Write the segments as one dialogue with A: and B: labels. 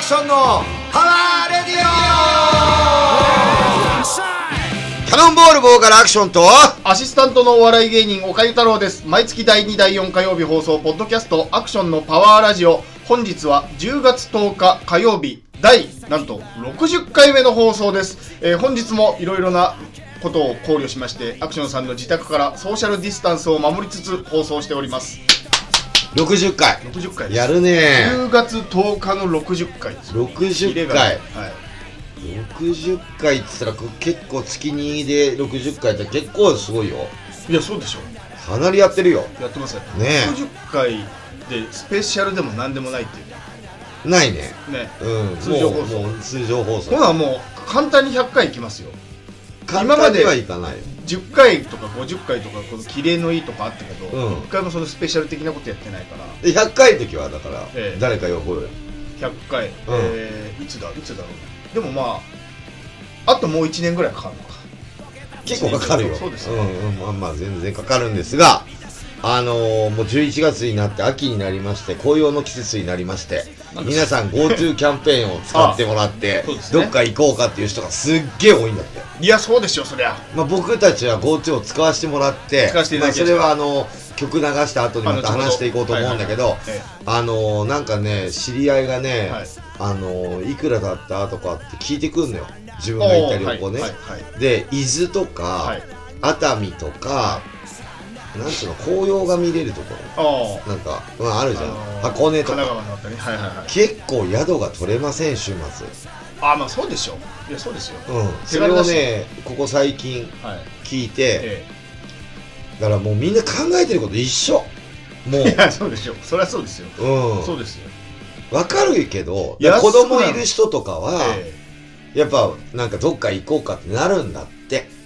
A: ションのパワーレディオキャノンボールボーカルアクションと
B: アシスタントのお笑い芸人、岡井太郎です。毎月第2、第4火曜日放送、ポッドキャスト、アクションのパワーラジオ。本日は10月10日火曜日、第、なんと60回目の放送です。えー本日もいろいろなことを考慮しまして、アクションさんの自宅からソーシャルディスタンスを守りつつ放送しております。
A: 60回
B: 60回です。
A: やるね
B: 10月10日の60回です。
A: 60
B: がない
A: 回
B: はい。
A: 60回って言ったらこ結構月2で60回って結構すごいよ
B: いや、そうでしょ。
A: かなりやってるよ
B: やってますね
A: ねえ
B: 60回でスペシャルでも何でもないっていう
A: ないね
B: ね
A: うん
B: 通常放送
A: もうもう通常放送
B: ほなもう簡単に100回いきますよ
A: 今まではいかないよ
B: 10回とか50回とかこのキレのいいとかあったけど、
A: うん
B: 1回もそのスペシャル的なことやってないから
A: で100回の時はだから、
B: ええ
A: 誰か呼ぼうよ
B: 100回、えーいつだいつだろうでもまああともう1年ぐらいかかるのか
A: 結構かかるよ
B: そうです
A: う
B: ね
A: んうん、まあまあ全然かかるんですがあのーもう11月になって秋になりまして紅葉の季節になりまして
B: なんです
A: 皆さん GoTo キャンペーンを使ってもらって
B: あそうですね
A: どっか行こうかっていう人がすっげえ多いんだって、
B: いやそうでしょそりゃ
A: まあ、僕たちは GoTo を使わせてもらって
B: 使わせていただき
A: ま
B: ま
A: あ、
B: し
A: それ
B: た
A: はあの曲流した後にまた
B: あのちょうど
A: 話していこうと思うんだけど、
B: え
A: あのーなんかね知り合いが
B: え
A: ね、
B: はい
A: あのーいくらだったとかって聞いてくんのよ自分
B: お
A: が行った
B: ーは
A: 旅
B: い
A: 行ね、
B: はいはい
A: で伊豆とか、
B: はい
A: 熱海とか、なんつうの、紅葉が見れるとこ
B: あー
A: ろ、なんか、まあ、あるじゃん、
B: あのー
A: 箱根と
B: 神奈
A: か、
B: 川のあたりはいはいはい
A: 結構宿が取れません、週末。
B: ああまあそうでしょいやそうですよ
A: うん、そ
B: 手
A: れ
B: 軽
A: を
B: だし
A: ね、ここ最近
B: はい
A: 聞いて、
B: え
A: だからもうみんな考えてること一緒、もう
B: えい、やそうでしょそりゃ そうですよ
A: う、
B: そうんですよ、
A: わかるけど、
B: いや
A: 子供いる人とかは、
B: え
A: やっぱなんかどっか行こうかってなるんだって。
B: え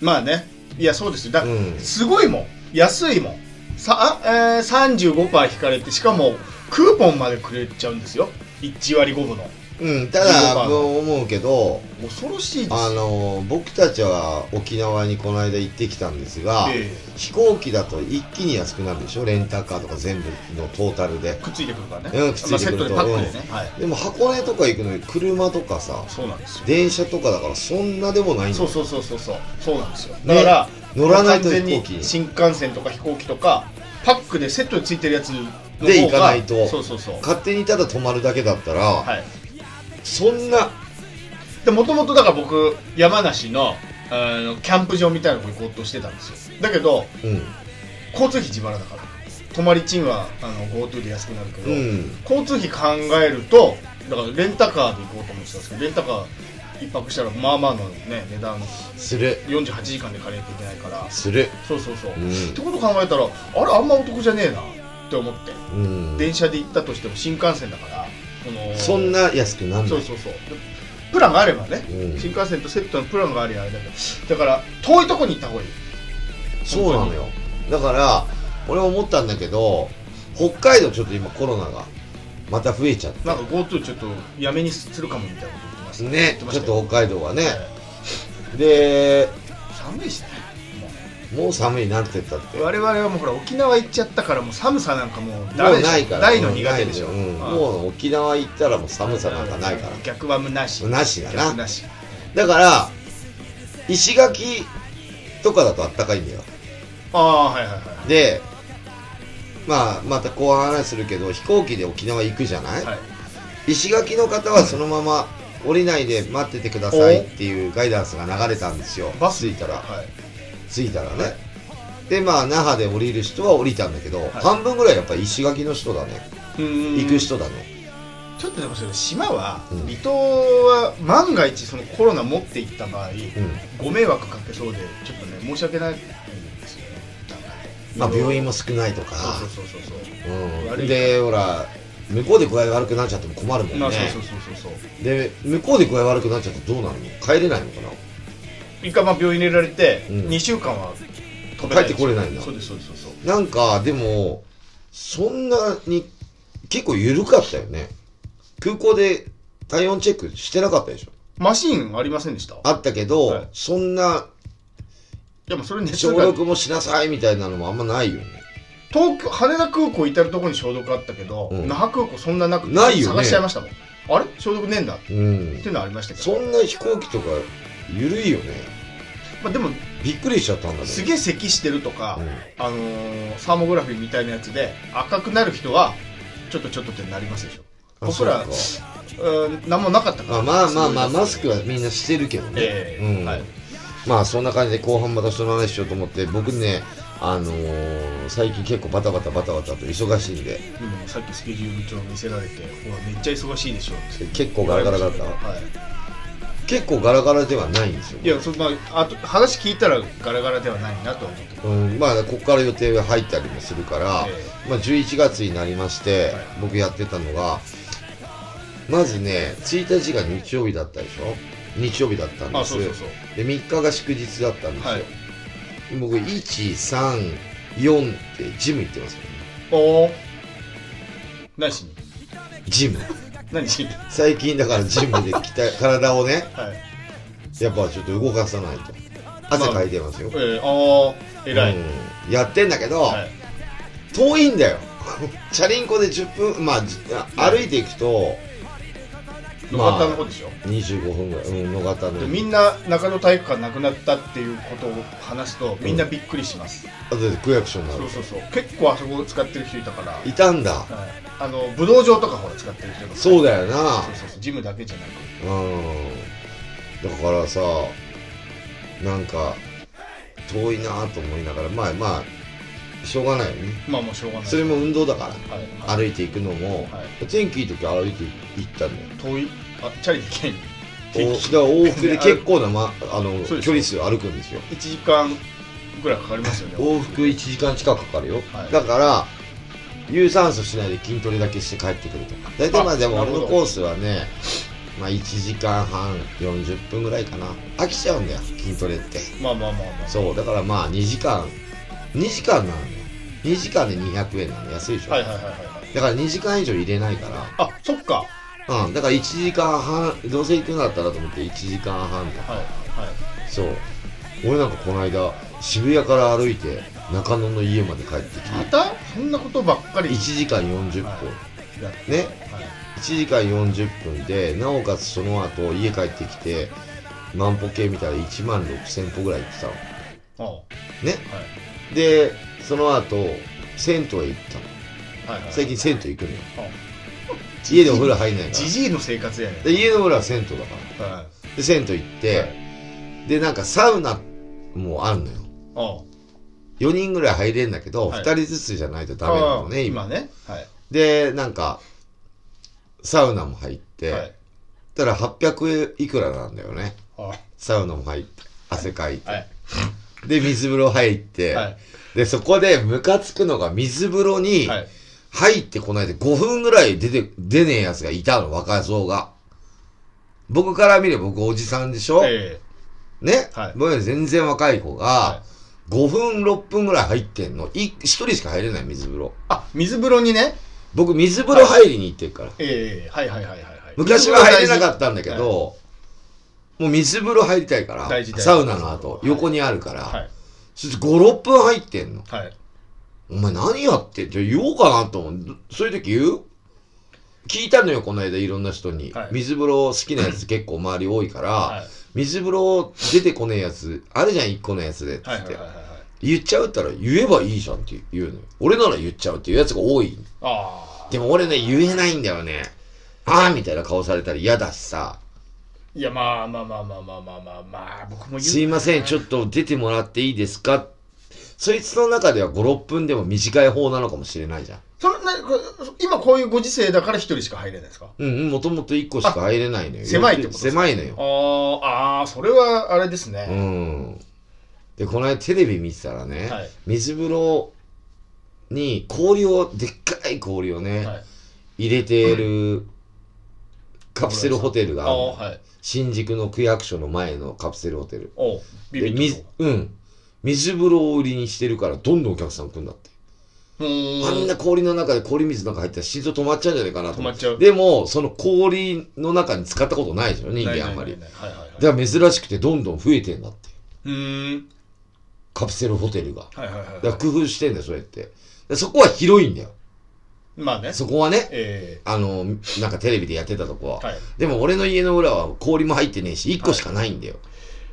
B: まあねいやそうですよだ、
A: うん
B: すごいもん安いもんさ、あえー、35%引かれてしかもクーポンまでくれちゃうんですよ1割5分の
A: うん、た
B: 15
A: だ、
B: 番
A: 僕思うけど、
B: 恐ろしいですよ
A: あの僕たちは沖縄にこの間行ってきたんですが、
B: え
A: 飛行機だと一気に安くなるでしょレンタカーとか全部のトータルで
B: えくっついてくるからね、
A: うんくっついてくると
B: まあ、セットでパックでね、はい
A: でも箱根とか行くのに車とかさ
B: そうなんですよ
A: 電車とかだからそんなでもないんだ
B: そう
A: よ
B: そうそうそうそうそうなんですよだから、
A: 乗らないと
B: 完全に
A: 飛行機
B: 新幹線とか飛行機とかパックでセットでついてるやつの方が
A: で行かないと
B: そうそうそう
A: 勝手にただ泊まるだけだったら、
B: はい
A: そんな
B: でもともとだから僕山梨のあのキャンプ場みたいなとこ行こうとしてたんですよだけど
A: うん
B: 交通費自腹だから泊まり賃はあの GoTo で安くなるけど、
A: うん
B: 交通費考えるとだからレンタカーで行こうと思ってたんですけどレンタカー一泊したらまあまあのね値段
A: する
B: 48時間で借りなきゃいけないから
A: する
B: そうそうそう、
A: うん
B: ってこと考えたらあれあんまお得じゃねえなって思って
A: うん
B: 電車で行ったとしても新幹線だからその
A: そんな安くなんな
B: そう
A: い
B: そうそうでプランがあればね、
A: うん
B: 新幹線とセットのプランがありゃあれだけどだから遠いとこに行った方がいい
A: そうなのよだから俺思ったんだけど北海道ちょっと今コロナがまた増えちゃって
B: なんか GoTo ちょっとやめにするかもみたいなこと言ってます
A: ね
B: 言ま
A: ち
B: し
A: ょった
B: よ
A: と北海道はね、
B: はい
A: で
B: 寒いしねも
A: もう寒いなって言ったって
B: う我々はもうほら沖縄行っちゃったからもう寒さなんかもうダ
A: も
B: メ
A: う
B: でしょ
A: ないから
B: 大の苦手でしょ、
A: もうないのようん
B: うん
A: もう沖縄行ったらもう寒さなんかないか
B: 逆はなし
A: らなしだ
B: 逆
A: な
B: なし
A: だから石垣とかだとあったかいんだよ
B: ああはいはいは
A: でまあまた後半話するけど飛行機で沖縄行くじゃない、
B: いはい
A: 石垣の方はそのまま降りないで待っててくださいっていうガイダンスが流れたんですよ
B: バス
A: 着いたら
B: はい
A: 着いたらね、でまあ那覇で降りる人は降りたんだけど、
B: い
A: 半分ぐらいやっぱ石垣の人だね行
B: 行
A: く人だね、
B: ちょっとでもそれ島は、
A: うん
B: 離島は万が一そのコロナ持っていった場合、
A: うん
B: ご迷惑かけそうでちょっとね申し訳ないんですよねなんかね
A: まあ、病院も少ないとか
B: そうそうそうそうそう
A: う
B: 悪
A: ん、
B: い
A: でほら向こうで具合悪くなっちゃっても困るもんね、
B: まあそうそうそうそうそう
A: で向こうで具合悪くなっちゃってどうなるの帰れないのかな
B: 一回まあ病院に入れられて、
A: うん
B: 二週間は飛べ
A: 帰ってこれないんだ
B: そうですそうですそうそう
A: なんかでもそんなに結構緩かったよね空港で体温チェックしてなかったでしょ
B: マシーンありませんでした
A: あったけど、
B: はい
A: そんな
B: でもそれ熱
A: 消
B: が
A: 毒もしなさいみたいなのもあんまないよね
B: 東京羽田空港至るところに消毒あったけど、
A: うん
B: 那覇空港そんななくて
A: ないよね
B: 探しちゃいましたもんあれ消毒ねえんだっ
A: うん
B: ていうのはありましたけど、
A: そんな飛行機とかゆるいよね
B: まあ、でも
A: びっくりしちゃったんだね
B: すげえ咳してるとか、
A: うん
B: あのーサーモグラフィーみたいなやつで赤くなる人はちょっとちょっとってなりますでしょ
A: あ
B: 僕ら
A: そうか
B: うん何もなかったから
A: あまあまあまあ
B: すごい
A: マスクは
B: です
A: みんなしてるけどね、
B: ええ
A: うん
B: はい
A: まあそんな感じで後半またその話しようと思って僕ねあのー最近結構バタバタバタバタと忙しいんで
B: でもさっきスケジュール帳見せられてほらめっちゃ忙しいでしょって
A: 結構ガラガラだった
B: はい
A: 結構ガラガラではないんですよ
B: いやそんなあと話聞いたらガラガラではないなとは思って
A: うん、まあここから予定が入ったりもするから、
B: え
A: まあ、11月になりまして、
B: はい
A: 僕やってたのがまずね1日が日曜日だったでしょ日曜日だったんです
B: あそうそうそう
A: で3日が祝日だったんですよ、
B: はい
A: 僕134ってジム行ってますよね
B: おお何しに
A: ジム
B: 何しに
A: 最近だからジムで 鍛え体をね
B: はい
A: やっぱちょっと動かさないと汗かいてますよ、
B: えー、ああ偉い、
A: うんやってんだけど、
B: はい
A: 遠いんだよチャリンコで10分まあじあ歩いていくと
B: 野
A: まあ
B: 方の方でしょ、
A: 25分ぐらい、うん、野方の
B: でみんな中野体育館なくなったっていうことを話すとみんなびっくりします、
A: あとで区役所になる
B: そうそうそう結構あそこを使ってる人いたから、はい
A: いたんだ
B: あの武道場とかほら使ってる人が
A: そうだよ
B: そうそうそうジムだけじゃなく
A: なうんだからさなんか遠いなと思いながらまあまあしょうがないよね
B: まあもうしょうがない
A: それも運動だから
B: はい、
A: 歩いていくのも、
B: は
A: 天気いい時歩いて行ったんだよ
B: 遠いあチャリで県
A: お
B: に
A: だから往復で結構な、ま、あの
B: そうです
A: 距離数歩くんですよ
B: 1時間ぐらいかかりますよね
A: 往復1時間近くかかるよ、
B: はい
A: だから有酸素しないで筋トレだけして帰ってくると大体まあ
B: あ
A: でも
B: な
A: 俺
B: るほど
A: のコースはねまあ1時間半40分ぐらいかな飽きちゃうんだよ筋トレって
B: まあまあまあまあ
A: そうだからまあ2時間2時間なのよ2時間で200円なの安いでしょ、
B: はいはいはいはいはい
A: だから2時間以上入れないか
B: あそっかは
A: らうんだから1時間半どうせ行くんだったらと思って1時間半だ
B: いはい
A: そう俺なんかこの間渋谷から歩いて中野の家まで帰ってきて
B: またそんなことばっかり
A: 1時間40分、
B: はやって
A: ね
B: はい
A: 1時間40分でなおかつその後家帰ってきて万歩計見たら1万6000歩ぐらい行ってたの
B: ああ
A: ねでその後銭湯へ行ったの
B: はいはいはい
A: 最近銭湯行くのよ
B: あ
A: 家でお風呂入んないから
B: じじいの生活やね
A: で家のお風呂は銭湯だか
B: は
A: らで銭湯行っ
B: い
A: て、でなんかサウナもあるのよ
B: あ
A: 4人ぐらい入れんだけど、
B: はい
A: 2人ずつじゃないと
B: あ
A: ダメなの
B: ああ
A: ね今
B: 今ねはい
A: でなんかサウナも入って、
B: はい
A: たら800いくらなんだよね
B: は
A: サウナも入って汗かいて、
B: いはい
A: で水風呂入って、
B: はい
A: でそこでムカつくのが水風呂に
B: はい
A: 入ってこないで5分ぐらい出て出ねえやつがいたの若造が僕から見れば僕おじさんでしょ、
B: え
A: ね、
B: はい
A: 僕より全然若い子が、
B: は
A: 5分6分ぐらい入ってんのい1人しか入れない水風呂
B: あ水風呂にね
A: 僕水風呂入りに行ってるから、
B: ええはいはいはいはいはい
A: 昔は入れなかったんだけ
B: 水風呂
A: ど、もう水風呂入りたいから
B: 大事、大事
A: サウナの後
B: は、い
A: 横にあるか
B: 大事は
A: ら、
B: い
A: そして5、6分入ってんの。
B: はい
A: お前何やってんじゃあ言おうかなと思う。そういう時言う聞いたのよ、この間いろんな人に
B: はい。
A: 水風呂好きなやつ結構周り多いか
B: は
A: ら、
B: い
A: 水風呂出てこねえやつ、あるじゃん、1個のやつで。つ
B: は
A: っ
B: いはい
A: て
B: はい。はいはい
A: 言っちゃうったら言えばいいじゃんって言うのよ。俺なら言っちゃうっていうやつが多い。
B: ああ
A: でも俺ね、言えないんだよね。ああみたいな顔されたら嫌だしさ。
B: いやまあまあまあまあまあまあまあまあ僕も
A: すいません、ちょ
B: っ
A: っと出てもらっていいですかそいつの中では5、6分でも短い方なのかもしれないじゃん。
B: とそんな今こういうご時世だから一人しか入れないですか
A: うんうん、もともと1個しか入れないのよ。
B: 狭いってことですか
A: 狭いのよ。
B: あああーそれはあれです
A: う
B: ね、
A: ん。で、この間テレビ見てたらね、
B: はい
A: 水風呂に氷を、でっかい氷をね、
B: はい
A: 入れてるカプセルホテルがあ
B: あ
A: る
B: あ
A: の
B: はい
A: 新宿の区役所の前のカプセルホテル。
B: おうビビ
A: で
B: ッ
A: 水
B: と
A: うん。水風呂を売りにしてるから、どんどんお客さん来るんだって。
B: うーん
A: あんな氷の中で氷水の中入ったら心臓止まっちゃうんじゃないかなと
B: 止
A: 思っ
B: まっちゃう
A: て。でも、その氷の中に使ったことないでしょ、人間あんまり。
B: ないないないはいはいはい
A: だから珍しくてどんどん増えてんだって。
B: うーん
A: カプセルホテルが。
B: はいはいはい
A: だから
B: は
A: 工夫してんだよ、そうやって。でそこは広いんだよ。
B: いまあね。
A: そこはね、
B: え
A: あの、なんかテレビでやってたとこは。
B: ーはい。
A: でも俺の家の裏は氷も入ってねえし、1個しかないんだよ。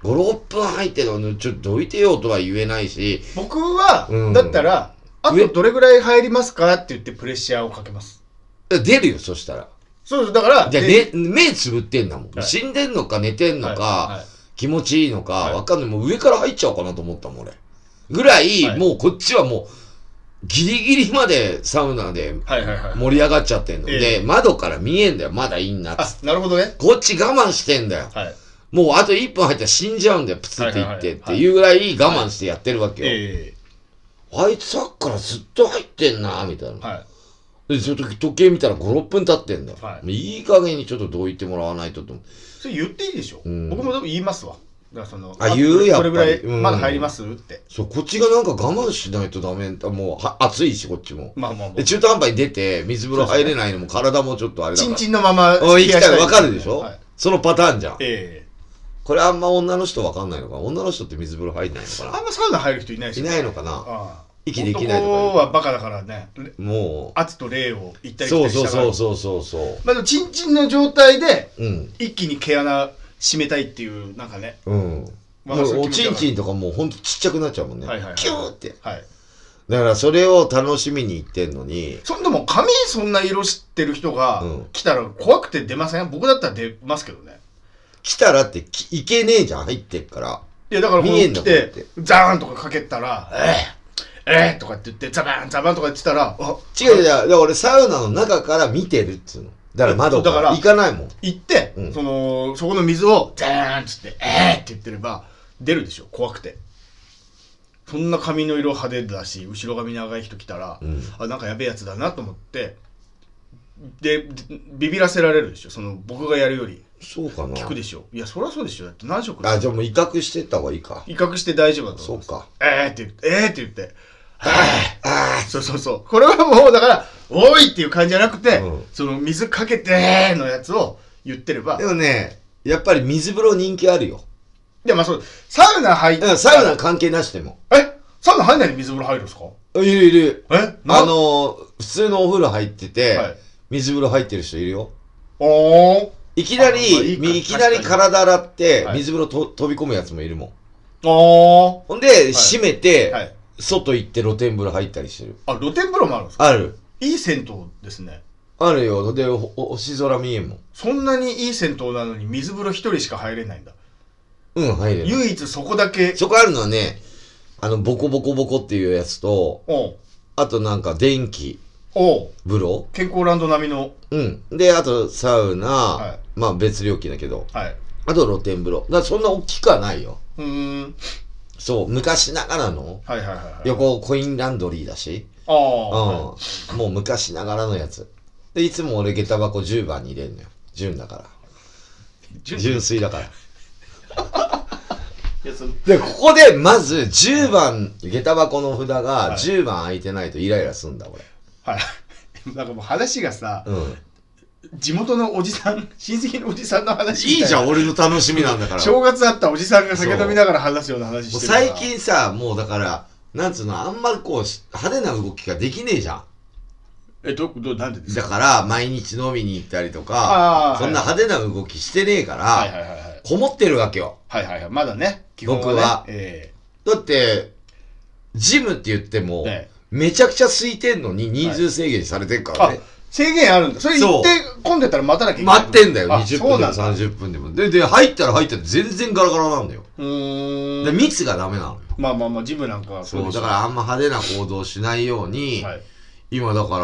A: 5、6分入ってるのにちょっとどいてよとは言えないし、
B: 僕は、
A: うん
B: だったら、あ
A: 上
B: とどれぐらい入りますかって言ってプレッシャーをかけます。
A: 出るよ、そしたら。
B: そうです。だから、
A: じゃあ、
B: で
A: ね、目つぶってんだもん。
B: はい
A: 死んでんのか寝てんのか、
B: はいはい
A: 気持ちいいのか、
B: はい
A: わかんない。もう上から入っちゃおうかなと思ったもん、俺。ぐらい、
B: はい
A: もうこっちはもう、ギリギリまでサウナで
B: はいはいはい。
A: 盛り上がっちゃってんの。
B: え
A: で、窓から見えんだよ、まだいいなっつって
B: あ、なるほどね。
A: こっち我慢してんだよ。
B: はい。
A: もうあと1分入ったら死んじゃうんだよ、プツっていってっていうぐらい我慢してやってるわけよ。
B: え
A: あいつさっきからずっと入ってんな、みたい
B: え
A: な。
B: は
A: で、その時時計見たら5、6分経ってんだよ。
B: はい
A: もういい加減にちょっとどいてもらわないとと思って。
B: い。それ言っていいでしょ。
A: うん
B: 僕もでも言いますわ。だからその、
A: あ言うやっ
B: こ
A: ぱ
B: れ
A: り
B: ぐらい、
A: うん
B: まだ入りますって。
A: そう、こっちがなんか我慢しないとダメ。もうは、暑いし、こっちも。
B: まあまあま
A: で、
B: あ。
A: 中途半端に出て、水風呂入れないのも体もちょっとあれだ
B: ち
A: か
B: ん
A: ら。
B: ちんのまま
A: おい、行きたい。
B: い
A: わかるでしょ、
B: はい
A: そのパターンじゃん。
B: え
A: これあんま女の人わかんないのかな女の人って水風呂入んないの
B: え
A: か
B: あんまサウナ入る人いないし
A: ないないのかな
B: ああ
A: 息できないとか
B: 男はバカだからね
A: なもう、
B: 圧と霊を行ったり来た
A: そう
B: り
A: そう
B: したから
A: そうそうそうそ
B: まあでもチンチンの状態で
A: う。うん。
B: 一気に毛穴締めたいっていうなんかね
A: うん。
B: まあ
A: も
B: そうう
A: おちんち
B: 気持ち
A: んとかもうほんとちっちゃくなっちゃうもんね。
B: はいはいはい
A: キューって。
B: はい
A: だからそれを楽しみに行ってんのに、
B: そんでも髪そんな色知ってる人が
A: うん
B: 来たら怖くて出ません僕だったら出ますけどね
A: 来たらってき行けねえじゃん、入ってっから。
B: いやだからこう
A: 見えんの
B: 来て
A: こうやっ
B: ザーンとかかけたらええええとかって言ってザバーンザバーンとか言ってたらあ
A: 違う違う、だから俺サウナの中から見てるっつうの。だから窓から
B: だから
A: 行かないもん。
B: 行って、
A: うん
B: そのそこの水をザーンっつって「えー!」って言ってれば出るでしょ怖くてそんな髪の色派手だし後ろ髪長い人来たら、
A: うん
B: あなんかやべえやつだなと思ってででビビらせられるでしょその僕がやるより
A: そうかな。
B: 聞くでしょいやそりゃそうでしょだって何色
A: あ、じゃあもう威嚇してった方がいいか。
B: 威嚇して大丈夫だと
A: そ
B: 思
A: うか。
B: うえーって言ってえーって言って
A: あ
B: そうそうそうこれはもうだから「おい!」っていう感じじゃなくて、
A: うん
B: その水かけてのやつを言ってれば
A: あ。でもね、やっぱり水風呂人気あるよ。
B: でまあそうサウナ入っ
A: うん、サウナ関係なしでも。
B: えサウナ入んないで水風呂入るんですか
A: いるいる。
B: え
A: あ
B: の、
A: のー、普通のお風呂入ってて、
B: はい
A: 水風呂入ってる人いるよ。
B: おー
A: いきなり、
B: あまあいいか
A: みいきなり体洗って
B: は、い
A: 水風呂と飛び込むやつもいるもん。
B: お
A: ほんで、閉め
B: ー
A: て、
B: はい。
A: 外行って露天風呂入ったりしてる。
B: あ、露天風呂もあるんですか
A: ある。
B: いい銭湯ですね。
A: あるよ。で、ほほ星空見えんもん。
B: そんなにいい銭湯なのに水風呂一人しか入れないんだ。
A: うん、入れる。
B: 唯一そこだけ、
A: そこあるのはね、あの、ボコボコボコっていうやつと、
B: おう
A: あとなんか電気、
B: おう
A: 風呂
B: 健康ランド並みの、
A: うん。で、あとサウナ、
B: は
A: まあ別料金だけど、
B: はい。
A: あと露天風呂。だからそんな大きくはないよ。
B: うーん。
A: そう、昔ながらの、
B: はいはいはいはい。
A: 横コインランドリーだし、
B: あ
A: う
B: あ
A: ん、
B: は
A: もう昔ながらのやつ。で、いつも俺下駄箱10番に入れんのよ。純だから。
B: い。じゅい
A: 純粋だから。
B: やその
A: で、ここで、まず、10番、下駄箱の札が、
B: い
A: 10番空いてないとイライラすんだ、俺。
B: はい。 なんかもう話がさ、
A: うん。
B: 地元のおじさん、親戚のおじさんの話み
A: い
B: た
A: いじゃ
B: ん。
A: ん、俺の楽しみなんだから。も
B: 正月あったおじさんが酒飲みながら話すような話
A: う
B: してるから
A: 最近さ、もうだから、なんつうの、あんまりこうし、派手な動きができねえじゃん。
B: え、ど、ど、なんでです
A: だ
B: か
A: から、毎日飲みに行ったりと
B: あ
A: か
B: ー、
A: そんな派手な動きしてねえから、
B: はいはいはいはい。
A: こもってるわけよ。
B: はいはいはい。まだね、基本は、ね。
A: 僕は
B: え
A: だって、ジムって言っても、
B: ええ
A: めちゃくちゃ空いてんのに人数制限されてるから
B: あ
A: ね。、
B: 制限あるんだ。それ行って混んでたら待たなきゃいけない。
A: 待ってんだよ、
B: あ
A: 20
B: そ
A: 分
B: う
A: で
B: な
A: も
B: んだ。う
A: 30分でも。で、で、入ったら入ったら全然ガラガラなんだよ。
B: ー
A: で、
B: ん。
A: 密がダメなのよ。
B: まあまあまあ、ジムなんかは
A: そう、
B: でしょ
A: だからあんま派手な行動しないように、
B: はい。
A: 今だから、だか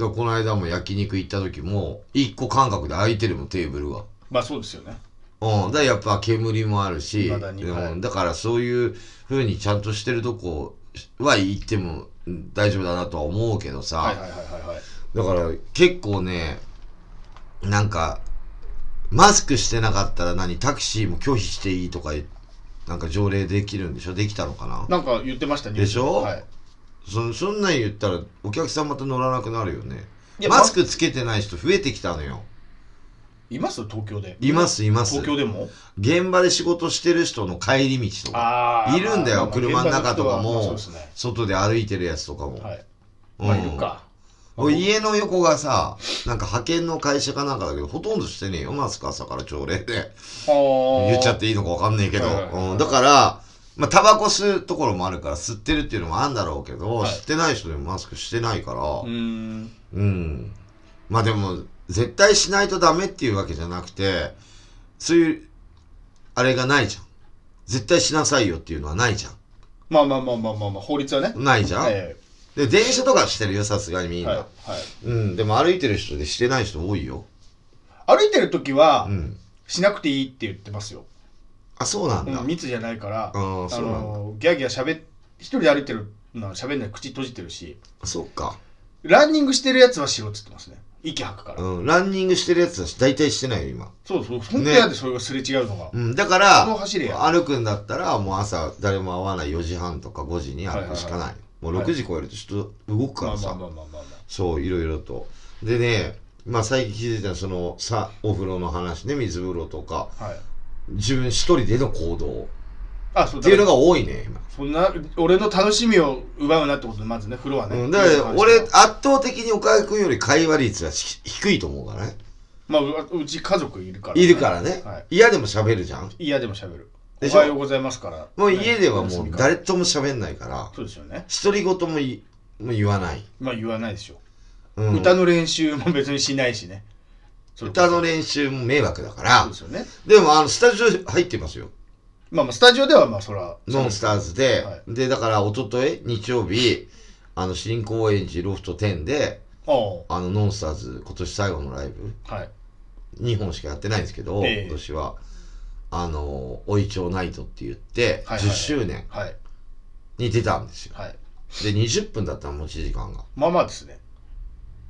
A: らこの間も焼肉行った時も、一個間隔で空いてるもん、テーブルが。
B: まあそうですよね。
A: うん、だからやっぱ煙もあるし、
B: 未だにはい
A: うん、だからそういう風にちゃんとしてるとこは行ってもうん大丈夫だなとは思うけどさ、
B: はいはいはいはいはい。
A: だから結構ね、なんか、マスクしてなかったら何、タクシーも拒否していいとか、なんか条例できるんでしょできたのかな
B: なんか言ってましたね。
A: でしょ
B: はい。
A: そそんなん言ったらお客さんまた乗らなくなるよね
B: い。や
A: マスクつけてない人増えてきたのよ。
B: います東京で。
A: います、います。
B: 東京でも
A: 現場で仕事してる人の帰り道とか。
B: ああ。
A: いるんだよ、
B: まあ
A: 車の中とか
B: まあ
A: も
B: そうですね。
A: 外で歩いてるやつとかも、
B: はい。
A: うん
B: まあいるか。
A: 俺家の横がさ、なんか派遣の会社かなんかだけど、ほとんどしてねえよ、マスク朝から朝礼で。言っちゃっていいのかわかんねえけど。
B: はいはいはいはい
A: うん、だから、まあ、タバコ吸うところもあるから、吸ってるっていうのもあるんだろうけど、
B: はい
A: 吸ってない人でもマスクしてないから、
B: うーん
A: うん。まあでも、絶対しないとダメっていうわけじゃなくて、そういう、あれがないじゃん。絶対しなさいよっていうのはないじゃん。
B: まあまあまあまあまあまあ法律はね
A: ないじゃん。
B: え
A: で、電車とかはしてるよ、さすがにみ
B: え
A: んな。
B: はいはい
A: うん、でも歩いてる人でしてない人多いよ。
B: 歩いてる時は
A: うん。
B: しなくていいって言ってますよ、
A: あ、そうなん
B: う
A: だ。
B: ん、密じゃないから
A: あーそうなんだ。
B: のギャーギャー喋っ一人で歩いてるのは喋んない口閉じてるし
A: そうか。
B: ランニングしてるやつはしろっつってますね息吐くから、
A: うん、ランニングしてるやつは大体してないよ、今。
B: そうそう本当やでそれがすれ違うのが、
A: うん、だか
B: この
A: ら、
B: 走れや
A: 歩くんだったら、もう朝、誰も会わない4時半とか5時に歩くしかない。
B: はい
A: もう6時超えると人動くか
B: まあ
A: らさ。
B: まあまあまあまあま
A: そう、いろいろと。でね、まあ最近気づいたのはその、さ、お風呂の話ね、水風呂とか、
B: あはい
A: 自分一人での行動
B: あそう
A: っていうの
B: だか
A: が多いね、今。
B: らそんな俺の楽しみを奪うなってことでまずね風呂はね、
A: うん、だから俺、圧倒的に岡井くんより会話率はし低いと思うからね。
B: まあううち家族いるからね、
A: いるからね
B: はい。
A: 嫌でも喋るじゃん。
B: 嫌でも喋るお
A: でしょ
B: はようございますから
A: もう家では
B: ね
A: もう
B: 休みから
A: 誰とも喋んないから、
B: そうですよね
A: 独り言もいもう言わない。
B: まあ言わないでしょ、
A: うん、
B: 歌
A: 歌の
B: の練習も別にしないしねそれこそ
A: 練習も迷惑だか
B: そ
A: ら
B: うで、すよね
A: でもあの、スタジオ入ってますよ。
B: まあまあスタジオではまあそら
A: ノンスターズで、
B: はい
A: で、だから、一昨日日曜日、あの、新高円寺ロフト10で、
B: ああ
A: あの、ノンスターズ、今年最後のライブ、
B: はい
A: 2本しかやってないんですけど、
B: ええ
A: 今年は、あの、おいちょうナイトって言って、
B: はいはい
A: 10周年
B: はい
A: に出たんですよ。
B: はい
A: で、20分だったの、持ち時間が。だか
B: まあまあですね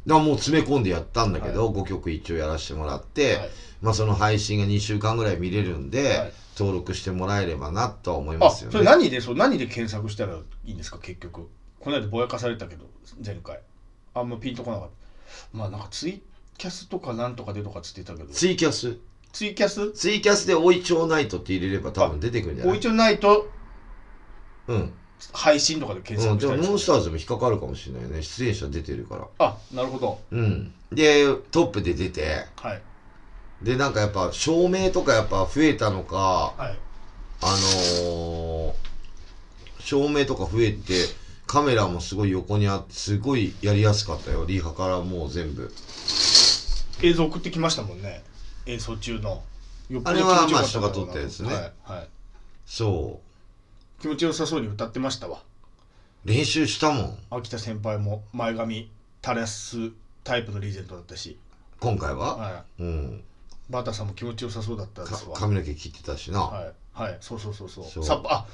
A: らもう詰め込んでやったんだけど、5曲一応やらせてもらって、
B: はい
A: まあ、その配信が2週間ぐらい見れるんで、
B: はい
A: 登録してもらえればなとは思い
B: あ
A: ますよ
B: そ
A: ね。
B: れ何でそう何で検索したらいいんですか結局この間ぼやかされたけど前回あんまピンとこなかったまあなんかツイキャスとかなんとかでとかっつってたけど
A: ツイキャス
B: ツイキャス
A: ツイキャスで「おいちょうナイト」って入れれば多分出てくるんじゃ
B: お
A: ない
B: 一応ないと
A: うん、
B: 配信とかで検
A: うん、
B: 索
A: で
B: した
A: も
B: り
A: ノンス
B: す
A: タ
B: る
A: ーズも引っかかるかもしれないね出演者出てるから
B: あなるほど
A: うんでトップで出て
B: はい
A: でなんかやっぱ照明とかやっぱ増えたのか
B: はい
A: あのー、照明とか増えてカメラもすごい横にあってすごいやりやすかったよリハからもう全部
B: 映像送ってきましたもんね演奏中のよっぽど
A: あれは
B: 気持ちよかんだろ
A: まあ人が撮
B: うな
A: ったやつね
B: はい、はい、
A: そ
B: 気持ちよさそうに歌ってましたわ
A: う練習したもん
B: 秋田先輩も前髪垂らすタイプのリーゼントだったし、
A: 今回は、
B: は
A: うん
B: い、バタさんも気持ちよさそうだったで
A: か
B: すわ
A: 髪の毛切ってたしな、
B: はい、はい、そうそうそうそう
A: そう
B: さっぱあ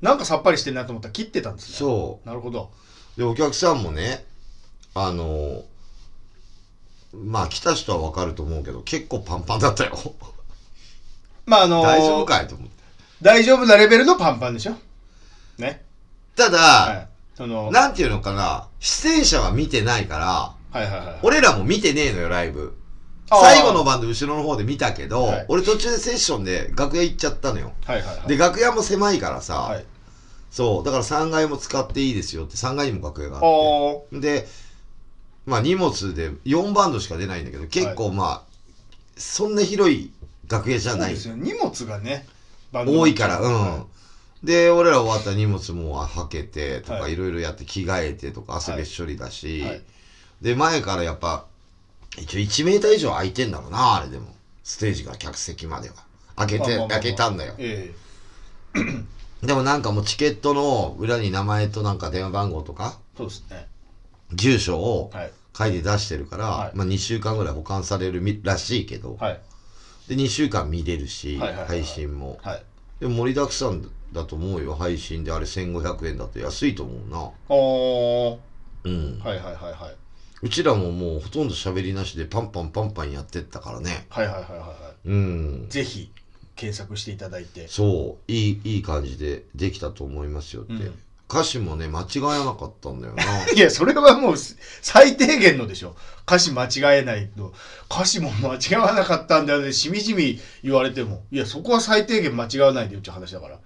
B: なんかさっぱりしてんなと思ったら切ってたんですね
A: そう
B: なるほど
A: でお客さんもねあのまあ来た人はわかると思うけど結構パンパンだったよ
B: まああのー
A: 大丈夫かいと思って
B: 大丈夫なレベルのパンパンでしょね
A: ただ、
B: はいその
A: なんていうのかな出演者は見てないから
B: はいはいはい
A: 俺らも見てねえのよライブ
B: あー
A: 最後のバンド後ろの方で見たけど、
B: はい
A: 俺途中でセッションで楽屋行っちゃったのよ
B: はいはいはい
A: で楽屋も狭いからさ、
B: はい
A: そうだから3階も使っていいですよって3階にも楽屋があっ
B: あー
A: てで、まあ荷物で4バンドしか出ないんだけど、結構まあ、そんな広い楽屋じゃ
B: そう
A: な
B: で
A: い。
B: すよ荷物がねバンド
A: 多いから、うん。
B: は
A: で、俺ら終わったら荷物もうはけてとか、
B: はいい
A: ろいろやって着替えてとか、汗
B: はい
A: べっしょりだ
B: い
A: し、
B: はい
A: で、前からやっぱ、一応1メーター以上空いてんだろうな、あれでも。ステージから客席までは。開け
B: まあまあま
A: て
B: あ、ま
A: 開
B: あ
A: けたんだよ。
B: ええ
A: でもなんかもうチケットの裏に名前となんか電話番号とか、
B: そうですね
A: 住所を
B: はい
A: 書いて出してるから、
B: はい
A: まあ2週間ぐらい保管されるみらしいけど、
B: はい
A: で2週間見れるし、
B: はいはいはいはい
A: 配信も
B: はい
A: でも盛りだくさんだと思うよ配信であれ1500円だと安いと思うな
B: おー
A: うん、
B: はいはいはいはいう
A: ちらももうほとんど喋りなしでパンパンパンパンやってったからね
B: はいはいはいはいは
A: うん
B: いぜひ検索していただいて
A: そういいいい感じでできたと思いますよって、
B: うん
A: 歌詞もね間違えなかったんだ よな
B: いやそれはもうす最低限のでしょ歌詞間違えないと歌詞も間違わなかったんだよねしみじみ言われてもいやそこは最低限間違わないでよって話だから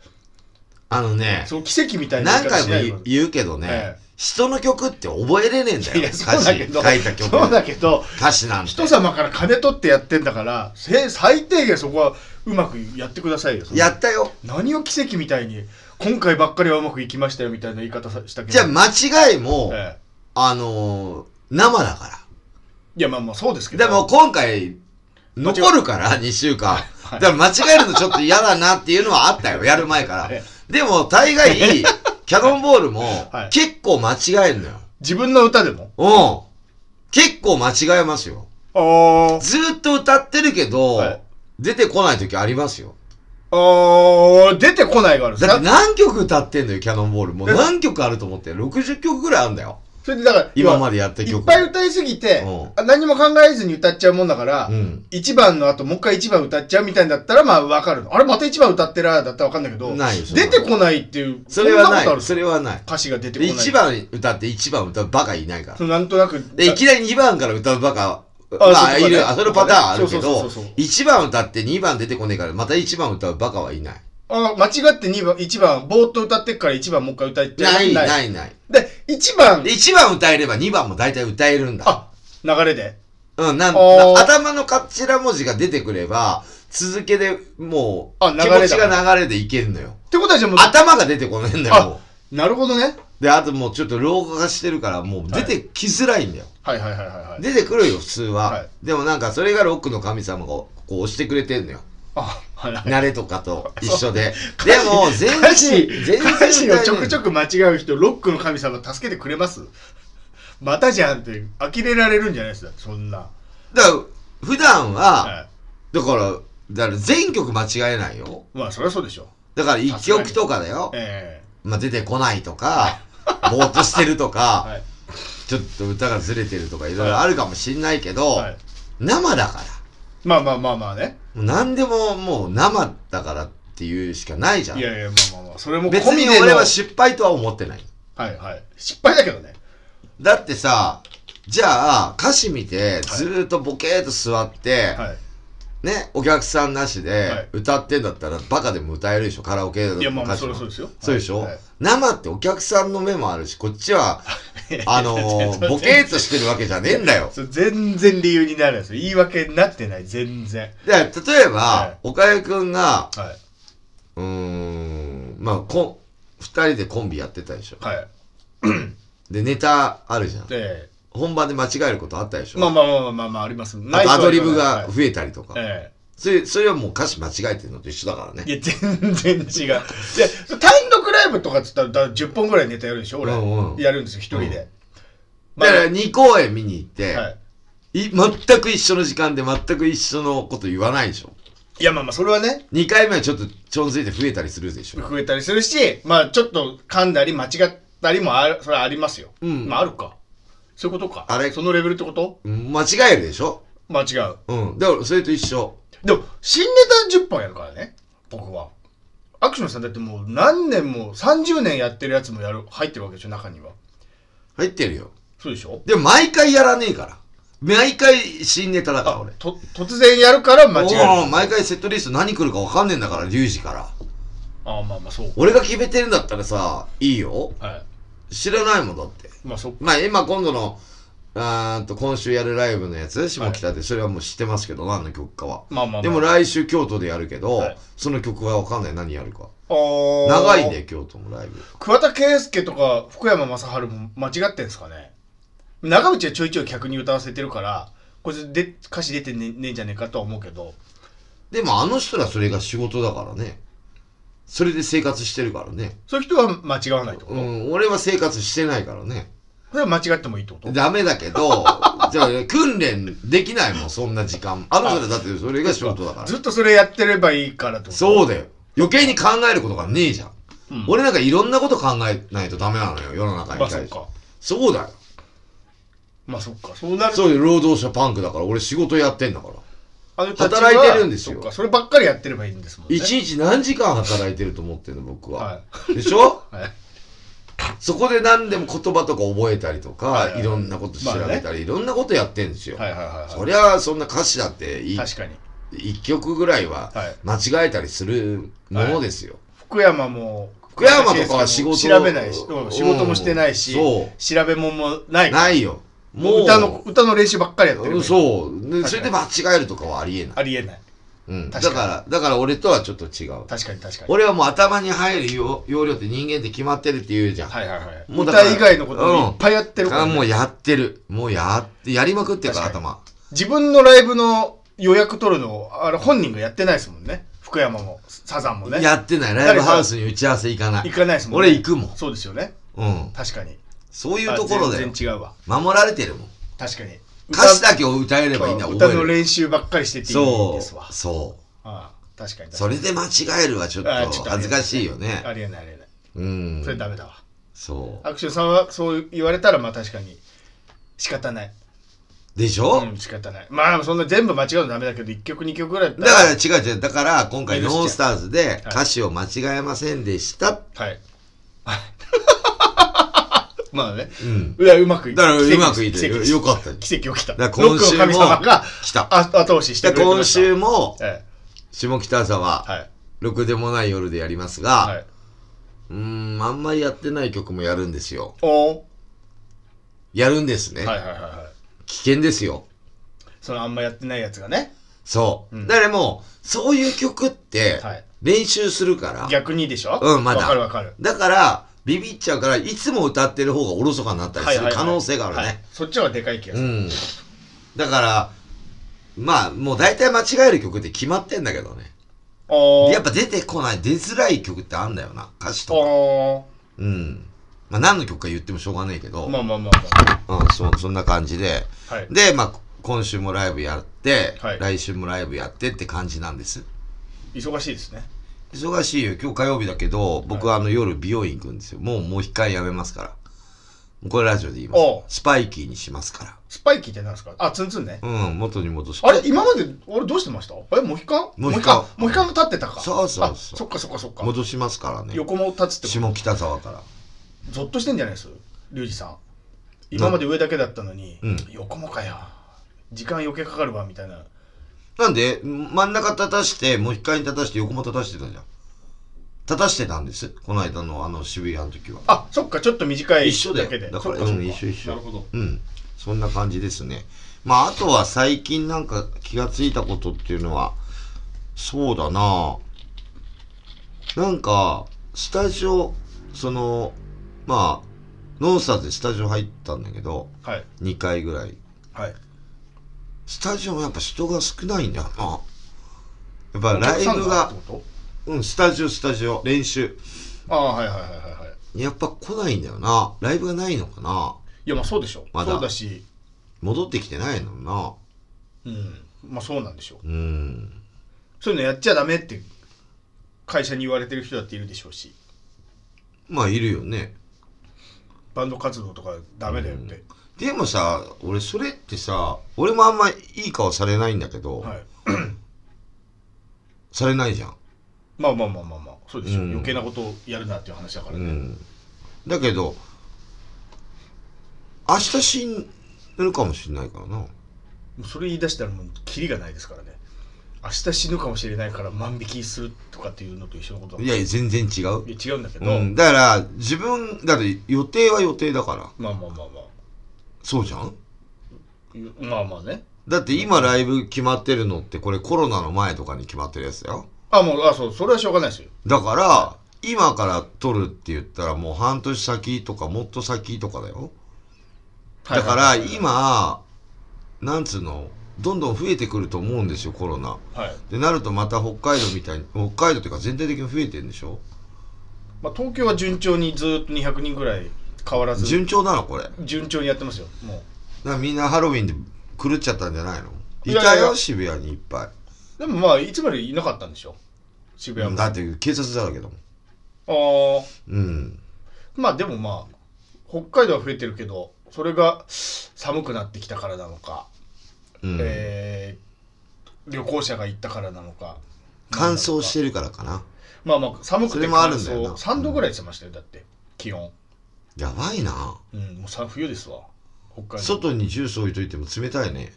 A: あのね
B: その奇跡みたいな
A: 何
B: 言い
A: 回
B: 方しないで
A: も言う言うけどね、
B: え
A: 人の曲って覚えれねえんだよ。
B: いやそうだけど
A: 歌詞書いた曲。
B: そうだけど
A: 歌詞なんて。
B: 人様から金取ってやってんだからせ最低限そこはうまくやってくださいよ
A: やったよ。
B: 何を奇跡みたいに今回ばっかりはうまくいきましたよみたいな言い方さしたけど
A: じゃあ間違いも、
B: ええ
A: あのー生だか
B: いやまあまあそうですけ
A: ら。
B: ど
A: でも今回、残るから、2週間。
B: はい
A: だから間違えるのちょっと嫌だなっていうのはあったよ、やる前から
B: え。
A: でも大 概、キャノンボールも
B: はい
A: 結構間違えんのよ。
B: 自分の歌でも
A: うん。結構間違えますよ。
B: あ
A: ずーっと歌ってるけど、
B: はい
A: 出てこない時ありますよ。
B: ああ出てこないがあるんです
A: だっ
B: か
A: て何曲歌ってんのよ、キャノンボール。もう
B: え
A: 何曲あると思って、60曲ぐらいあるんだよ。
B: それでだから
A: 今までやった
B: い
A: 曲。
B: っぱい歌いすぎて
A: うん
B: あ何も考えずに歌っちゃうもんだから
A: うん。
B: 1番の後もう一回1番歌っちゃうみたいんだったらまあ分かるのあれまた1番歌ってらだったら分かんないけど
A: ないよそんな
B: 出
A: の
B: てこないっていう
A: それは
B: んなことあ
A: な
B: る
A: い。それはない。
B: 歌詞が出てこない
A: 1番歌って1番歌うバカいないから
B: そ。のなんとなく
A: で、いきなり2番から歌うバカ、ま
B: あ
A: あ、
B: そうとかね
A: いる、あ、そのパターンあるけ
B: そうそ
A: ど
B: うそうそう、
A: 1番歌って2番出てこねえから、また1番歌うバカはいない。
B: あ間違って2番1番ぼーっと歌ってっから1番もう一回歌っちゃう
A: ない、ないい、ない。
B: で1番
A: で、1番歌えれば2番も大体歌えるんだ。
B: あ流れで
A: うん、なん
B: あー
A: な頭の頭文字が出てくれば、続けでもう、
B: あ
A: 気
B: 流れだ
A: 持ちが流れでいけるのよ。
B: ってことはじゃあもう
A: 頭が出てこないんだよ、もう
B: あ。なるほどね
A: で、あともうちょっと老化がしてるから、もう出てきづらいんだよ。
B: はいはいはいはいはい
A: 出てくるよ、普通は。
B: はい
A: でもなんか、それがロックの神様がこう押してくれてんのよ。
B: あはいはい
A: 慣れとかと一緒 で。
B: 歌
A: で
B: 詞
A: も、全
B: 歌詞
A: 然、全然
B: 歌詞をち
A: 歌
B: ょ
A: えな
B: く
A: い
B: ちょく間違う人ロックの神様助けてくれますまたじゃんって呆れられるんじゃないですかそんな
A: だから、普段は、
B: は
A: だから、だから全曲間違えないよ。
B: いまあそりゃそうでしょ
A: だから一曲とかだよ。
B: え
A: まあ、出てこないとか、ぼーっとしてると
B: え
A: か、
B: はい
A: ちょっと歌がずれてるとかいろいろあるかもしんないけど、
B: はい
A: 生だから。
B: まあまあまあまあね
A: もう何でももう生だからっていうしかないじゃん
B: い。やいやまあまあまあそれも
A: 別
B: 込み
A: に
B: での
A: 俺は失敗とは思ってない。
B: はいはい失敗だけどね
A: だってさ、じゃあ歌詞見てずーっとボケーっと座って、
B: は
A: ね、お客さんなし
B: は
A: で
B: い
A: 歌ってんだったらバカでも歌えるでしょ、カラオケの
B: いいやまあま
A: 歌
B: あ
A: 詞
B: そ
A: も
B: りゃそうですよ
A: そうでしょ、
B: はいはい
A: 生ってお客さんの目もあるし、こっち は、あのー、ボケーっとしてるわけじゃねえんだよ。
B: それ全然理由にならないです言い訳になってない全然
A: で、例えば、
B: はい
A: 岡谷くんが、
B: はいう
A: ーん、まあ、こ、二人でコンビやってたでしょ。
B: はい
A: で、ネタあるじゃん。
B: で
A: 本番で間違えることあったでしょ。
B: まあまあまあまあまあまああります
A: あとアドリブ
B: ない
A: が
B: とは
A: 増えたりとか。
B: 言わないはいええ
A: それ、それはもう歌詞間違えてるのと一緒だから
B: い
A: ね。
B: や、全然違う。いや、単独ライブとかっつったら、だ10本ぐらいネタやるでしょ、俺。
A: うんうん
B: やるんですよ、一人で。ま
A: だ
B: あ
A: から2公演見に行って、
B: はい。
A: い、全く一緒の時間で全く一緒のこと言わないでしょ。
B: いや、まあまあ、それはね、
A: 2回目はちょっとちょんづいて増えたりするでしょ。
B: 増えたりするし、まあ、ちょっと噛んだり、間違ったりもある、それはありますよ。
A: うん
B: まあ、あるか。そういうことか。
A: あれ
B: そのレベルってこと
A: うん間違えるでしょ。
B: まあ、違う。
A: うん。だからそれと一緒。
B: でも、新ネタ10本やるからね、僕は。アクションさんだってもう何年も30年やってるやつもやる入ってるわけでしょ中には
A: 入ってるよ。
B: そうでしょ
A: でも毎回やらねえから。毎回新ネタだから俺。
B: と突然やるから間違え
A: おー
B: る
A: 毎回セットリスト何来るか分かんねえんだから、リュウジから。
B: ああまあまあそうか
A: 俺が決めてるんだったらさ、いいよ。
B: はい
A: 知らないもんだって。
B: まあそっ
A: まあ今今度の、あーんと今週やるライブのやつ、下北で、それはもう知ってますけど、何の曲かは。
B: まあまあ、まあ、
A: でも来週京都でやるけど、
B: はい
A: その曲は分かんない何やるか。長
B: 長
A: いね、京都もライブ。
B: 桑田佳祐とか福山雅治も間違ってんすかね長渕はちょいちょい客に歌わせてるからこいつで歌詞出てねねえんじゃねえかとは思うけど
A: でもあの人らそれが仕事だからね。それで生活してるからね。
B: そういう人は間違わないってこ
A: う
B: と、
A: ん、俺は生活してないからね。
B: それは間違ってもいいってこと
A: ダメだけど、 じゃあ訓練できないもん、そんな時間。あの人らだってそれが仕事だから。
B: ずっとそれやってればいいからってこと、
A: そううだよ。余計に考えることがねえじゃん。
B: うん、
A: 俺なんかいろんなこと考えないとダメなのよ、世の中に
B: まあ
A: 対
B: そっ
A: して。
B: か
A: そうだよ。
B: まあそっかそうなる
A: そういう労働者パンクだから、俺仕事やってんだから。
B: あの人たちは
A: 働いてるんですよ
B: そっかそればっかりやってればいいんですもんね
A: 一日何時間働いてると思ってんの、僕は
B: は。
A: でしょ
B: い、はい、
A: そこで何でも言葉とか覚えたりと
B: はい
A: か
B: は、い
A: いろんなこと調
B: まあ
A: べたり、いろんなことやってんですよ。
B: はいはいはい
A: そりゃ、そんな歌詞だっていい、
B: 確かに
A: 一曲ぐらいは
B: はい
A: 間違えたりするものですよ。
B: 福山も
A: 福山とかは仕事
B: 調べないし、うん仕事もしてないし、
A: そ
B: 調べ物もな
A: う
B: い
A: ないよもう
B: 歌の歌の練習ばっかりやってる
A: うん
B: う
A: そうで
B: 確かに
A: それで間違えるとかはありえない、
B: ありえない
A: うん、だ
B: 確か
A: か
B: に
A: らだから俺とはちょっと違う
B: 確かに確かに
A: 俺はもう頭に入る容容量って人間って決まってるって言うじゃん、
B: はいはいはい
A: もうだから
B: 歌以外のこともいっぱいやってる
A: だか
B: か
A: ら
B: らね、
A: もうやってるもうやってやりまくってるから
B: 確か
A: 頭
B: 自分のライブの予約取るのあれ本人がやってないですもんね福山もサザンもね
A: やってないライブハウスに打ち合わせ行かない
B: 行かないですもんね
A: 俺行くもん、
B: そうですよね
A: うん、
B: 確かに
A: そういうところ
B: あ
A: で
B: 全然違うわ
A: 守られてるもん
B: 確かに
A: 歌詞だけを歌えればいいんだ
B: そう
A: 覚
B: 歌
A: え
B: の
A: る
B: 練習ばっかりしてていいん
A: そ
B: ですわ
A: うそう
B: ああ確かに確かに
A: それで間違えるはちょっと
B: あーちょっとあ
A: 恥
B: り
A: ず
B: えない
A: かしいよね
B: ありえないありえない
A: うん
B: それダメだわ
A: そ
B: アクションさんはそう言われたらまあ確かに仕方ないう
A: でしょ、
B: うん仕方ないまあそんな全部間違うのダメだけど1曲2曲ぐらいだった
A: だから違う違うだから今回「
B: 許しちゃう
A: ノンスターズで歌詞を間違えませんでした、
B: はい。 まあね。
A: うん
B: いや、うまくい
A: だからうまくいっ
B: 奇
A: て
B: 跡
A: よ
B: です
A: よかった
B: 奇跡起きた。
A: だ
B: ロ
A: から
B: ッ
A: 今
B: ク
A: 週
B: の
A: も
B: 神様が
A: 来た
B: あ後押しして
A: で
B: くれてま
A: 今
B: した。
A: 週も
B: え
A: 下北沢
B: え、はい。
A: ろくでもない夜でやりますが、
B: はい。
A: うーんあんまりやってない曲もやるんですよ
B: おー
A: やるんですね、
B: はいはいはいはい。
A: 危険ですよ
B: そのあんまやってないやつがね。
A: そう、
B: うん
A: だからもうそういう曲って
B: はい。
A: 練習するから、
B: 逆にでしょ
A: うんまだ
B: わかるわかる。
A: だからビビっちゃうからいつも歌ってる方がおろそかになったりする可能性があるね、
B: はいそっちはでかい気がす
A: う
B: る。
A: んだからまあもう大体間違える曲って決まってんだけどね
B: おー
A: やっぱ出てこない出づらい曲ってあんだよな歌詞とか
B: お
A: うんまあ何の曲か言ってもしょうがないけど、
B: ーまあまあまあま
A: うん、そそんな感じで
B: あ。はい。
A: でまあ今週もライブやって、
B: はい
A: 来週もライブやってって感じなんです
B: 忙しいですね。
A: 忙しいよ今日火曜日だけど僕はあの夜美容院行くんですよもうもう一回やめますからもうこれラジオで言いま
B: おう
A: すスパイキーにしますか
B: スパイキーって何ですかあ、ツンツンね。
A: らうん元に戻して
B: あれ今まで、俺どうしてましたえ、モヒカン
A: モヒカン
B: モヒカンが立ってたか。
A: そうそうそう
B: あそっかそっかそっか。
A: 戻しますからね
B: 横も立つってこ
A: 下北沢から
B: とゾッとしてんじゃないですリュウジさん今まで上だけだったのに、
A: うん
B: 横もかよ時間余計かかるわみたいな
A: なんで真ん中立たしてもう一回立たして横も立たしてたじゃん立たしてたんですこの間のあの渋谷の時は
B: あそっかちょっと短い
A: 一緒だよ
B: だけで
A: だから
B: そっそっ
A: うん一緒一緒
B: なるほど
A: うんそんな感じですねまああとは最近なんか気がついたことっていうのはそうだななんかスタジオそのまあノンスターズでスタジオ入ったんだけど
B: はい
A: 2回ぐらい
B: はい
A: スタジオもやっぱ人が少ないんだよなやっぱライブが
B: お客さんってこ
A: うんスタジオスタジオ練習
B: とああはいはいはいはいはい
A: やっぱ来ないんだよなライブがないのかない
B: やまあそうでしょ、
A: まだ
B: そうだし
A: 戻ってきてないのな
B: うんまあそうなんでしょう
A: うん
B: そういうのやっちゃダメって会社に言われてる人だっているでしょうし
A: まあいるよね
B: バンド活動とかダメだよって、
A: でもさ俺それってさ俺もあんまいい顔されないんだけど、
B: はい
A: されないじゃん、
B: まあまあまあまあまあそうでしょう、
A: うん
B: 余計なことをやるなっていう話だから
A: う
B: ね、
A: ん、だけど明日死ぬかもしれないからな
B: もうそれ言い出したらもうキリがないですからね明日死ぬかもしれないから万引きするとかっていうのと一緒のことだ
A: いやいや全然違う、
B: いや違うんだけど、
A: うん、だから自分だって予定は予定だから
B: まあまあまあまあ
A: そうじゃん
B: ゆまあまあね
A: だって今ライブ決まってるのってこれコロナの前とかに決まってるやつだよ
B: あもうあそうそれはしょうがないですよ
A: だから今から撮るって言ったらもう半年先とかもっと先とかだよだから
B: はいはいはい
A: 今なんつうのどんどん増えてくると思うんですよコロナ
B: はい、
A: でなるとまた北海道みたいに北海道っていうか全体的に増えてるんでしょ
B: まあ、東京は順調にずーっと200人ぐらい変わらず順
A: 順調なのこれだか
B: 調にやってますよもう
A: らみんなハロウィンで狂っちゃったんじゃないのい
B: いやいや
A: たよ渋谷にいっぱ
B: でもまあいつまでいなかったんでしょ渋谷
A: い
B: も
A: だって警察だらけだもん
B: あー
A: うん
B: まあでもまあ北海道は増えてるけどそれが寒くなってきたからなのか
A: うん、
B: えー旅行者が行ったからなのか
A: 乾燥してるからかな
B: まあまあ寒
A: そ
B: く
A: れ
B: て
A: もあ
B: 乾
A: るんだよな
B: 燥3度ぐらいしてましたよだって気温
A: やばいな
B: うんもうさ冬ですわ北海道
A: 外にジュース置いといても冷たいね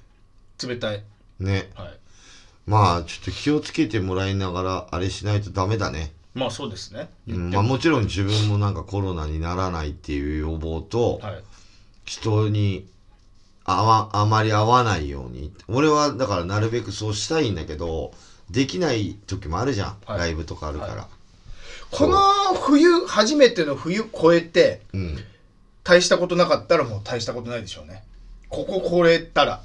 B: 冷たい
A: ね
B: はい
A: まあちょっと気をつけてもらいながらあれしないとダメだね
B: まあそうですね。
A: うんまあ、もちろん自分もなんかコロナにならないっていう予防と、
B: はい。
A: 人にあわあまり会わないように俺はだからなるべくそうしたいんだけどできない時もあるじゃん、
B: はい
A: ライブとかあるから、
B: はこの冬、初めての冬超えて、
A: うん
B: 大したことなかったらもう大したことないでしょうね。ここ超えたら、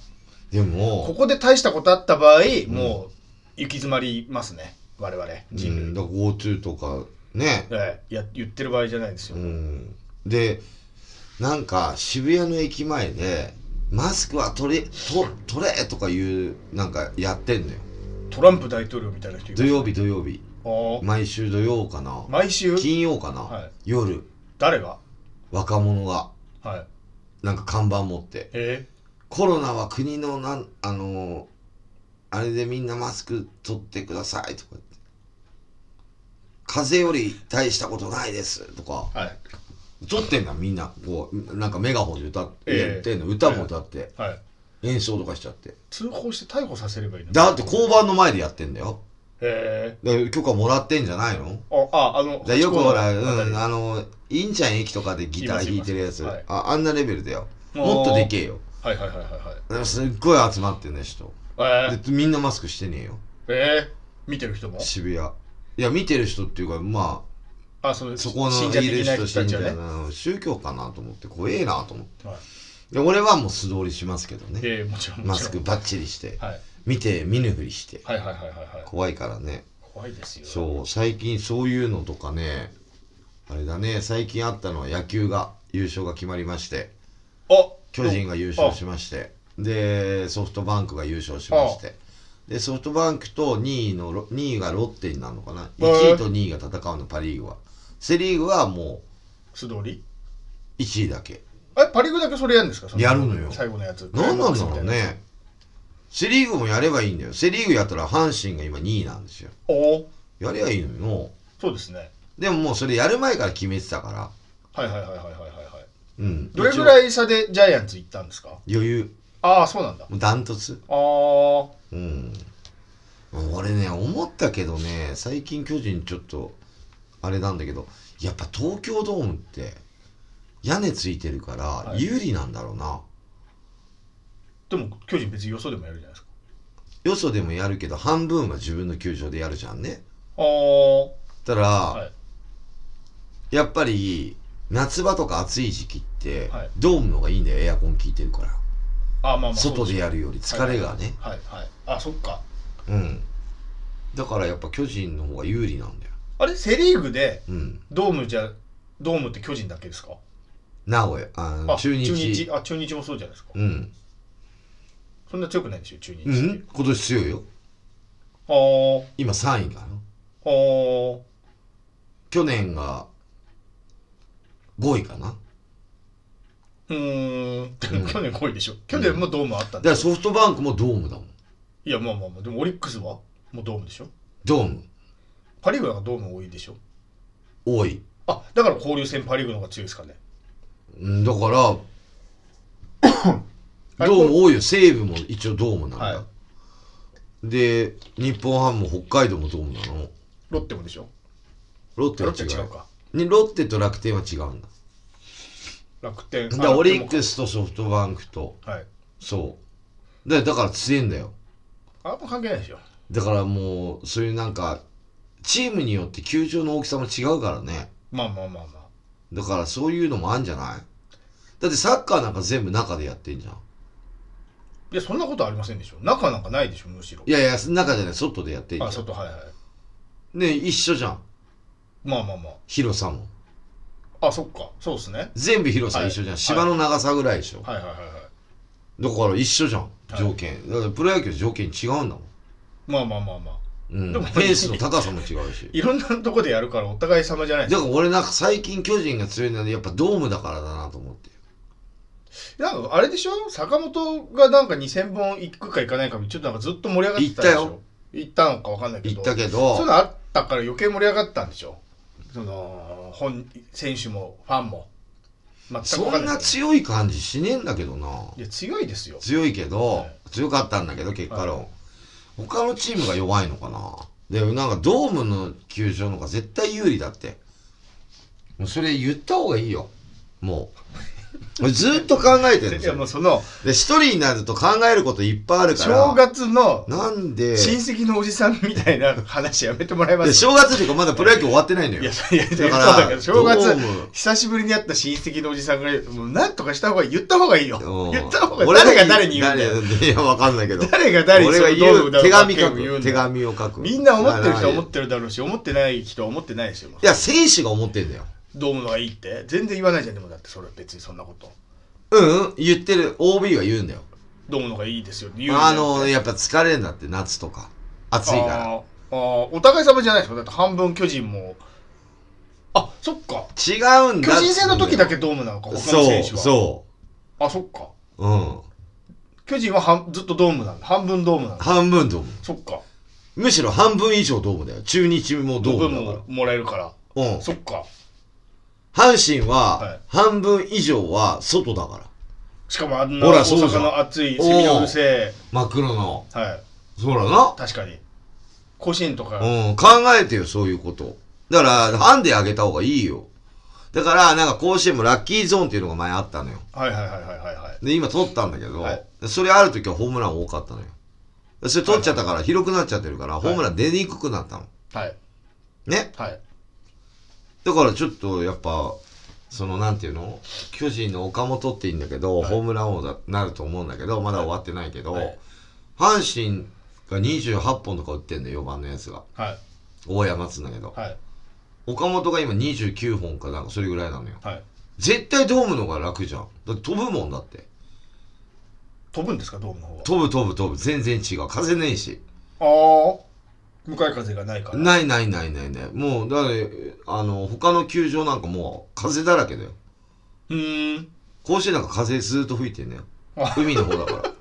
A: で
B: こ
A: も
B: こで大したことあった場合、もう行き詰まりますね。我々、
A: う
B: 人類。
A: んだから GoTo とかね、
B: ええや言ってる場合じゃないですよ。
A: うん、でなんか渋谷の駅前でマスクは取れと取れとかいうなんかやってんのよ
B: トランプ大統領みたいな人いま
A: 土
B: す
A: 曜日土曜日
B: ああ
A: 毎週土曜かな
B: 毎週
A: 金曜かな、
B: はい
A: 夜
B: 誰が
A: 若者が
B: はい。
A: なんか看板持って
B: え
A: コロナは国のなんあのあれでみんなマスク取ってくださいとか言って風邪より大したことないですとか
B: えはい。
A: 取ってんだみんなこうなんかメガホンで歌っ
B: ええ
A: やってんの歌も歌って
B: はい。
A: 演奏とかしちゃって
B: 通報して逮捕させればいいのに
A: だって交番の前でやってんだよ
B: え
A: だから許可もらってんじゃないの
B: えあ、あ、あ
A: だ
B: の、
A: からよくほら、う
B: あたり
A: ん、あの、インちゃん駅とかでギター弾いてるやつ、
B: 言います言い
A: ああんなレベルだよ。もっとでけえよ。
B: はいはいはいはいはい。
A: だからすっごい集まってんね、人。
B: えー
A: でみんなマスクしてねえよ。
B: えー、見てる人も
A: 渋谷いや見てる人っていうかま
B: あその
A: あそこ
B: 信
A: の
B: 者
A: いる
B: 的な
A: 人
B: 人
A: 信
B: たち
A: 者
B: はね、
A: な宗教かなと思って怖えなと思って
B: はい、
A: で俺はもう素通りしますけどね
B: えー、もちろんも
A: マ
B: ちろ
A: スク
B: ん
A: バッチリして
B: はい、
A: 見て見ぬふりして
B: はいはいはいはいはい
A: 怖いからね
B: 怖いですよ
A: そう最近そういうのとかねあれだね最近あったのは野球が優勝が決まりまして
B: あ
A: 巨人が優勝しましてでソフトバンクが優勝しましてでソフトバンクと2位のロ2位がロッテになるのかな
B: へー
A: 1位と2位が戦うのパ・リーグはセ・リーグはも
B: 素通り
A: う1位だけ
B: えパ・リーグだけそれやるんですかそ
A: やるのよ
B: 最後のやつ
A: 何なんだろ
B: クライマックス
A: う
B: みたいな
A: ねセ・リーグもやればいいんだよセ・リーグやったら阪神が今2位なんですよ
B: おー
A: やればいいのにの
B: そうですね
A: でももうそれやる前から決めてたから
B: はいはいはいはいはいはいはい
A: うん
B: どれぐら
A: い
B: い差でジャイアンツ行ったんですか
A: 余裕
B: ああそうなんだ
A: もうダントツ
B: あー
A: うん。俺ね、思ったけどね、最近巨人ちょっと、あれなんだけど、やっぱ東京ドームって、屋根ついてるから、
B: はい
A: 有利なんだろうな。
B: でも巨人別に予想でもやるじゃないですか
A: よそでもやるけど、半分は自分の球場でやるじゃんね。
B: あー
A: たら、
B: はい
A: やっぱり、夏場とか暑い時期って、
B: はい
A: ドームの方がいいんだよ、エアコン効いてるから。
B: あーまあまあ
A: 外で
B: や
A: やるより疲れがね。
B: はいはいあそっか
A: うん。だからやっぱ巨人の方が有利なんだよ。
B: あれセ・リーグで
A: うん。
B: ドームじゃドームって巨人だけですか
A: 名古屋、あの
B: あ
A: 中日。
B: あ中日もそうじゃないですか、
A: うん。
B: そんな強くないでしょ中日って、
A: うん、今年強いよ。
B: あー
A: 今3位かな。
B: あー
A: 去年が5位かな。
B: うーん でも去年5位でしょ、去年もドームあっ
A: だか
B: たんで
A: らソフトバンクもドームだもん。
B: いやまあまあまあでもオリックスはもうドームでしょ
A: ドーム、
B: パ・リーグなんかドーム多いでしょ
A: 多い。
B: あだから交流戦パ・リーグの方が強いですかね
A: うんだから、
B: あれ
A: ドーム多いよ。西武も一応ドームなんだ。
B: は
A: で、日本ハムも北海道もドームなの。
B: ロッテもでしょ
A: ロッテ
B: ロッ
A: は
B: テ
A: 違
B: は違う
A: う。
B: か
A: ねロッテと楽天は違うんだ。
B: 楽天
A: だからオリック
B: ス
A: スとソフトバンクと、
B: はい
A: そう。だだから強いんだよ。
B: あんま関係ないでしょ
A: だからもう、そういうなんか、チームによって球場の大きさも違うからね。
B: まあまあまあまあ
A: だからそういうのもあんじゃないだってサッカーなんか全部中でやってんじゃん。
B: いやそんなことありませんでしょ中なんかないでしょむしろ
A: いやいや、中じゃない、外でやってんじゃ
B: あ
A: ん。
B: 外はいはい
A: ね一緒じゃん。
B: まあまあま
A: 広さも。
B: ああそっかそうですね
A: 全部広さ一緒じゃん。
B: はい
A: 芝の長さぐらいでしょ。
B: はいはいはいはい
A: だから一緒じゃん。
B: はい
A: 条件。だからプロ野球条件違うんだもん。
B: まあまあまあまあ
A: うん。
B: で
A: フ
B: も
A: ェンスの高さも違うし。
B: いろんなとこでやるからお互い様じゃないで
A: だから俺なんか最近巨人が強いのはやっぱドームだからだなと思って。
B: すかなんかあれでしょ坂本がなんか2000本行くか行かないかちょっとなんかずっと盛り上がってたでしょ
A: 行ったよ
B: 行ったのか分かんないけど
A: 言ったけ
B: そういう
A: ど、
B: のあったから余計盛り上がったんでしょその本選手もファンも全く分
A: そ
B: かん
A: ん
B: ない
A: な強い感じしねえんだけどな。
B: いや強いですよ
A: 強いけど、
B: はい
A: 強かったんだけど結果論、他のチームが弱いのかなで、なんかドームの球場の方が絶対有利だって。もうそれ言った方がいいよ。もう。俺ずっと考えてるん
B: い
A: です
B: やもう
A: よ。
B: その
A: で、一人になると考えることいっぱいあるから。
B: 正月の
A: なんで、
B: 親戚のおじさんみたいな話やめてもらえま
A: です正月っていうかまだプロ野球終わってないのよ。
B: いやいやいや
A: だか
B: そうだけ
A: ら、
B: ど正
A: ド
B: 月
A: ーム
B: 久しぶりに会った親戚のおじさんがもうなんとかした方がいい言った方がいいよ
A: うん
B: 言った方が誰が誰に言うんだよ
A: 誰いや、わかんないけど。
B: 誰が誰に
A: 俺が
B: そのドー
A: 言
B: ム
A: う、
B: だ
A: 手紙
B: バ
A: 書
B: ッケン言う
A: く。
B: んだ
A: 手
B: よ
A: 紙を書く。
B: みんな思ってる人は思っ
A: る。
B: てるだろうし思ってない人は思ってないですよ
A: いや、選手が思ってんだよ。
B: ドームの方がいいって全然言わないじゃんでもだってそれは別にそんなこと
A: うん、うん、言ってる。OB が言うんだよ。
B: ドームの方がいいですよって言うじゃん
A: あの、やっぱ疲れるんだって、夏とか。暑いから。
B: あーあーお互い様じゃないですかだって半分巨人もあそっか
A: 違うん
B: 巨
A: だっつうんよ。
B: 人戦の時だけドームなのか他の
A: そ
B: 選
A: う、
B: 手は
A: そ
B: あそっか
A: う。うん。
B: 巨人は半ずっとドームなんだ半分ドームなんだ
A: 半分ドーム。
B: そっか
A: むしろ半分以上ドームだよ。中日もドー
B: ドー
A: ムだ
B: ム
A: か
B: もらえるから
A: ら。うん。
B: そっか
A: 阪神
B: は、
A: はい半分以上は外だから。
B: しかもあんな
A: ほ
B: 大
A: らそうじゃ
B: 阪
A: ん
B: の暑いセミのうるせ
A: 真っ黒の。
B: えはい
A: そうだな。
B: 確かに甲子園とか
A: うん、考えてよ、そういうこと。だから、ハンデあげた方がいいよ。だから、なんか甲子園もラッキーゾーンっていうのが前あったのよ。
B: はいはいはいはいはいはい
A: で、今取ったんだけど、
B: はい
A: それある時はホームラン多かったのよ。それ取っちゃったから、広くなっちゃってるから、ホームラン出にくくなったの。
B: はい
A: ね。
B: はい
A: だからちょっと、やっぱ、その、なんていうの巨人の岡本っていいんだけど、
B: はい
A: ホームラン王になると思うんだけど、まだ終わってないけど、
B: はい
A: 阪神が28本とか打ってんだよ、4番のやつが。
B: はい
A: 大山っつうんだけど。
B: はい
A: 岡本が今29本かなんかそれぐらいなのよ
B: はい
A: 絶対ドームの方が楽じゃんだって飛ぶもんだって
B: 飛ぶんですかドームの方は
A: 飛ぶ飛ぶ飛ぶ全然違う風ねえし
B: ああ向かい風がないから
A: ないないないないないもうだってあの他の球場なんかもう風だらけだよ
B: うーん
A: 甲子園なんか風ずーっと吹いてんだよ
B: あ
A: 海の方だから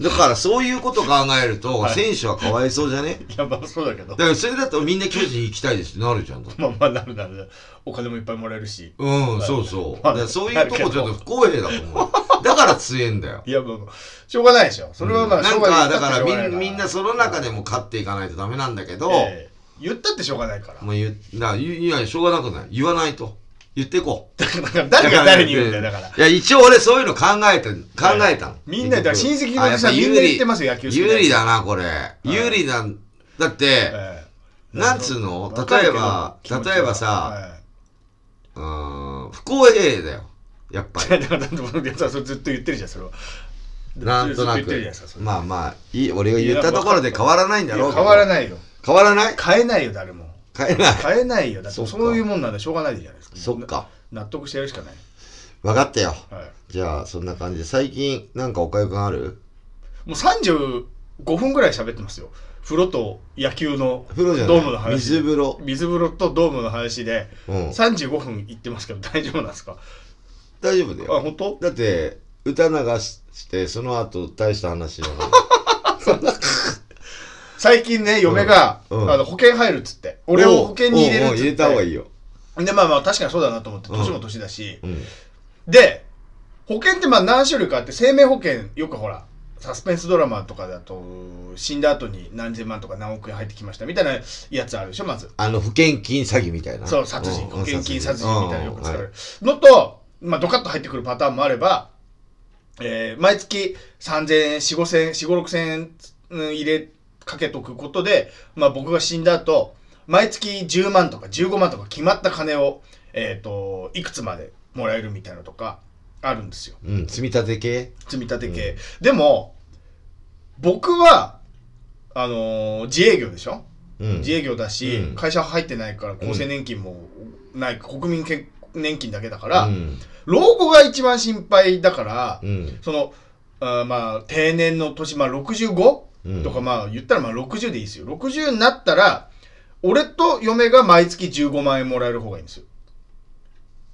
A: だからそういうこと考えると
B: はい
A: 選手はかわいそうじゃね
B: いやまあそうだけど
A: だからそれだとみんな巨人行きたいですってなるじゃんだって
B: まあまあなるなるお金もいっぱいもらえるし
A: うん、そうそう。だからそういうとこちょっと不公平だと思う。だから強えんだよ。
B: いやまあまあしょうがないでしょそれはまあし
A: な
B: ょうんがな
A: か、
B: い
A: だからみ
B: 言ったってしょうがない
A: んみんなその中でも勝っていかないとダメなんだけど、
B: ええ言ったってしょうがないから
A: もう言う、な、言ういや、しょうがなくない。言わないと。言っていこう。
B: だから 誰が誰に言うんだよだから
A: いや、一応俺そういうの考えて、考えたの。
B: みんなだから親
A: 結
B: 戚
A: 局
B: のおじさん
A: あ
B: み
A: やっぱ
B: んな言ってますよ野球好きな
A: 有利
B: や
A: だな、これ。有利だ。だって
B: つ、ええ
A: なんつうの
B: わかるけど
A: 例えば
B: 気持ちは
A: 例えばさ
B: は
A: うーん、不公平だよ。やっぱ
B: い
A: り。
B: だからだって僕のやつはそれずっと言ってるじゃんそれは
A: なんとな
B: ずっ言ってるじゃな
A: く
B: いですか。それ
A: まあまあ、いい、俺が言ったところで変わらないんだろう
B: いや変わら
A: い。
B: ないよ
A: 変わらない
B: 変えないよ誰も
A: 変えない。
B: 変えないよだって
A: そっか
B: そういうもんなんでしょうがないじゃないですか
A: そっか。
B: 納得してやるしかない、
A: 分かったよ。
B: はい、
A: じゃあ、そんな感じで、最近、なんかおかゆくんある
B: もう35分ぐらい喋ってますよ風呂と野球の
A: 風呂じゃない
B: ドームの話
A: 水風呂。
B: 水風呂とドームの話で
A: うん。
B: 35分行ってますけど大丈夫なんですか
A: 大丈夫だ
B: あ
A: よ。
B: 本当
A: だって、歌流しして、その後、大した話じゃない。
B: 最近ね嫁が、
A: うんうん
B: あの保険入るっつって俺を保険に入れるっ
A: おうおう
B: つって
A: 入れた方がいいよ。
B: でまあまあ確かにそうだなと思って
A: うん
B: 年も年だし、
A: うん。
B: で保険ってまあ何種類かあって生命保険よくほらサスペンスドラマとかだと死んだ後に何千万とか何億円入ってきましたみたいなやつあるでしょまず
A: あの、保険金詐欺みたいな。
B: そう殺人
A: うん
B: 保険金殺人みたいなのよく使われ。
A: うん
B: るのと、まあ、ドカッと入ってくるパターンもあれば、えー毎月3000円4 5千円4 5 6千円うん入れかけとくことで、まあ、僕が死んだ後毎月10万とか15万とか決まった金を、えー、といくつまでもらえるみたいなのとかあるんですよ
A: はいうん、積み立て系
B: 積み立て系、でも僕はあのー自営業でしょ、
A: うん。
B: 自営業だし、
A: うん
B: 会社入ってないから厚生年金もない、国民健年金だけだから、
A: うん。
B: 老後が一番心配だから、
A: うん。
B: そのあーまあ定年の年、まあ、65、
A: うん
B: とかまあ言ったらまあ60でいいですよ60になったら俺と嫁が毎月15万円もらえる方がいいんですよ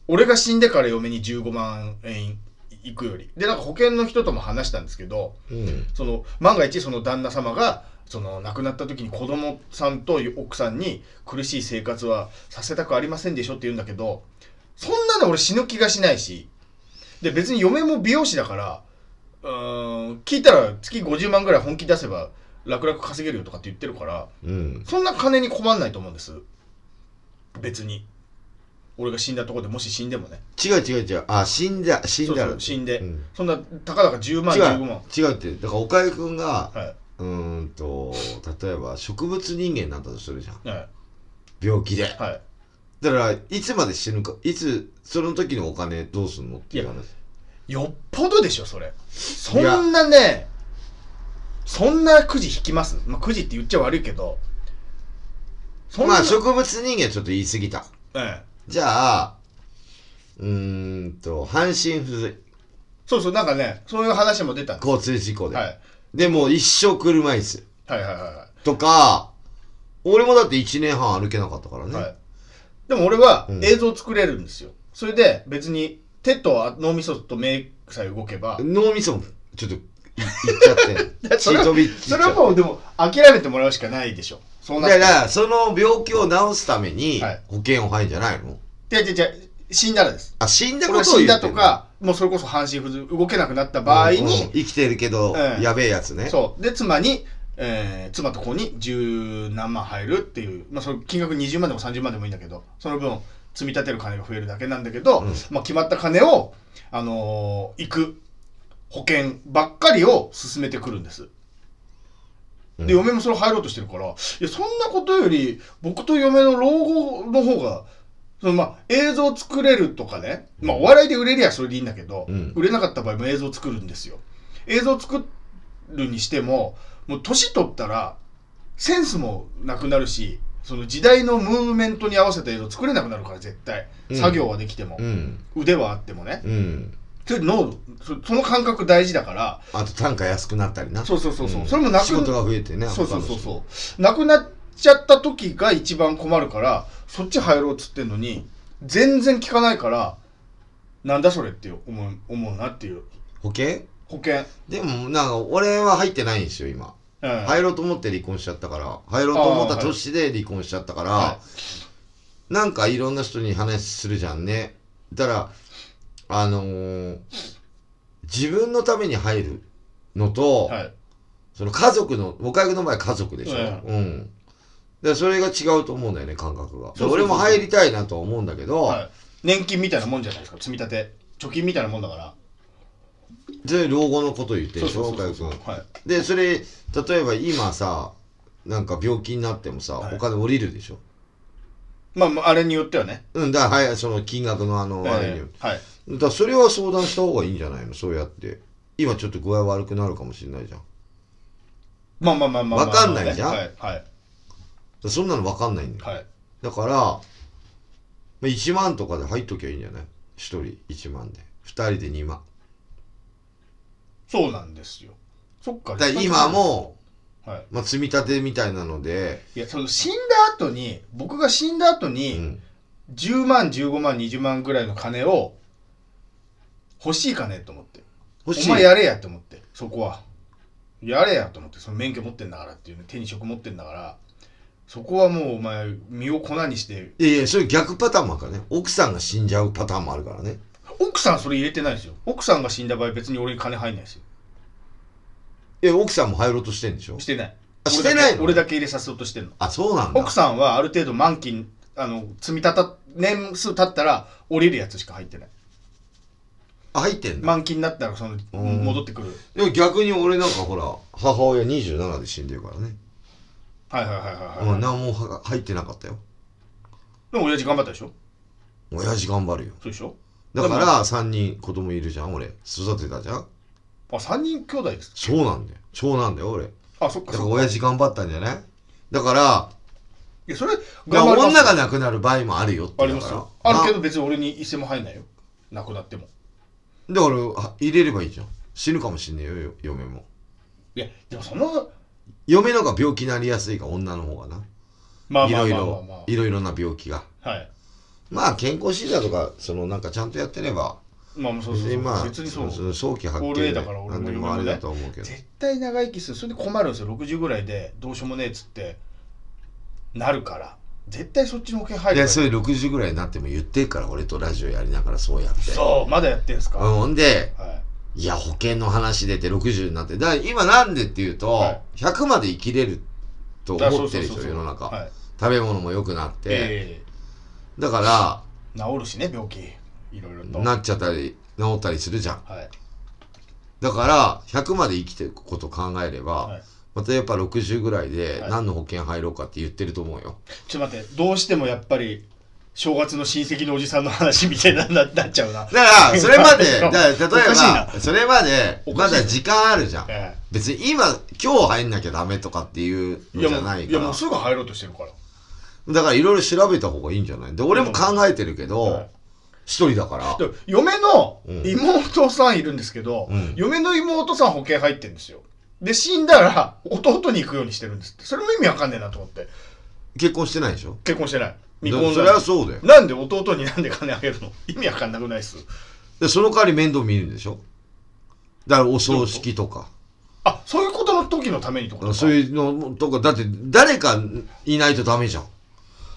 B: 俺が死んでから嫁に15万円いくよりでなんか保険の人とも話したんですけど、
A: うん。
B: その万が一その旦那様がその亡くなった時に子供さんと奥さんに苦しい生活はさせたくありませんでしょって言うんだけどそんなの俺死ぬ気がしないしで別に嫁も美容師だからうーん聞いたら月50万ぐらい本気出せば楽々稼げるよとかって言ってるから
A: うん。
B: そんな金に困んないと思うんです別に俺が死んだところでもし死んでもね
A: 違う違う違う。あ、死んだ、死んだ
B: そうそ
A: ら。
B: う死んで、
A: うん
B: そんなたかだか10万
A: 違
B: 15
A: う
B: 万、
A: 違うって。だから、岡井くんが、
B: は
A: うーんと、例えば植物人間になったとするじゃん。
B: いはい
A: 病気で。
B: はい
A: だから、いつまで死ぬか、いつ、その時のお金どうすんのっていう話。
B: よっぽどでしょそれそんなねそんなくじ引きます、まあ、くじって言っちゃ悪いけどそんな、
A: まあ、植物人間はちょっと言い過ぎた。
B: ええ
A: じゃあ、うーんと、半身不随。
B: そうそうなんかねそういう話も出たんで
A: 交通事故
B: す、
A: で。
B: はい、
A: でも、一生車椅子。
B: はいはいはいはい
A: とか、俺もだって1年半歩けなかったからね。
B: はい、でも俺は
A: うん
B: 映像作れるんですよ、それで別に手と脳みそと目さえ動けば
A: 脳みそも、ちょっと、いいっちゃ ってん。
B: それ
A: 血
B: は
A: 飛び散っちゃ
B: そ
A: っ
B: れ
A: て
B: はもうでも諦めてもらうしかないでしょそうなっ
A: だか
B: たら
A: ら、その病気を治すために
B: はい、
A: 保険を入るんじゃないの
B: ででで死んだらです
A: あ、死んだ
B: こ
A: こ
B: れ
A: とを
B: 死
A: 言
B: ん
A: ってん
B: だ
A: の
B: と、かもうそれこそ半身不随動けなくなった場合に、
A: うんうん生きてるけど、
B: うん
A: やべえやつね。
B: そうで妻に、えー妻と子に十何万入るっていう、まあ、その金額20万でも30万でもいいんだけどその分積み立てる金が増えるだけなんだけど、
A: うん
B: まあ、決まった金を、あのー行く保険ばっかりを進めてくるんです。
A: うん
B: で嫁もそれ入ろうとしてるからいやそんなことより僕と嫁の老後の方がそのまあ映像作れるとかね、まあ、お笑いで売れりゃそれでいいんだけど、
A: うん
B: 売れなかった場合も映像作るんですよ映像作るにしてももう年取ったらセンスもなくなるしその時代のムーブメントに合わせた映像作れなくなるから絶対
A: うん
B: 作業はできても、
A: うん。
B: 腕はあってもね
A: うん。
B: それ脳そその感覚大事だから
A: あと、単価安くなったりな。
B: そうそうそうそう、
A: ん
B: それもなく
A: 仕事が増えてね。
B: そうそう
A: 他
B: そう
A: の人
B: そうなくなっちゃった時が一番困るからそっち入ろうっつってんのに全然効かないからなんだそれって思う思うなっていう
A: 保険
B: 保険、
A: でも、なんか、俺は入ってないんですよ、今。
B: うん
A: 入ろうと思って離婚しちゃったから、入ろうと思った年で離婚しちゃったから、
B: は
A: なんかいろんな人に話するじゃんね。だから、あのー自分のために入るのと、
B: はい
A: その家族の、僕役の場合家族でしょ。
B: う
A: うん。だからそれが違うと思うんだよね、感覚が。
B: そうそうそう
A: 俺も入りたいなとは思うんだけど、
B: はい、年金みたいなもんじゃないですか積み立て貯金みたいなもんだから
A: 全然老後のこと言ってるでしょ、岡
B: そう
A: 井
B: そ
A: 君
B: う。はい
A: で、それ、例えば今さ、なんか病気になってもさ、
B: はい
A: お金降りるでしょ。
B: まあまああれによってはね
A: うん、だから、はい、その金額のあの、あれによる。
B: えーはい
A: だからそれは相談した方がいいんじゃないのそうやって。今ちょっと具合悪くなるかもしれないじゃん。だか
B: まあまあまあまあまあ
A: わかんないじゃん
B: はいはい
A: らそんなの分かんないんだよ。
B: はい
A: だから、まあ1万とかで入っときゃいいんじゃない ?1 人1万で。2人で2万。
B: そうなんですよそっか
A: だから今も、
B: はい
A: まあ、積み立てみたいなので、
B: いやその死んだ後に僕が死んだ後
A: う
B: に、
A: ん。
B: 10万15万20万ぐらいの金を欲しいかねと思って
A: 欲しい。
B: お前やれやと思ってそこはやれやと思ってその免許持ってんだからっていうね手に職持ってんだからそこはもうお前身を粉にして
A: いやいや、それ逆パターンもあるからね。奥さんが死んじゃうパターンもあるからね。
B: 奥さんそれ入れてないですよ奥さんが死んだ場合別に俺に金入んないですよ
A: え、奥さんも入ろうとしてんでしょ
B: してない
A: あしてないの
B: 俺だけ俺だけ入れさせようとしてんの
A: あ、そうなんだ。
B: 奥さんはある程度満金あの積み立た年数経ったら降りるやつしか入ってない
A: あ、入ってんだ。
B: 満金になったらその
A: うん
B: 戻ってくる
A: でも逆に俺なんかほら、母親27で死んでるからね。
B: はいはいはいはい
A: ま
B: は
A: あ、
B: い
A: 何もは入ってなかったよ。
B: でも親父頑張ったでしょ
A: 親父頑張るよ。
B: そうでしょ
A: だから、3人子供いるじゃん、俺。育てたじゃん。
B: あ3人兄弟です
A: そうなんだよ。長男だよ、俺。
B: あそっ
A: だか
B: か
A: ら
B: そっか
A: 親父頑張ったんじゃないだから、
B: いやそれ
A: まあ
B: 頑張ります
A: 女が亡くなる場合もあるよって
B: あり
A: だ
B: ま
A: か
B: す
A: ら
B: よ。あるけ
A: な
B: ど別に俺に一銭も入んないよなくなっても
A: だからは入れればいいじゃん死ぬかもしんねえよよ嫁も
B: いやでもその
A: 嫁の方が病気になりやすいから女の方がな、
B: まあ
A: い
B: まあ
A: ろい
B: まあまあま
A: ろいろいろな病気が
B: あはい
A: まあ健康診断とかそのなんかちゃんとやってれば
B: まあまあそうそう
A: でまあ
B: そう別にそう
A: その早期発
B: オ
A: 見
B: ール A
A: で
B: だから俺も
A: 何でもあれだと思うけど
B: 絶対長生きするそれで困るんですよ60ぐらいでどうしようもねえっつってなるから絶対そっちの保険入
A: い
B: る
A: やそれ60ぐらいになっても言ってっから俺とラジオやりながらそうやって
B: そうまだやってんすか
A: うんほんで
B: はい
A: いや、保険の話出て60になって。だから今なんでっていうと、
B: はい
A: 100まで生きれると
B: あそ
A: 思
B: う
A: って
B: そう
A: るで
B: そ
A: し
B: う
A: ょ、
B: そう
A: 世の中。
B: はい
A: 食べ物も良くなって。
B: え
A: だか
B: え治るしね病気いろいろと
A: ら、なっちゃったり、治ったりするじゃん。
B: はい
A: だから、100まで生きていくこと考えれば、
B: はい
A: またやっぱ60ぐらいで
B: はい
A: 何の保険入ろうかって言ってると思うよ。
B: ちょっと待ってどうしてもやっぱり正月の親戚のおじさんの話みたいなななっちゃうな、
A: だから、それま で、だから例
B: おかし
A: え
B: い
A: ば、それまで
B: お、か
A: ま
B: しいな
A: だ時間あるじゃん。
B: え
A: 別に今、今日入んなきゃダメとかっていう
B: え
A: のじゃない
B: い
A: か
B: やもう
A: ら。
B: すぐ入ろうとしてるから
A: だからいろいろ調べた方がいいんじゃないで、俺も考えてるけ
B: は
A: ど
B: い、
A: 一、人だから。
B: で嫁の
A: うん
B: 妹さんいるんですけど、
A: うん
B: 嫁の妹さん保険入ってるんですよで死んだら弟に行くようにしてるんですってそれも意味わかんねえなと思って
A: 結婚してないでしょ
B: 結婚してない
A: だ
B: 未
A: から
B: 婚
A: それは
B: だ
A: そうだよ。
B: なんで弟になんで金あげるの意味わかんなくないっす
A: で、その代わり面倒見るんでしょだからお葬式とか、
B: あそういうことの時のためにってことか
A: そういうのとか、だって誰かいないとダメじゃん。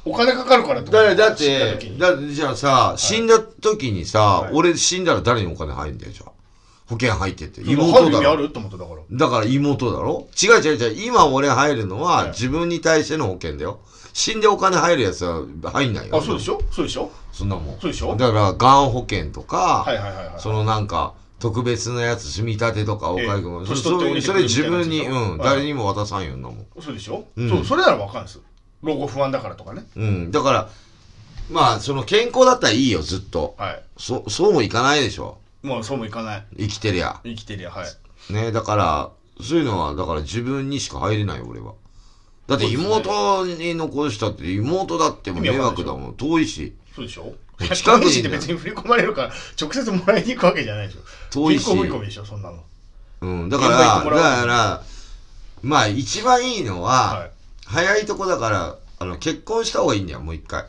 B: お金かかるからってこと
A: だだっ
B: 死ん
A: て
B: だ時、に
A: だってじゃあさ、死んだ時にさ、
B: はい
A: 俺死んだら誰にお金入るんだよ、じゃあ。保険入ってって。
B: そう入
A: 妹
B: る意
A: だ
B: 味あ
A: ろ。
B: ると思っただから
A: だから妹だろ違う違う違う。今俺入るの
B: は
A: はい自分に対しての保険だよ。死んでお金入るやつは入んないよ。
B: あそうでしょそうでしょ
A: そんなもん。
B: そうでしょ
A: だから、がん保険とか、
B: はいはいはいはい
A: そのなんか、特別なやつ、積み立てとか、おかゆくん
B: ええ
A: そ
B: 年
A: そ
B: 取って
A: れ
B: 降りて
A: そ
B: く
A: れ
B: るみ
A: 自
B: たいなや
A: 分
B: つ
A: に、
B: でしょ
A: うん、
B: はい
A: 誰にも渡さんよ、んなもん。
B: そうでしょ、
A: うん
B: そうそれならわかるんです老後不安だからとかね
A: うん。だから、まあ、その健康だったらいいよ、ずっと。
B: はい
A: そ、そうもいかないでしょ。
B: もうそうもいかない
A: 生きてりゃ。
B: 生きてりゃはい
A: ね、だから、そういうのは、だから自分にしか入れないよ、俺は。だって妹に残したって、妹だってもう迷惑だもん。遠いし、
B: そうでしょ
A: 近
B: 近
A: く
B: く
A: に
B: にって別に振り込まれるから直接もらいに行くわけじゃないでしょ
A: 遠いし。
B: 銀行振り込みでしょそんなの
A: うん、だか
B: 現場行って
A: ら、
B: もらう
A: だから、まあ一番いいのは、
B: はい
A: 早いとこだから、あの、結婚した方がいいんだよ、もう一回。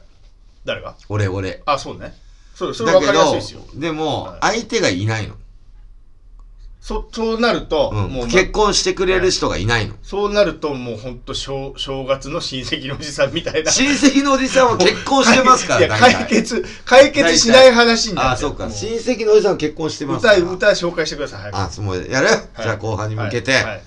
B: 誰が
A: 俺、俺。
B: あそうねそうそれ
A: だ
B: 分
A: け
B: かりやすい
A: ど
B: ですよ、
A: でも
B: は、
A: 相手がいないの。
B: そそうなると、
A: うん
B: もう、ま
A: 結婚してくれる人がいないの。
B: そうなるともうほんと正正月の親戚のおじさんみたいな
A: 親戚のおじさんは結婚してますか
B: い
A: ら、
B: や
A: 大体
B: 解決解決しない話になる
A: あ、そうか。
B: も
A: 親戚のおじさんは結婚してますか
B: 歌
A: ら。
B: い歌い紹介してください早く
A: あ、そう、もうやる、じゃあ後半に向けて。
B: はいはい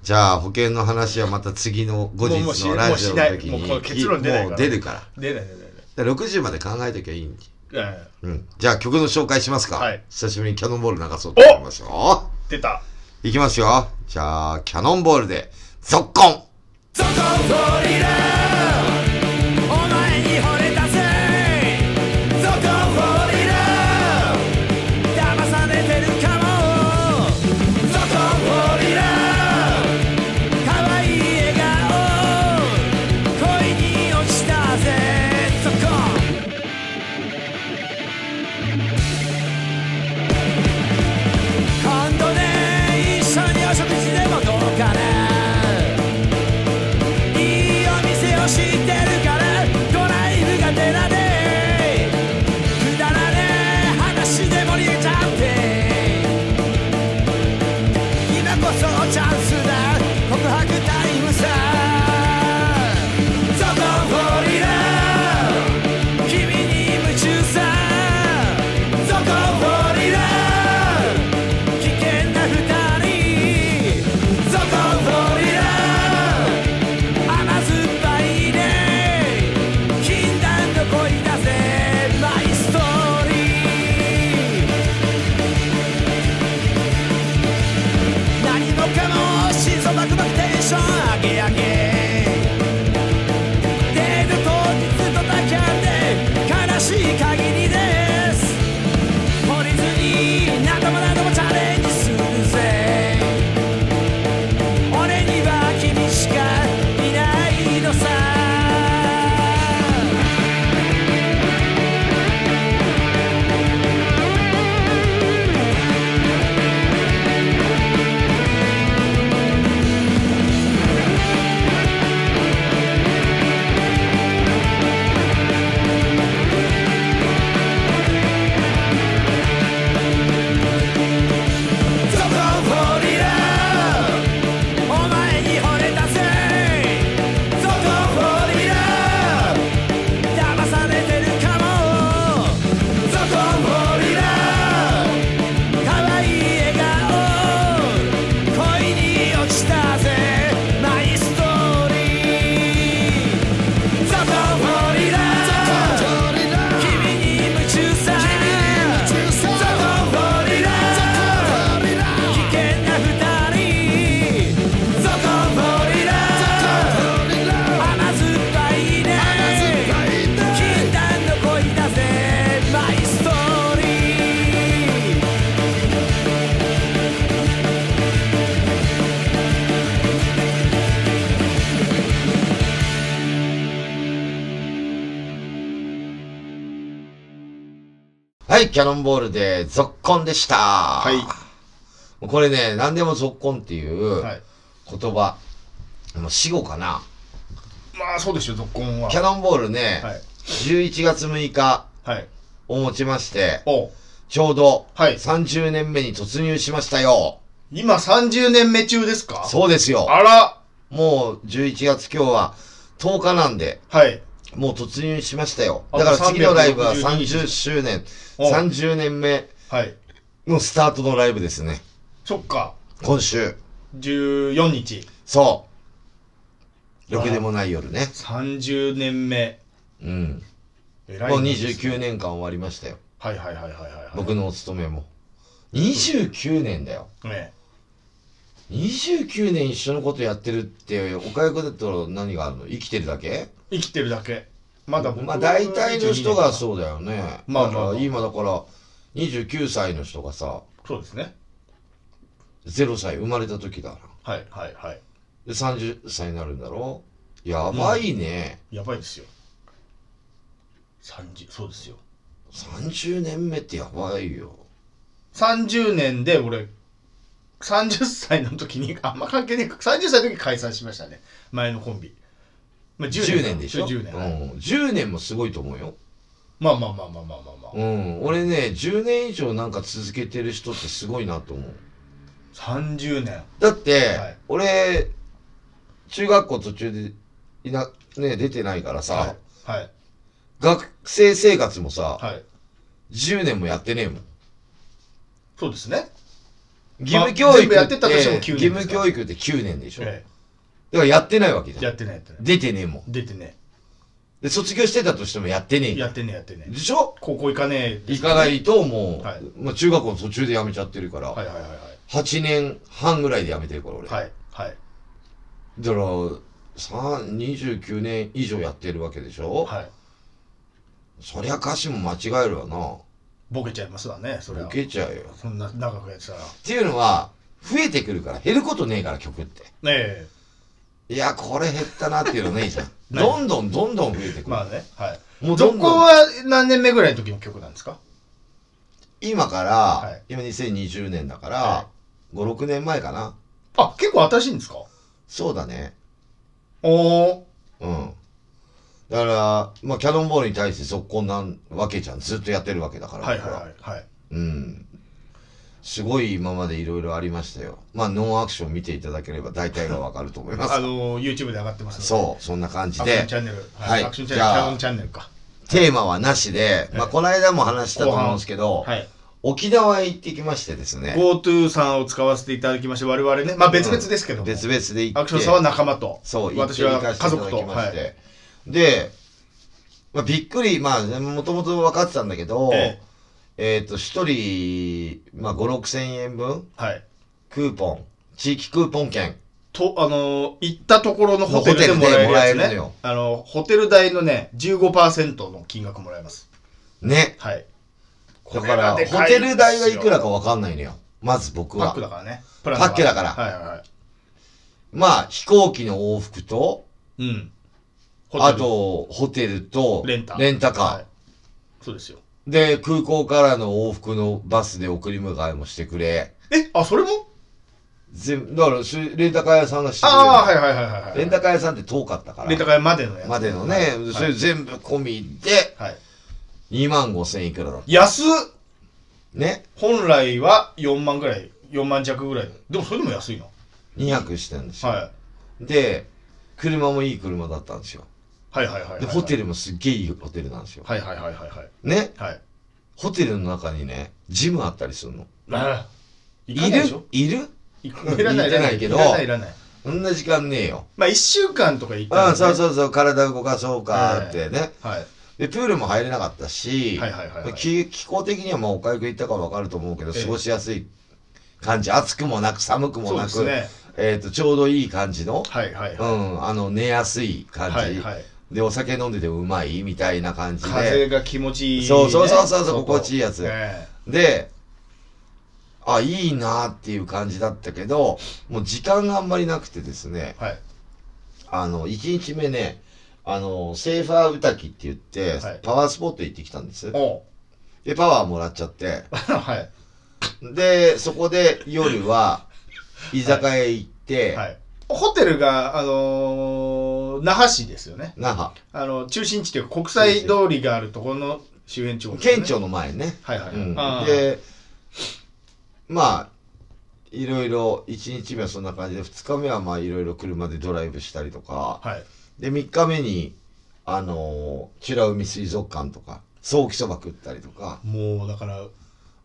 A: じゃあ保険の話はまた次の後日
B: もうもうし
A: のラジオの時に。
B: もうしないもうこの結論出ないから
A: もう出るから。
B: 出ない出ない
A: だから60まで考えときゃいいんで。
B: 出ないいやいや
A: うん。じゃあ曲の紹介しますか。
B: はい
A: 久しぶりにキャノンボール流そうと思いますよ。
B: 出た
A: いきますよ。じゃあ、キャノンボールで、ゾッコン
C: ゾコンゴリラお前に惚れたぜゾコンゴリラ騙されてるかもゾコンゴリラ可愛い笑顔恋に落ちたぜゾコン今度ね一緒にお食事でもどうかないいお店
A: はい、キャノンボールで、ゾッコンでした。は
B: はい。
A: これね、何でもゾッコンっていう
B: はい。
A: 言葉、もう死後かな。
B: まあそうでしょ、続婚は。
A: キャノンボールね、
B: はい。
A: 11月6日
B: はい。
A: をもちまして、
B: おう
A: ちょうど
B: はい
A: 30年目に突入しましたよ。
B: 今30年目中ですか
A: そうですよ。
B: あら。
A: もう11月今日は10日なんで、
B: はい。
A: もう突入しましたよ。
B: あ
A: だから
B: もう
A: 次のライブは
B: 362
A: 30周年、
B: お
A: 30年目
B: はい。
A: のスタートのライブですね。
B: そっか。
A: 今週。
B: 14日。
A: そう。ろくでもない夜ね。
B: 30年目。
A: うん。
B: え
A: もう29。年間終わりましたよ。
B: はいはいはいはいはい。
A: 僕のお勤めも。29年だよ。
B: ね。
A: 29年一緒のことやってるって、おかゆくだと何があるの生きてるだけ
B: 生きてるだけ。まだ僕
A: まあ大体の人が
B: う。
A: そうだよね。
B: まあまあ
A: だから今だから、29歳の人がさ、
B: そうですね。
A: 0歳生まれた時だな。
B: はいはいはい。
A: で、30歳になるんだろやばいね。
B: やばいですよ。30、そうですよ。
A: 30年目ってやばいよ。
B: 30年で俺30歳の時にあんま関係ねえか30歳の時解散しましたね前のコンビ、まあ、
A: 10年でしょ
B: 10年、
A: うん。10年もすごいと思うよ。
B: まあまあまあまあまあまあまあ、
A: うん。俺ね、10年以上なんか続けてる人ってすごいなと思う。
B: 30年
A: だって、
B: はい
A: 俺、中学校途中で、いな、ね、出てないからさ、
B: はいはい
A: 学生生活もさ、
B: はい
A: 10年もやってねえもん。
B: そうですね
A: 義務教育
B: 全部やってたとしても9年
A: 義務教育って9年でしょ。
B: え
A: だからやってないわけじ
B: え
A: ゃ
B: や
A: ん。
B: ってねえやってね
A: 出てねえもん。
B: 出てね
A: で、卒業してたとしてもやってねえ
B: え
A: じゃ
B: や
A: ん
B: ってねえやってねえ
A: でしょ
B: 高校行かねえ
A: 行かないともう、
B: はい
A: まあ中学校の途中で辞めちゃってるから、
B: はいはいはいは
A: 8年半ぐらいで辞めてるから俺。
B: いはいはい
A: だから、さ29年以上やってるわけでしょ、
B: はい
A: そりゃ歌詞も間違えるわな。
B: ボケちゃいますわねそれは
A: 受けちゃうよ。っ
B: そんな長くやってたら
A: ていうのは、増えてくるから、減ることねえから、曲って。
B: ね
A: いや、これ減ったなっていうのねえじゃん。
B: ない
A: どんどんどんどん増えてく
B: え
A: る。
B: まあねはい
A: もうどん
B: 続行
A: どん、
B: は何年目ぐらいの時の曲なんですか
A: 今から、
B: い
A: 今2020年だから、
B: は
A: 5、6年前かな。
B: あ結構新しいんですか
A: そうだね。
B: おお
A: うん。だから、まあ、キャノンボールに対して続行なんわけじゃん。ずっとやってるわけだから。
B: はいはい
A: 僕
B: はいはい
A: うん。すごい今までいろいろありましたよ。まあ、ノンアクション見ていただければ大体がわかると思いま
B: あ
A: す。
B: の YouTube で上がってますの
A: そう、そんな感じ
B: でアクショ
A: で
B: ンチ。ャンネル
A: はい
B: アクションチ
A: じゃあ
B: ャンネルキャノンチャンネルか
A: テーマはなしで、まあ、この間も話したと思うんですけど、
B: はい
A: 沖縄へ行ってきましてですね、
B: GoTo さんを使わせていただきまして我々ねまあ別々ですけども
A: 別々で行って、
B: アクションさんは仲間と
A: そう、行って
B: 私
A: 行
B: は
A: か
B: 家
A: せていただき
B: 族と
A: ま
B: は
A: し
B: い
A: て、で、まあ、びっくり、まあ、もともと分かってたんだけど、
B: え
A: えっ、と、一人、まあ、5、6千円分、
B: はい
A: クーポン、地域クーポン券、
B: とあのー行ったところのホテルでも
A: ホテルでもら
B: ら
A: える
B: える
A: の
B: やつ
A: よ
B: ねあのホテル代のね15%の金額もらえます
A: ね。
B: はい
A: だから、
B: これがで
A: ホ
B: かい
A: テル代がいくら
B: で
A: かわかんないのよ。まず僕
B: すよパ
A: は
B: ック。だからねパ
A: パックだから
B: はいはいはい
A: まあ、飛行機の往復と、
B: うんホテル
A: あと、ホテルと、
B: レンタ
A: カー
B: はい。そうですよ
A: で、空港からの往復のバスで送り迎えもしてくれ。
B: えあそれも
A: 全部だからし、レンタカー屋さんがしてくれる。
B: ああはいはいはいはいはい
A: レンタカー屋さんって遠かったから。
B: レンタカー屋までのやつ。
A: までのね、
B: はい。
A: それ全部込みで、
B: はい
A: 2万5千いくらだった。
B: 安っ
A: ね。
B: 本来は4万ぐらい、4万弱ぐらい。でもそれでも安いの。
A: 2泊してんですよ。
B: は
A: で、車もいい車だったんですよ。
B: い。はいはいはいはい。
A: で、ホテ
B: ル。
A: ルもすっげえいいホテルなんですよ。
B: はいはいはいはいはい。
A: ね。
B: はい。
A: ホテルの中にね、ジムあったりするの。
B: あい
A: い
B: で
A: る
B: しょ
A: いる
B: いらない
A: い
B: い
A: ら
B: ら
A: な
B: ないい
A: けど
B: いらないいらない。
A: そんな時間ねえよ。
B: まあ1週間とか行った
A: ああ、そう
B: う。
A: そうそう、体動かそうかってね。
B: はい。
A: で、プールも入れなかったし、
B: はいはいはいはい
A: 気気候的にはまあ、おかゆく行ったからわかると思うけど、
B: ええ
A: 過ごしやすい感じ。暑くもなく、寒くも
B: そう
A: な
B: です
A: く、
B: ね。
A: えっ、と、ちょうどいい感じの、
B: はいはいは
A: うん、あの、寝やすい
B: い。
A: 感じ。
B: はいはい。
A: で、お酒飲んでてうまいみたいな感じで。
B: 風が気持ちいいね。
A: そうそうそうそうそう
B: 外
A: 心地いいやつ
B: え
A: で、あ、いいなっていう感じだったけど、もう時間があんまりなくてですね
B: え、はい。
A: あの、1日目ね、あの、セーファーウタキって言って、
B: はい
A: パワースポット行ってきたんです。
B: おう
A: で、パワーもらっちゃって、
B: は
A: で、そこで夜は、居酒屋へ行って、
B: い。はい。ホテルが、あのー那覇市ですよね。
A: 那覇、
B: あの、中心地というか国際通りがあるところの周辺地方、
A: 県庁。の前ね。
B: はいはい。
A: うん
B: あー、
A: で、まあ、いろいろ、1日目はそんな感じで、2日目はまあ、いろいろ車でドライブしたりとか、
B: はい。
A: で、3日目に、あのー、美ら海水族館とか、早期そば食ったりとか、
B: もう、だから、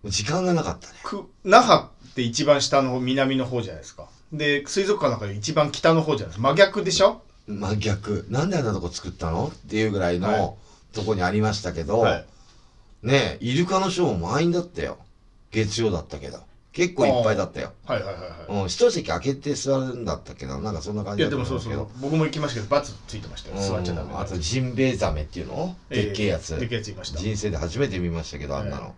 A: 時間がなかったね。
B: く那覇って一番下の方南の方じゃないですかで水族館の中で一番北の方じゃないですか真逆でしょ
A: 真逆。なんであんなとこ作ったのっていうぐらいの、
B: はい
A: とこにありましたけど、
B: はい
A: ねえ、イルカのショーも満員だったよ。月曜だったけど。結構いっぱいだったよ。
B: はいはいはいは
A: うん、一席空けて座るんだったけど、なんかそんな感
B: いい
A: じ
B: や
A: だっ
B: で
A: た
B: も
A: と思
B: そううん
A: です
B: そ
A: けど
B: う僕も行きましたけどバツついてましたよ座っちゃダメ
A: うんあと、ジンベエザメっていうのでっけえやつ。
B: でっけえやついました
A: 人生で初めて見ましたけど、あんなの。
B: は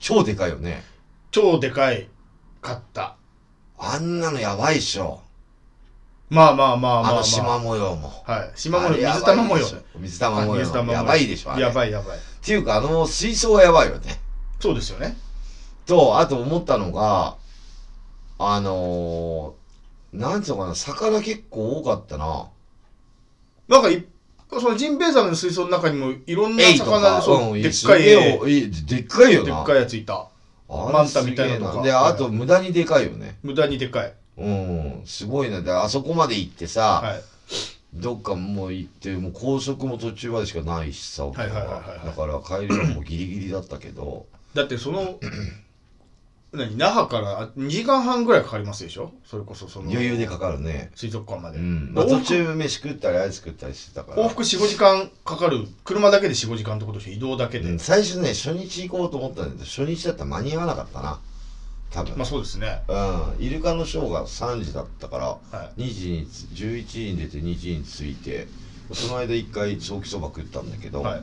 A: 超でかいよね。
B: 超でかいかった
A: あんなのやばいっしょ。
B: まあまあまあまあ、ま
A: あ
B: あ、
A: の縞模様も。
B: はい縞模
A: あれ
B: 様
A: や
B: 水
A: ばい
B: 玉模様
A: でしょ水玉模
B: あ水
A: 様。
B: 玉
A: やばいでしょ、あれ
B: や
A: っ
B: ばいやばい
A: ていうか、あの水槽がやばいよね。
B: そうですよね
A: と、あと思ったのが、あのー、なんつうのかな、魚結構多かったな。
B: なんかいそのジンベエザメの水槽の中にもいろんな
A: エイと
B: 魚
A: か
B: で、そう、
A: うん
B: でっかい
A: すげえおいでっかいよ
B: で
A: な。
B: っかいやついた
A: あれ
B: マンタみたいなの
A: す
B: と
A: げ
B: か
A: えで、あと無駄にでかいよね。
B: 無駄にでっかい
A: うん、すごいな。で、あそこまで行ってさ、
B: はい
A: どっかもう行って、もう高速も途中までしかないしさ、
B: いはいはいはい
A: だから帰りはもうギリギリだったけど、
B: だってその何那覇から2時間半ぐらいかかりますでしょそれこそその
A: 余裕でかかるね。
B: 水族館まで、
A: うん。まあ、
B: 往
A: 途
B: 復
A: 中飯食ったり、アイス食ったりしてたから。
B: 往復45時間かかる車だけで45時間ってことでしょ移動だけで、
A: うん最初ね、初日行こうと思ったんだけど、初日だったら間に合わなかったな。多分。
B: まあそうですね
A: うん。イルカのショーが3時だったから、
B: は
A: 2時に、11時に出て2時に着いて、その間一回早期そば食ったんだけど、
B: はい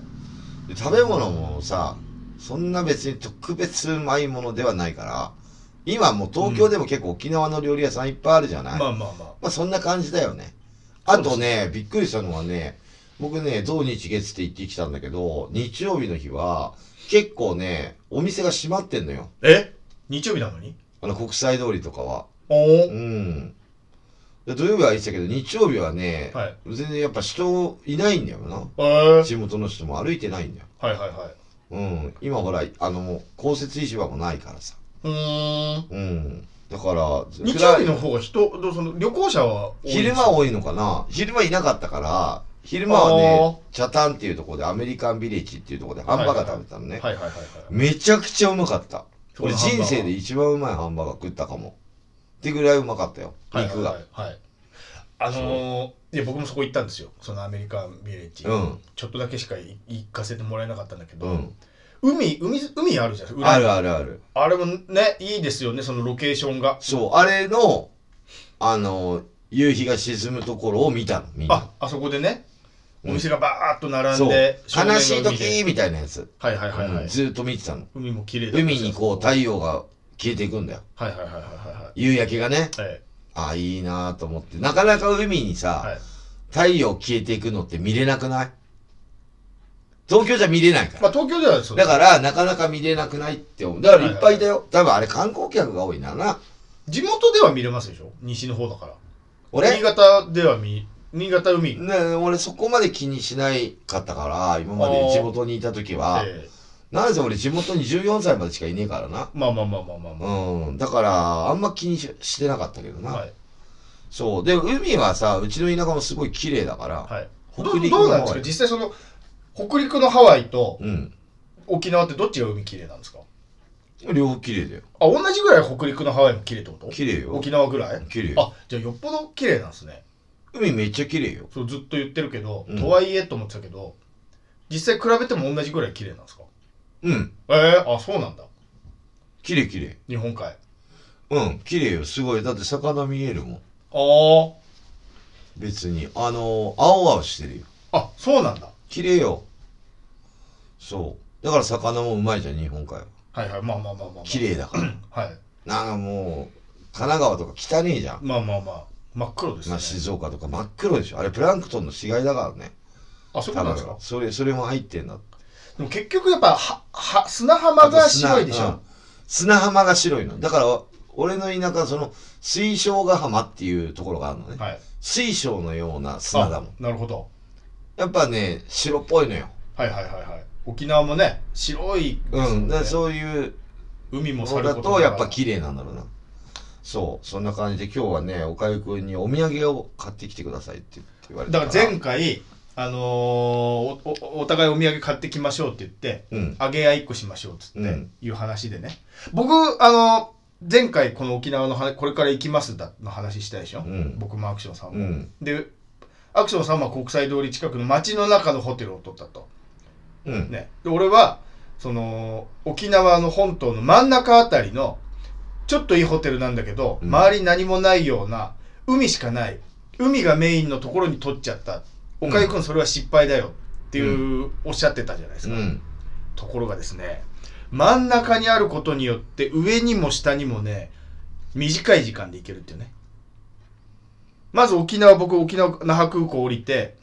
A: で食べ物もさ、そんな別に特別うまいものではないから、今もう東京でも結構沖縄の料理屋さんいっぱいあるじゃない、
B: まあまあま
A: まあそんな感じだよね。あとね、びっくりしたのはね、僕ね、土日月って行ってきたんだけど、日曜日の日は、結構ね、お店が閉まってんのよ。
B: あえ日曜日なのに
A: あの、国際通りとかは。
B: おお
A: うん。で土曜日は行ってたけど、日曜日はね、
B: はい
A: 全然やっぱ人いないんだよな。
B: えー、
A: 地元の人も歩いてないんだよ。
B: はいはいはい
A: うん。今ほら、あの、もう公設市場もないからさ。
B: うーん
A: うん。だから、
B: 日曜日の方が人どうその旅行者は多い
A: 昼間多いのかな昼間いなかったから、昼間はね、チャタンっていうところで、アメリカンビレッジっていうところでハンバーガー食べたのね。
B: はいはいはいはい
A: めちゃくちゃうまかった。
B: そう
A: 俺
B: ハンバーガー
A: 人生で一番うまいハンバーガー食ったかも。ってぐらいうまかったよ。
B: はい
A: 肉
B: は
A: が
B: い。はい、はいあのー、いや僕もそこ行ったんですよそのアメリカンビレッジ、
A: うん。
B: ちょっとだけしかい行かせてもらえなかったんだけど、
A: うん。
B: 海海海あるじゃないですか
A: あるあるある。
B: あれもねいいですよねそのロケーションが
A: そう、あれの、あの、夕日が沈むところを見たの、みんな
B: あ。あそこでね
A: うん
B: お店がバーッと並
A: そ
B: ん
A: う。
B: で、
A: 悲しい
B: 正面が海で
A: 時みたいなやつ。
B: はいはいはいはい、
A: うんずーっと見てたの。
B: 海も綺麗だったし
A: 海にこう太陽が消えていくんだよ。
B: はいはいはいはいは
A: 夕焼けがね。
B: いはいはい
A: ああ、いいなぁと思って。なかなか海にさ、
B: はい
A: 太陽消えていくのって見れなくない東京じゃ見れないから。
B: まあ東京ではそう
A: だから、なかなか見れなくないって思う。だからいっぱいだよ。多分あれ観光客が多いなな。
B: 地元では見れますでしょ西の方だから新
A: 俺、
B: 潟では見新潟海、
A: ね、俺そこまで気にしないかったから、今まで地元にいた時は。
B: ええ
A: なぜ俺地元に14歳までしかいねえからな。
B: まあまあまあまあまあま
A: うん。だから、あんま気にししてなかったけど
B: あ
A: な。
B: はい
A: そう。で、海はさ、うちの田舎もすごい綺麗だから。
B: はいど
A: 北陸
B: どうな
A: の
B: んです
A: 方
B: か
A: へ
B: 実際その北陸のハワイと
A: うん。
B: 沖縄ってどっちが海綺麗なんですか
A: 両方綺麗だよ。
B: あ同じぐらい北陸のハワイも綺麗ってこと
A: 綺麗よ。
B: 沖縄ぐらい
A: 綺麗よ。
B: あじゃあよっぽど綺麗なんですね
A: 海めっちゃ綺麗よ。
B: そうずっと言ってるけど、
A: うん
B: とはいえと思ってたけど実際比べても同じぐらい綺麗なんですか
A: うん。
B: えー、あそうなんだ
A: 綺麗綺麗。
B: 日本海あ
A: うん。綺麗よ。すごい。だって魚見えるもん。
B: ー
A: 別に。あのー青々してるよ。
B: あそうなんだ
A: 綺麗よ。そう。だから魚もうまいじゃん、日本海は。
B: はいはいまあまあまあまあ、まあ、
A: 綺麗だから。
B: はい
A: なんかもう、神奈川とか汚ねえじゃん。
B: まあまあまあ真っ黒ですね、
A: まあ、静岡とか真っ黒でしょ。あれプランクトンの死骸だからね。
B: あそういうことなんですか
A: それ、それも入ってんだって。
B: でも結局やっぱはは砂浜が白いでし
A: うん
B: ょ。
A: 砂浜が白いの。だから、俺の田舎はその、水晶ヶ浜っていうところがあるのね。
B: はい。
A: 水晶のような砂だもん。
B: あなるほど。
A: やっぱね、白っぽいのよ。
B: はいはいはいはい。沖縄もね、白いです
A: う
B: もね、
A: ん。だからそういう
B: 海もさ
A: の
B: る
A: だ
B: こと
A: と、
B: なが
A: や
B: ら
A: っぱ綺麗なんだろうな。そう。そんな感じで今日はね、おかゆくんにお土産を買ってきてくださいって言われた
B: だ
A: か。
B: からら前回、あのーおおお互いお土産買ってきましょうって言って、
A: うん。
B: あげ合いっこしましょうっつって、
A: うん
B: いう話でね。僕、あのー前回この沖縄の話これから行きますだの話したでし
A: う
B: ょ、
A: ん
B: 僕もアクションさん
A: う
B: も、
A: ん。
B: でアクションさんは国際通り近くの街の中のホテルを取ったと、
A: うん。
B: ね、で俺はその沖縄の本島の真ん中あたりのちょっといいホテルなんだけど、
A: うん
B: 周り何もないような海しかない海がメインのところに取っちゃった
A: うん
B: 岡井君それは失敗だよっていう、おっしゃってたじゃないです
A: う
B: か、
A: ん。
B: ところがですね真ん中にあることによって上にも下にもね短い時間で行けるっていうねまず沖縄僕沖縄那覇空港降りて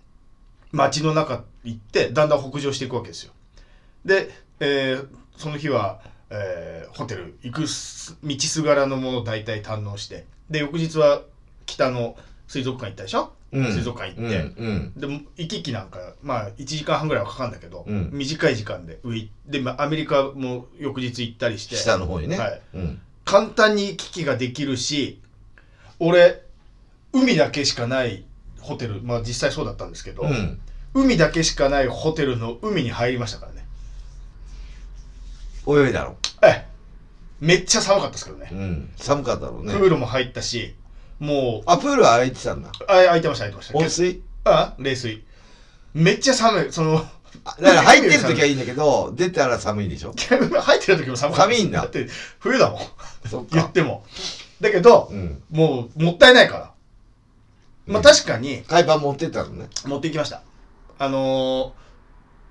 B: 街の中行ってだんだん北上していくわけですよで、えーその日は、えーホテル行くす道すがらのものを大体堪能してで翌日は北の水族館行ったでしょ、
A: うん。
B: 水族館行って、
A: うん。
B: でも行き来なんかまあ1時間半ぐらいはかかるんだけど、
A: うん
B: 短い時間で上行ってまあアメリカも翌日行ったりして
A: 下の方にね。
B: はい
A: うん。
B: 簡単に行き来ができるし俺海だけしかないホテルまあ実際そうだったんですけど、
A: うん。
B: 海だけしかないホテルの海に入りましたからね
A: 泳いだろ
B: ええめっちゃ寒かったですけどね
A: う。うん。寒かったろうね
B: プ。ールも入ったしもう
A: あ、プールは歩いてたんだ。
B: あ開いてました開いてました
A: 温水
B: あ冷水めっちゃ寒いその
A: あだから入ってる時はいいんだけど、出たら寒いでしょ
B: 入ってる時も寒かったです
A: 寒いんだ
B: だって冬だもん
A: そっ
B: 言
A: か
B: っ。てもだけど、
A: うん。
B: もうもったいないからまあ
A: うん
B: 確かに
A: 海パン持ってったのね。
B: 持って行きましたあの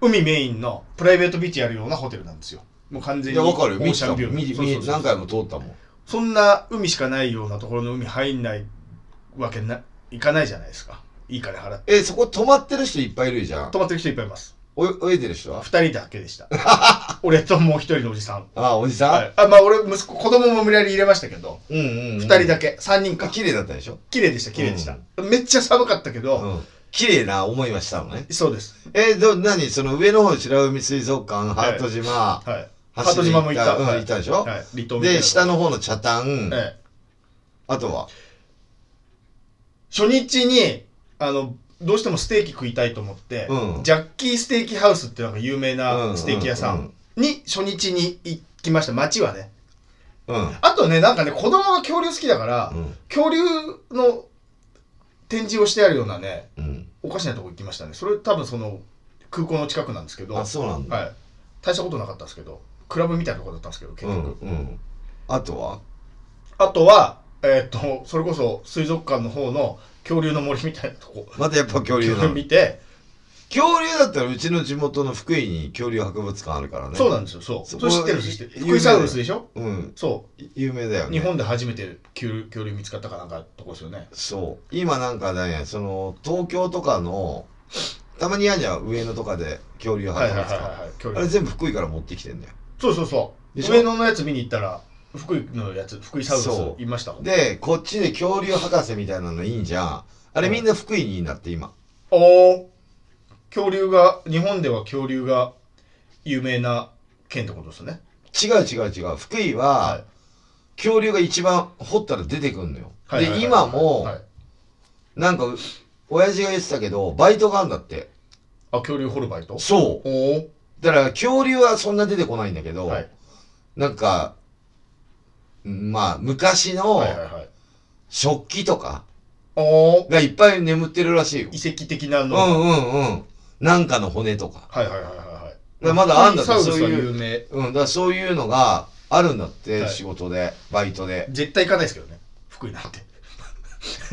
B: ー海メインのプライベートビーチやるようなホテルなんですよもう完全
A: い
B: に
A: や、
B: オ
A: わかるよ。
B: ー
A: 見て
B: シ
A: た
B: ャ
A: も
B: ン
A: ん。
B: ビュー
A: 見て
B: そうそう
A: 見
B: そう
A: て何回も通ったもん。
B: そんな海しかないようなところの海入んないわけないかないじゃないですかいい金払って
A: え、そこ泊まってる人いっぱいいるじゃん
B: 泊。まってる人いっぱいいます
A: お泳いでる人は
B: 2人だけ でした俺ともう1人のおじさん、
A: あ、おじさん、
B: はいあまあ俺息子子供も無理やり入れましたけど
A: うんうん、うん。
B: 2人だけ3人か
A: 綺麗だったでしょ
B: 綺麗でした綺麗でした、めっちゃ寒かったけど、
A: うん。綺麗な思いはしたのね。
B: そうです
A: え、ど、何その上の方、白海水族館、
B: はい
A: ハート島、
B: はいハー
A: 走
B: ト
A: り
B: 島も行った、
A: うん、
B: はい
A: 行ったでしょ、
B: はい、離島みたいな
A: で、下
B: の、
A: の方の茶炭、
B: ええ
A: あとは
B: 初日にあのどうしてもステーキ食いたいと思って、
A: うん
B: ジャッキーステーキハウスってなんか有名なステーキ屋さ
A: うんうん
B: んに初日に行きました街はね
A: うん。
B: あとねなんかね子供が恐竜好きだから、
A: うん。
B: 恐竜の展示をしてあるようなね
A: うん。
B: おかしなとこ行きましたねそれ多分その空港の近くなんですけど
A: あ、そうなんだ。
B: はい、大したことなかったんですけどクラブみたいなとこだったんですけど結
A: う
B: 局、
A: ん。うん。あとは
B: あとはえーっとそれこそ水族館の方の恐竜の森みたいなとこ
A: またやっぱ恐竜なの。
B: 見て、
A: 恐竜だったらうちの地元の福井に恐竜博物館あるからね。
B: そうなんですよそう
A: そ
B: そ
A: こ
B: れ知ってる知って
A: 有
B: る
A: 名
B: 福井サウルスでしょ
A: うん。
B: そ
A: 有名だよ
B: う、
A: ね。
B: 日本で初めて恐竜恐竜見つかったかなんかとこですよね
A: そう。今なんかね、その、東京とかの、たまにやんじゃん、上野とかで恐竜
B: はい
A: 博
B: はい
A: 物
B: はいはい
A: 館。
B: はい恐
A: あれ
B: 竜
A: 全部福井から持ってきてんだよ。
B: そうそうそ
A: でし
B: う
A: ょ
B: 上野のやつ見に行ったら福井のやつ福井サウルス
A: そう
B: いましたもん
A: で、こっちで恐竜博士みたいなのいいんじゃん。あれみんな福井にいいなって今。
B: おお恐竜が日本では恐竜が有名な県ってことですね
A: 違う違う違う。福井は、恐竜が一番掘ったら出てくんのよ。
B: はいはい
A: で、
B: はい
A: 今も
B: は、い
A: なんか、親父が言ってたけど、バイトがあんだって。
B: あ恐竜ホルバイト
A: そ
B: おお
A: う。だから恐竜はそんな出てこないんだけど、
B: はい
A: なんか、うんまあ、昔の
B: はいはいはい
A: 食器とか
B: おお
A: がいっぱい眠ってるらしいよ
B: 遺。跡的な
A: うん
B: の、
A: う
B: はい
A: んうん。なんかの骨とか。
B: はいはいはいは
A: だ
B: い
A: まだあんだって
B: サウルスは
A: そういう
B: 有名
A: うん、だからそういうのがあるんだって、
B: はい
A: 仕事で、バイトで。
B: 絶対行かないですけどね福井なんて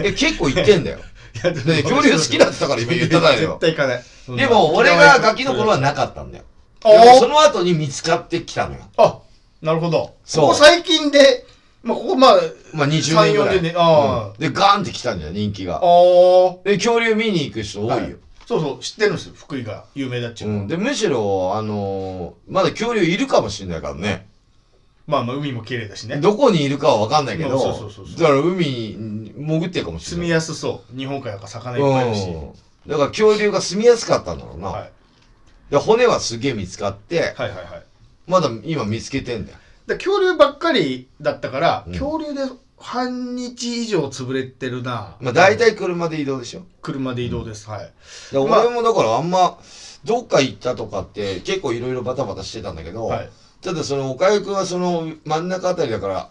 A: え、結構行ってん だよ。
B: いや、
A: ね恐竜好きだって言ったから今言っただよ
B: 絶対行かない。
A: でも、俺がガキの頃はなかったんだよ。
B: お
A: でもそ
B: ー
A: の後に見つかってきたのよ。
B: あ、なるほど。
A: そう
B: ここ最近で、まあ、ここまあ、
A: まあ20年ぐらい。
B: 3 40年ああ
A: うんで、ガーンって来たんだよ、人気が。
B: あー
A: で、恐竜見に行く人多いよ。
B: そうそう、知ってるんですよ。福井が有名だっちゅう
A: う
B: のは
A: ん、でむしろ、あのーまだ恐竜いるかもしれないからね
B: まあまあ、海も綺麗だしね。
A: どこにいるかは分かんないけど、
B: そうそうそうそう
A: だから海に潜ってるかもしれ
B: 住み
A: ない
B: やすそう。日本海なんか魚いっぱいあるし。
A: うん、だから恐竜が住みやすかったんだろうな、
B: はい。
A: で骨はすげえ見つかって
B: はいはいはい。
A: まだ今見つけてんだよ
B: で恐竜ばっかりだったから、
A: うん
B: 恐竜で半日以上潰れてるな。
A: まあ大体車で移動でしょ
B: 車で移動です。はい。
A: で
B: まあ
A: 俺もだからあんまどっか行ったとかって結構いろいろバタバタしてたんだけど、
B: はい。
A: ただその岡井くんはその真ん中あたりだから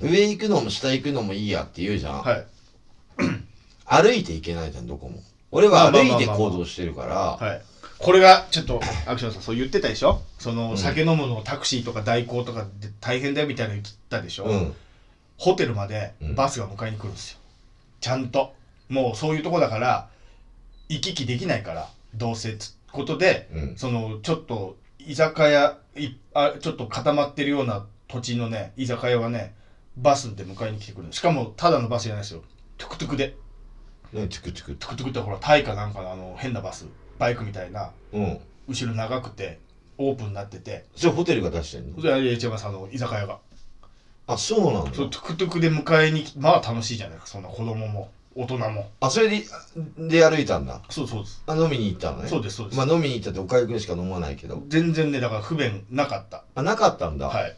A: 上行くのも下行くのもいいやって言うじゃん、
B: はい。
A: 歩いて行けないじゃんどこも俺は歩いて
B: まあまあまあまあ
A: 行動してるから
B: はい。これが、ちょっと、アクションさん、そう言ってたでしょその、
A: ん
B: 酒飲むのをタクシーとか代行とかで大変だよみたいなの言ったでしょ、
A: うん
B: ホテルまで
A: うん
B: バスが迎えに来るんですよ。ちゃんと。もうそういうとこだから、行き来できないから、どうせつことで、
A: うん
B: その、ちょっと、居酒屋いあ、ちょっと固まってるような土地のね、居酒屋はね、バスで迎えに来てくるのしかも、ただのバスじゃないですよ。トゥクトゥクで。
A: ねチクチク
B: トゥクトゥクってほら、タイかなんかのあの、変なバス。バイクみたいな、
A: うん
B: 後ろ長くて、オープンになってて、
A: それホテルが出してんの
B: それは違います、あの、居酒屋が。
A: あそうなんだ
B: そう、トゥクトゥクで迎えに来まあ楽しいじゃないですか、そんな子供も、大人も。
A: あそれでで歩いたんだ
B: そうそうです。
A: あ飲みに行ったのね
B: そうですそうです
A: まあ飲みに行ったって岡井くんしか飲まないけど
B: 全然ね、だから不便なかった。
A: あなかったんだ、
B: はい。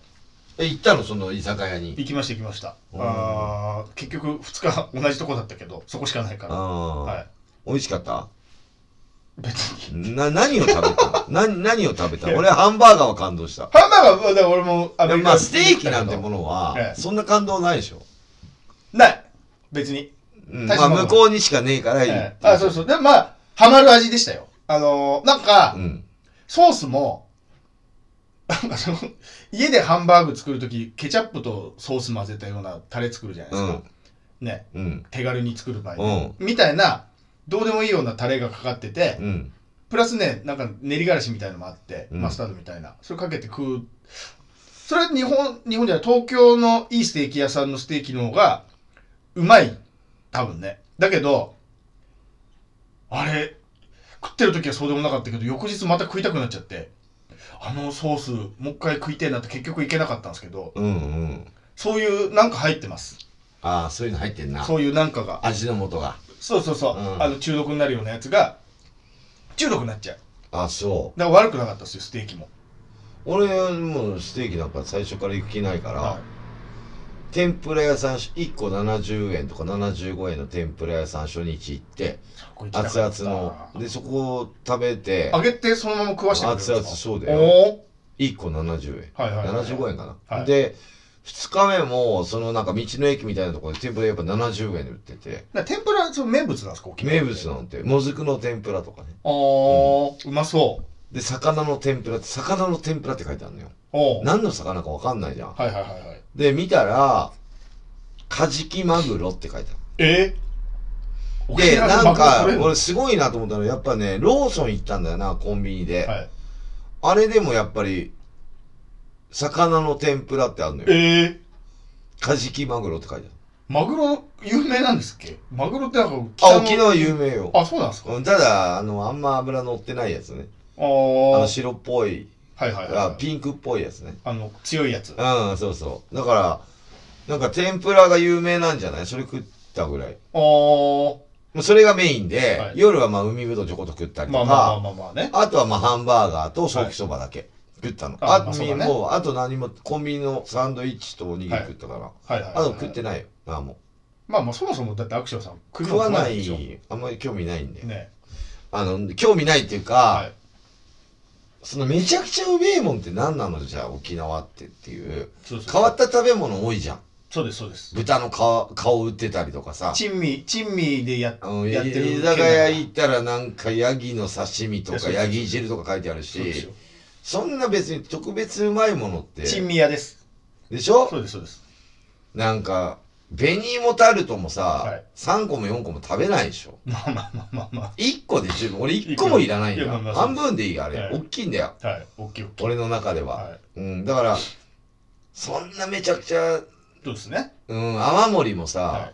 A: え行ったのその居酒屋に
B: 行きました行きました。
A: うん
B: あー結局2日同じとこだったけど、そこしかないから。
A: ああ、
B: はい。
A: 美味しかった
B: 別に。
A: な、何を食べ たな、何を食べた俺はハンバーガーは感動した。
B: ハンバーガーは、だから俺も、あ
A: でもまあ、ステーキなんても
B: の。
A: の
B: え
A: は、
B: え
A: そんな感動ないでしょ。
B: ない別に。
A: うん、
B: 大し
A: ま
B: た
A: あ、
B: もの
A: 向こうにしかねえからいいってい
B: ええあ、そうそう。で、まあ、ハマる味でしたよ。あのーなんか、
A: うん。
B: ソースも、なんかその、家でハンバーグ作るとき、ケチャップとソース混ぜたようなタレ作るじゃないで
A: う
B: すか。
A: ん。
B: ね。
A: うん。
B: 手軽に作る場合、
A: うん
B: みたいな、どうでもいいようなタレがかかってて、
A: うん。
B: プラスね、なんか練りがらしみたいのもあって、
A: うん
B: マスタードみたいな。それかけて食う。それ日本、日本じゃない、東京のいいステーキ屋さんのステーキの方が、うまい。多分ね。だけど、あれ、食ってる時はそうでもなかったけど、翌日また食いたくなっちゃって、あのソース、もう一回食いてえなって結局いけなかったんですけど、
A: うん。うん。
B: そういうなんか入ってます。
A: ああ、そういうの入ってんな。
B: そういうなんかが。
A: 味の素が。
B: そうそうそう。
A: うん
B: あの、中毒になるようなやつが、中毒になっちゃう。
A: あそう。
B: だから悪くなかったですよ、ステーキも。
A: 俺、もう、ステーキなんか最初から行く気ないから、
B: はい
A: 天ぷら屋さん、1個70円とか75円の天ぷら屋さん初日行って、熱々の。で、そこを食べて、
B: 揚げてそのまま食わしてくれるんですか
A: 熱々そうだよ
B: お
A: 1個70円。
B: はいはいはいはい
A: 75円かな。
B: はい
A: で、2日目も、そのなんか道の駅みたいなところで天ぷらやっぱ70円で売ってて、
B: ーだから天ぷらその名物なんですか沖縄
A: 名物なんて、もずくの天ぷらとかね。
B: あー、うまそう
A: で、魚の天ぷらって、魚の天ぷらって書いてあるのよ。
B: おー
A: 何の魚かわかんないじゃん。
B: はいはいはいはい
A: で、見たら、カジキマグロって書いてあ
B: え
A: る。
B: ー、
A: で、なんか、
B: は
A: 俺すごいなと思ったのは、やっぱね、ローソン行ったんだよな、コンビニで。
B: い、
A: あれでもやっぱり、魚の天ぷらってあるの
B: え
A: よ。
B: ー、
A: カジキマグロって書いてある。
B: マグロ有名なんですっけマグロってなんか
A: あ、沖縄有名よ。
B: あそうなんですか
A: うん、ただあのあんま油乗ってないやつね
B: あ
A: あ
B: ー
A: の白っぽい
B: はいはいはい
A: あ
B: はい
A: ピンクっぽいやつね
B: あの強いや
A: う
B: つ
A: んそうそうだからなんか天ぷらが有名なんじゃないそれ食ったぐらい
B: あー
A: もうそれがメインで、
B: はい
A: 夜はまあ海ぶどうちょこっと食ったりと
B: ま
A: か、
B: あ
A: あ
B: まあまあまあまあね
A: とはまあハンバーガーとソーキそばだけ、食ったの
B: あ
A: あ
B: まあ
A: と
B: そうだね
A: もうあと何もコンビニのサンドイッチとおにぎり食ったから、
B: はいはい
A: あ
B: はい
A: と食ってないよあも
B: まあまあそもそもだってアクションさん
A: う食わな
B: でしょ
A: いあんまり興味ないんで、
B: ね
A: あの興味ないっていうか、
B: はい
A: そのめちゃくちゃうめえもんって何なのじゃあ沖縄ってっていう
B: そうそう
A: 変わった食べ物多いじゃん
B: そうですそうです
A: 豚の皮顔売ってたりとかさ
B: 珍味珍味でやっ
A: うん
B: やってる
A: 居酒屋行ったらなんかヤギの刺身と
B: いやそ
A: か
B: うです
A: ヤギ汁とか書いてある
B: そうです
A: し
B: よ
A: そんな別に特別うまいものって
B: 珍味屋です
A: でしょ
B: そうですそうです
A: なんか紅芋タルトも
B: は
A: さ
B: い
A: 3個も4個も食べないでしょ
B: まあまあまあまあ
A: 1個で十分俺1個もいらないんだ
B: いやまあまあそう
A: 半
B: です
A: 分でいいあれ
B: はい
A: 大きいんだよ
B: まあはい大きい大きい
A: 俺の中では
B: はい
A: うんだからそんなめちゃくちゃ
B: そうですね
A: うん、泡盛もさ、
B: は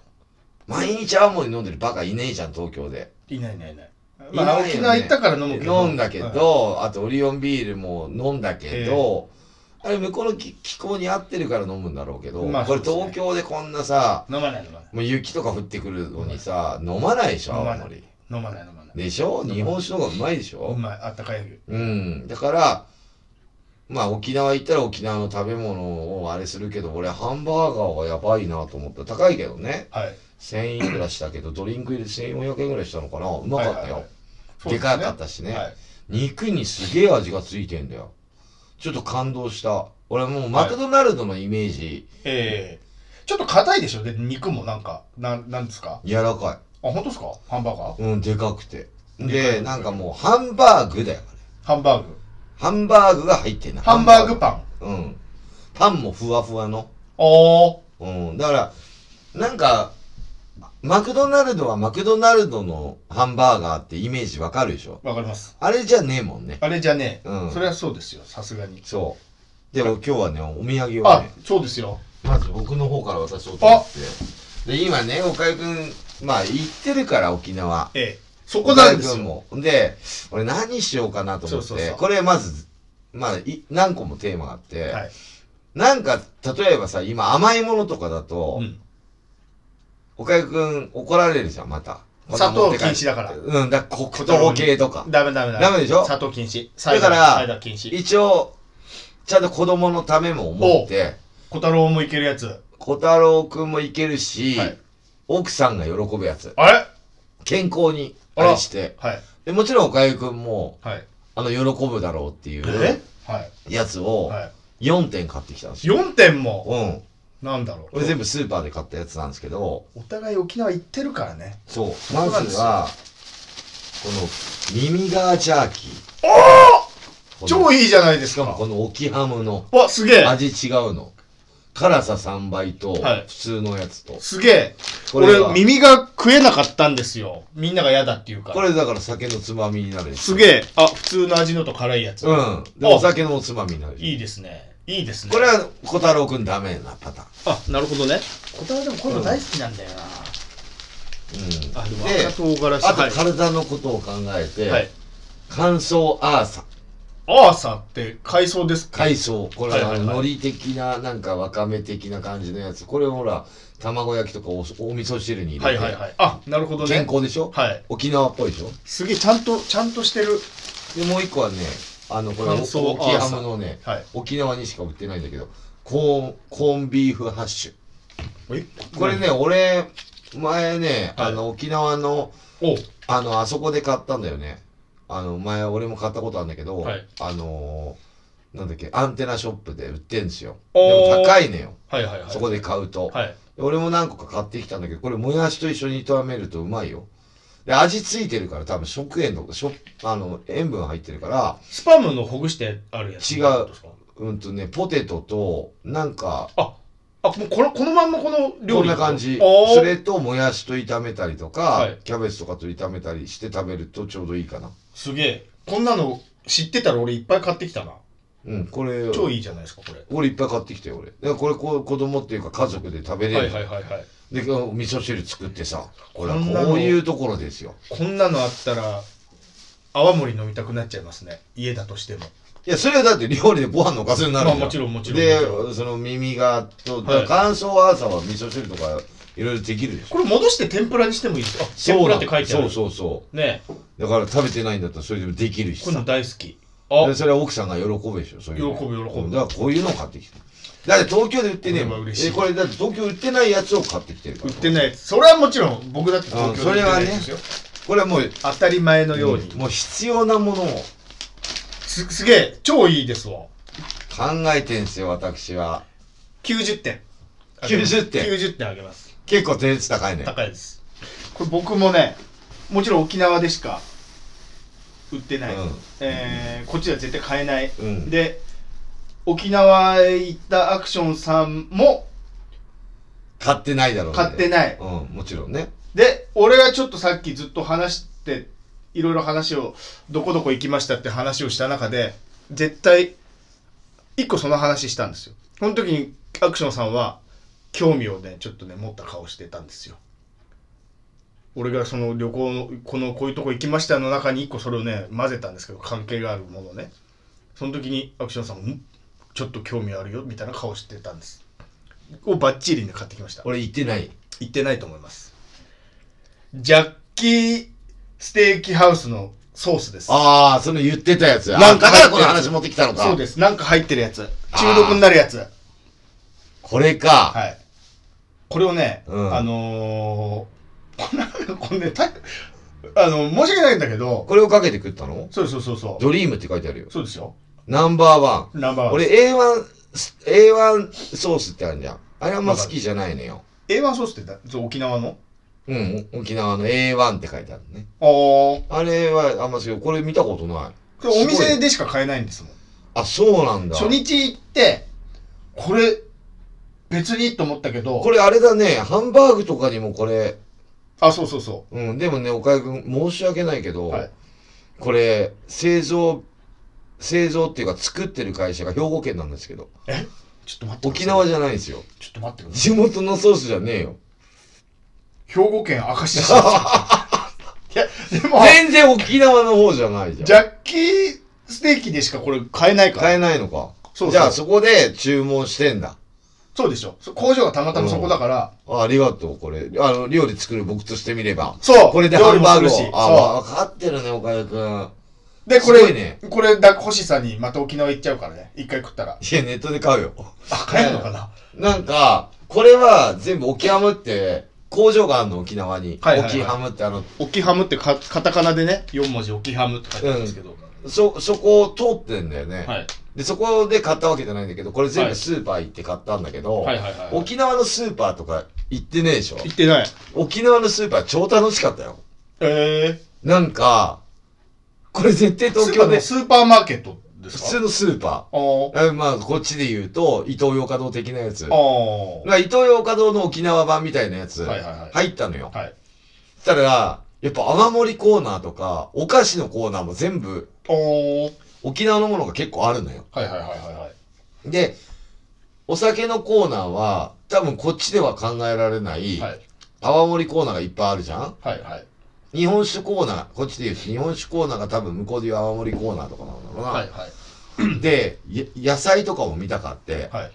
A: 毎日泡盛飲んでるバカいねえじゃん、東京で。
B: いいないいないいないまあ、沖縄行ったから飲むけど。
A: 飲んだけ
B: はい
A: ど、あとオリオンビールも飲んだけど、あれ向こうの気気候に合ってるから飲むんだろうけど、
B: まあ
A: これ
B: そうですね
A: 東京でこんなさ、
B: 飲まない飲まない。
A: もう雪とか降ってくるのにさ、飲まないでしょ、
B: 飲ま
A: あん
B: な
A: ま
B: い
A: り。。
B: 飲まない飲まない。
A: でしょ日本酒の方がうまいでし
B: う
A: ょ
B: まい。あったかいよ。
A: うん。だから、まあ沖縄行ったら沖縄の食べ物をあれするけど、俺ハンバーガーはやばいなと思った。高いけどね。
B: はい。
A: 1000いくらしたけど、ドリンク入れて1400円ぐらいしたのかなうまかった
B: はいはいは
A: よ
B: い。そうです
A: でかかったしね
B: はい
A: 肉にすげえ味がついてんだよ。ちょっと感動した。俺もうマクドナルドのイメージ、
B: ええちょっと硬いでしょで、肉もなんか、なん、なんですか
A: 柔らか
B: あ、本当ですかハンバーガー
A: い。うん、でかくて。
B: でか
A: で、
B: い
A: なんかもうハンバーグだよ。あれ
B: ハンバーグ。
A: ハンバーグが入ってんだ。
B: ハンバーグパン。
A: ン。うん。パンもふわふわの。
B: おー。
A: うん。だから、なんか、マクドナルドはマクドナルドのハンバーガーってイメージわかるでしょ
B: わかります。
A: あれじゃねえもんね。
B: あれじゃねえ。
A: うん
B: それはそうですよ、さすがに。
A: そう。でも今日はね、お土産を
B: あ
A: ね、、
B: そうですよ。
A: まず僕の方から渡そうと思って。で、今ね、岡井くん、まあ行ってるから沖縄。
B: ええそこなんです
A: 岡井くん
B: よ。
A: も。で、俺何しようかなと思って、
B: そうそうそう
A: これまず、まあい何個もテーマがあって、
B: はい。
A: なんか、例えばさ、今甘いものとかだと、
B: うん。
A: 岡井くん怒られるじゃん、また。
B: 砂糖禁止だから
A: うん、だから黒糖系とか。
B: ダメダメダメ。
A: ダメでしょ
B: 砂糖禁止。サ
A: だ
B: イダ
A: か
B: ー
A: ら
B: サイダー禁止。
A: 一応、ちゃんと子供のためも思って、
B: 小太郎もいけるやつ。
A: 小太郎くんもいけるし、
B: はい
A: 奥さんが喜ぶやつ。
B: あれ
A: 健康に
B: あら
A: 愛して。
B: はい。
A: でもちろん岡井くんも、
B: はい。
A: あの、喜ぶだろうっていう
B: えはい。
A: やつを
B: は
A: 4点買ってきたんです
B: い。
A: よ。
B: 4点も、
A: うん。
B: なんだろ
A: これ全
B: う。
A: 部スーパーで買ったやつなんですけど、
B: お互い沖縄行ってるからね。
A: そう。
B: う
A: ま
B: なんです
A: ず
B: よ
A: は、この、耳側ジャーキー。お
B: 超いいじゃないですか。
A: この沖ハムの
B: わ、すげえ。
A: 味違うの。辛さ3倍と、
B: はい
A: 普通のやつと。
B: すげえ。
A: これ
B: 俺
A: は、
B: 耳が食えなかったんですよ。みんなが嫌だって言うから。
A: これだから酒のつまみになるでしょ
B: すげえ。あ、普通の味のと辛いやつ。
A: うん。で、
B: あ
A: お酒のおつまみになるでしょ
B: いいですね。いいですね。
A: これは、小太郎くんダメなパターン。
B: あ、なるほどね。小太郎でもこういうの大好きなんだよな。
A: うん。
B: あ、でも
A: で
B: 赤唐辛子。
A: あと、
B: は
A: 体のことを考え
B: い。
A: て、
B: はい。
A: 乾燥アーサ、
B: アーサーって海藻ですか
A: 海藻。これ、
B: はい
A: あ
B: はいはい
A: の、海苔的な、なんか、わかめ的な感じのやつ。これ、ほら、卵焼きとかお、お味噌汁に
B: は
A: 入
B: いはい
A: れ
B: はい。あ、なるほど
A: て、
B: ね。
A: 健康でしょ
B: はい。
A: 沖縄っぽいでしょ
B: すげえ、ちゃんと、ちゃんとしてる。
A: で、もう一個はね、あの、これ、
B: 乾
A: 沖
B: 燥
A: ハムのね、
B: はい。
A: 沖縄にしか売ってないんだけど、コーン、コーンビーフハッシュ。
B: え
A: これね、、俺、前ね、
B: はい
A: あの、沖縄の、
B: お
A: あの、あそこで買ったんだよね。あの、前、俺も買ったことあるんだけど、
B: はい
A: あのーなんだっけ、アンテナショップで売ってんですよ。で
B: おー
A: も高いのよ。
B: はいはいはい。
A: そこで買うと、
B: はい。
A: 俺も何個か買ってきたんだけど、これ、もやしと一緒に炒めるとうまいよ。で、味ついてるから、多分食塩とか、しょあの、塩分入ってるから、
B: スパムのほぐしてあるやつ。
A: 違う
B: ですか
A: うんとね、ポテトと、なんか、
B: あ、あ、もうこの、このまんまこの
A: こ
B: 料理。
A: んな感じ。
B: お
A: そ
B: ー
A: れともやしと炒めたりとか、
B: はい
A: キャベツとかと炒めたりして食べるとちょうどいいかな。
B: すげえ。こんなの知ってたら俺いっぱい買ってきたな。
A: うん、これ、
B: 超いいじゃないですか、これ。
A: 俺いっぱい買ってきたよ、俺。だからこれこう、子供っていうか家族で食べれる。
B: はいはいはいはい。
A: で、こう味噌汁作ってさ。これは
B: こんなの
A: こういうところですよ。
B: こんなのあったら、泡盛飲みたくなっちゃいますね。家だとしても。
A: いや、それはだって料理でご飯のおかずになるじゃん。
B: まあもちろんもちろん
A: で
B: もちろ、
A: その耳が、と、
B: はい
A: 乾燥朝は味噌汁とか、いろいろできるでしょ。
B: これ戻して天ぷらにしてもいいですか天
A: そう
B: ぷら
A: な
B: っ
A: ん
B: て書いてある。
A: そうそうそ
B: ねえ
A: う。だから食べてないんだったらそれでもできるし
B: こういう
A: さ
B: の。大好き。あ
A: で、それは奥さんが喜ぶでしょ、そういうの
B: 喜ぶ喜ぶ
A: うんだからこういうのを買ってきた。だって東京で売ってねえ
B: これ
A: も
B: は
A: ん。
B: 嬉しい
A: えこれだって東京売ってないやつを買ってきてるか
B: 売
A: ら。
B: ってないやつ。それはもちろん僕だって東京で売ってないやつですよ。
A: これはもう、
B: 当たり前のように。
A: もう必要なものを
B: すすげえ、超いいですわ。
A: 考えてんすよ、私は。
B: 90点。
A: 90点
B: ?90 点あげます。
A: 結構点数高いね。
B: 高いです。これ僕もね、もちろん沖縄でしか売ってない。
A: うん
B: えーこっちでは絶対買えない。
A: うん
B: で、沖縄へ行ったアクションさんも
A: 買ってないだろうね。
B: 買ってない。
A: うん、もちろんね。
B: で、俺がちょっとさっきずっと話して、いろいろ話を、どこどこ行きましたって話をした中で、絶対、一個その話したんですよ。その時にアクションさんは、興味をね、ちょっとね、持った顔してたんですよ。俺がその旅行のこのこういうとこ行きましたの中に一個それをね混ぜたんですけど関係があるものねその時にアクションさんもん「ちょっと興味あるよ」みたいな顔してたんですをバッチリね買ってきました
A: 俺行ってない。
B: 行ってないと思いますジャッキーステーキハウスのソースです
A: ああ、その言ってたやつ。
B: な
A: なんん
B: か
A: かだからこの話持ってきたのか。
B: そうですなんか入ってるやつ
A: あー
B: 中毒になるやつは
A: これか。
B: いこれをね、
A: うん
B: あのー、こんなこれねたあの申し訳ないんだけど
A: これをかけて食ったの
B: そうそうそうそう
A: ドリームって書いてあるよ。
B: そうですよ
A: ナンバーワン。
B: ナンバーワン
A: 俺 A1、A1 ソースってあるじゃん。あれあんま好きじゃないのよ。
B: A1 ソースってだそう沖縄の
A: うん、沖縄の A1 って書いてあるね。
B: あー
A: あれはあんま好き。これ見たことない。
B: これお
A: すご
B: 店
A: い
B: でしか買えないんですもん
A: あ、そうなんだ。
B: 初日行ってこれ別にと思ったけど
A: これあれだね、ハンバーグとかにもこれ、
B: あそうそうそ
A: うん、でもね、岡井くん、申し訳ないけ
B: う
A: ど、
B: はい
A: これ、製造、製造っていうか作ってる会社が兵庫県なんですけど、
B: ちょっと待ってくださ
A: 沖
B: い
A: 縄じゃないんですよ。
B: ちょっと待ってください
A: 地元のソースじゃねえよ。
B: 兵庫県明石市です いやでも
A: 全然沖縄の方じゃないじ
B: ジ
A: ゃん。
B: ャッキーステーキでしかこれ買えないから
A: 買えないのか。
B: そうそう
A: じゃあそこで注文してんだ。
B: そうでしょそ工場がたまたまそこだから、
A: あありがとう、これ。あの、料理作る僕としてみれば。
B: そう
A: これでハンバーグ
B: 料理もするし
A: を。あ、分かってるね、岡井くん。
B: でこ
A: すご
B: れ、
A: いね
B: これだ星さんにまた沖縄行っちゃうからね一回食ったら
A: いや、ネットで買うよ。
B: あ買えるのかな、
A: なんか、これは全部沖ハムって、工場があるの、沖縄に。
B: はいはいはい
A: 沖ハムってあの、
B: 沖ハムってかカタカナでね4文字沖ハムって書いてあるんですけど、
A: そ、そこを通ってんだよね。
B: はい
A: で、そこで買ったわけじゃないんだけど、これ全
B: はい
A: 部スーパー行って買ったんだけど、
B: はいはいはいはい
A: 沖縄のスーパーとか行ってねえでしょ
B: 行ってない
A: 沖縄のスーパー超楽しかったよ。
B: ええ
A: なんか、これ絶対東
B: 東京
A: 京で
B: で、スーパーマーケットです
A: 普
B: か
A: 通のスーパ
B: あー
A: ー。えまあ、こっちで言うと、伊東洋華堂的なやつ。
B: あー
A: まあ伊東洋華堂の沖縄版みたいなやつ、
B: はいはいはい
A: 入ったのよ。
B: はい
A: そしたら、やっぱ泡盛コーナーとか、お菓子のコーナーも全部、
B: あー
A: 沖縄のものが結構あるのよ。
B: はいはいはいはいはい
A: で、お酒のコーナーは、多分こっちでは考えられない、
B: はい
A: 泡盛コーナーがいっぱいあるじゃん
B: はいはい
A: 日本酒コーナー、こっちで言うと日本酒コーナーが多分向こうで言う泡盛コーナーとかなのかな。
B: はいはい
A: で、や野菜とかも見たかって、
B: はい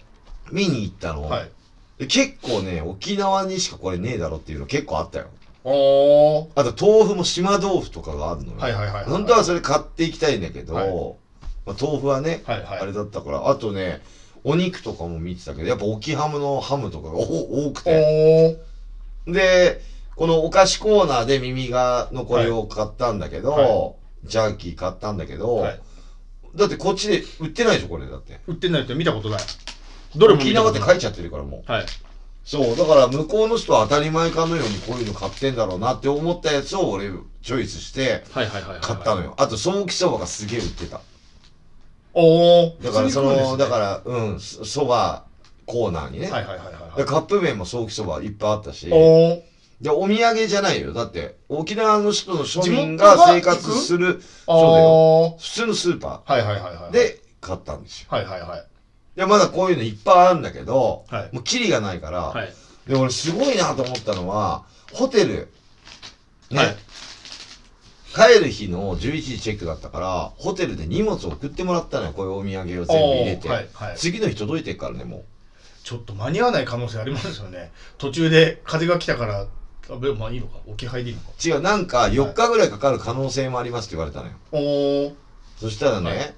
A: 見に行ったの、
B: はい
A: で結構ね、沖縄にしかこれねえだろっていうの結構あったよ。
B: あー
A: あと豆腐も島豆腐とかがあるのよ。
B: はいはいはいはい
A: 本当はそれ買っていきたいんだけど、
B: はい
A: まあ、豆腐はね、
B: はいはい
A: あれだったから、あとね、お肉とかも見てたけど、やっぱ沖ハムのハムとかがお多く
B: お
A: て。
B: ー
A: で、このお菓子コーナーで耳がのこれを買ったんだけど、
B: は
A: ジャーキー買ったんだけど、
B: はい
A: だってこっちで売ってないでしょ、これだって。
B: 売ってないって見たことないどれも
A: 沖
B: 見た
A: 縄
B: こ
A: っ
B: と
A: て
B: な
A: 書い
B: い
A: ちゃってるからもう。
B: はい
A: そう、だから向こうの人は当たり前かのようにこういうの買ってんだろうなって思ったやつを俺チョイスして、
B: はいはいはいはい
A: 買ったのよ。あと、ソーキそばがすげえ売ってた。
B: おお
A: だから、その、だ
B: ら
A: から、うん、そそばコーナーにね。
B: はいはいはいはい
A: でカップ麺もソーキそばいっぱいあったし。
B: おお
A: で、お土産じゃないよ。だって、沖縄の人の庶民
B: 地元が
A: が生
B: 行く
A: 活する、そうだよ。
B: あ
A: 普通のスーパ
B: あはいはいはいは
A: ー
B: い
A: で買ったんですよ。
B: はいはいはい
A: で、まだこういうのいっぱいあるんだけど、
B: はい
A: もうキリがないから、
B: はい
A: で、俺すごいなと思ったのは、ホテル、ね、
B: はい
A: 帰る日の11時チェックだったから、ホテルで荷物を送ってもらったのよ、こういうお土産を全部入れて。
B: おーはいはい
A: 次の日届いてるからね、も
B: ちょっと間に合わない可能性ありますよね途中で風が来たからあべまあいいのか置き配でいいのか
A: う。違う、なんか4日ぐらいかかる可能性もありますって言われたのよ。
B: おお
A: そしたらね、
B: はい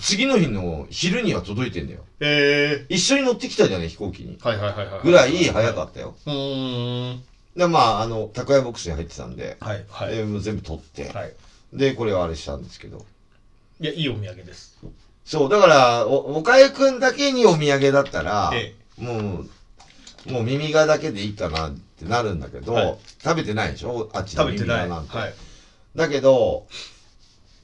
A: 次の日の昼には届いてんだよ。
B: ええ
A: 一緒に乗ってきたじゃない、飛行機に。
B: ー、はいはいはいはい
A: ぐらい早かったよ。
B: うーん
A: で、まあ、あの、宅配ボックスに入ってたんで、
B: はいはい
A: でもう全部取って、
B: はい
A: で、これはあれしたんですけど。
B: いやいいお土産です
A: そう、だから、お、岡江くんだけにお土産だったら、
B: え
A: もう、もう耳がだけでいいかなってなるんだけど、
B: はい
A: 食べてないでしょあっちの
B: 食べ
A: 耳
B: てな
A: が
B: い
A: なんて。
B: はい
A: だけど、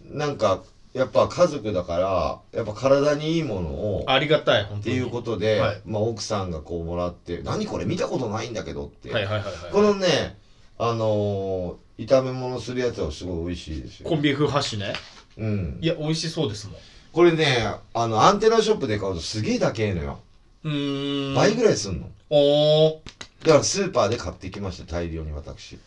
A: なんか、やっぱ家族だから、やっぱ体にいいものを、っ
B: ありがたい本当
A: て
B: に
A: いうことで、
B: はい
A: まあ奥さんがこうもらって、何これ見たことないんだけどって。
B: はいはいはいはい
A: このね、あのー炒め物するやつはすごい美味しいです
B: コ
A: よ。
B: ンビーフハッシュね
A: うん
B: い。や美味しそうですもん
A: これね、あの、アンテナショップで買うとすげえ高えのよ。
B: うーん
A: 倍ぐらいすんの。
B: おお
A: だからスーパーで買ってきました、大量に私。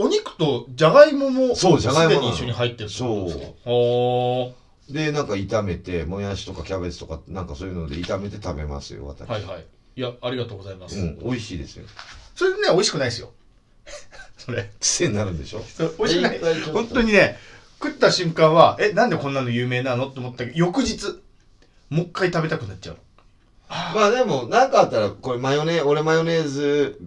B: お肉とじゃがいもも
A: そうじゃがいもな
B: すで
A: の
B: に一緒に入ってるってことですか
A: そう
B: お
A: で、なんか炒めて、もやしとかキャベツとか、なんかそういうので炒めて食べますよ、私。
B: はいはいいやありがとうございます、
A: うん、美味しいですよ。
B: それでね美味しくないですよ それ
A: 癖になるんでしょ
B: それ美味しくない
A: 一回ちょっと
B: 本当にね食った瞬間はえなんでこんなの有名なのって思ったけど翌日もう一回食べたくなっちゃう
A: まあでも、なんかあったら、これマヨネー、俺マヨネーズ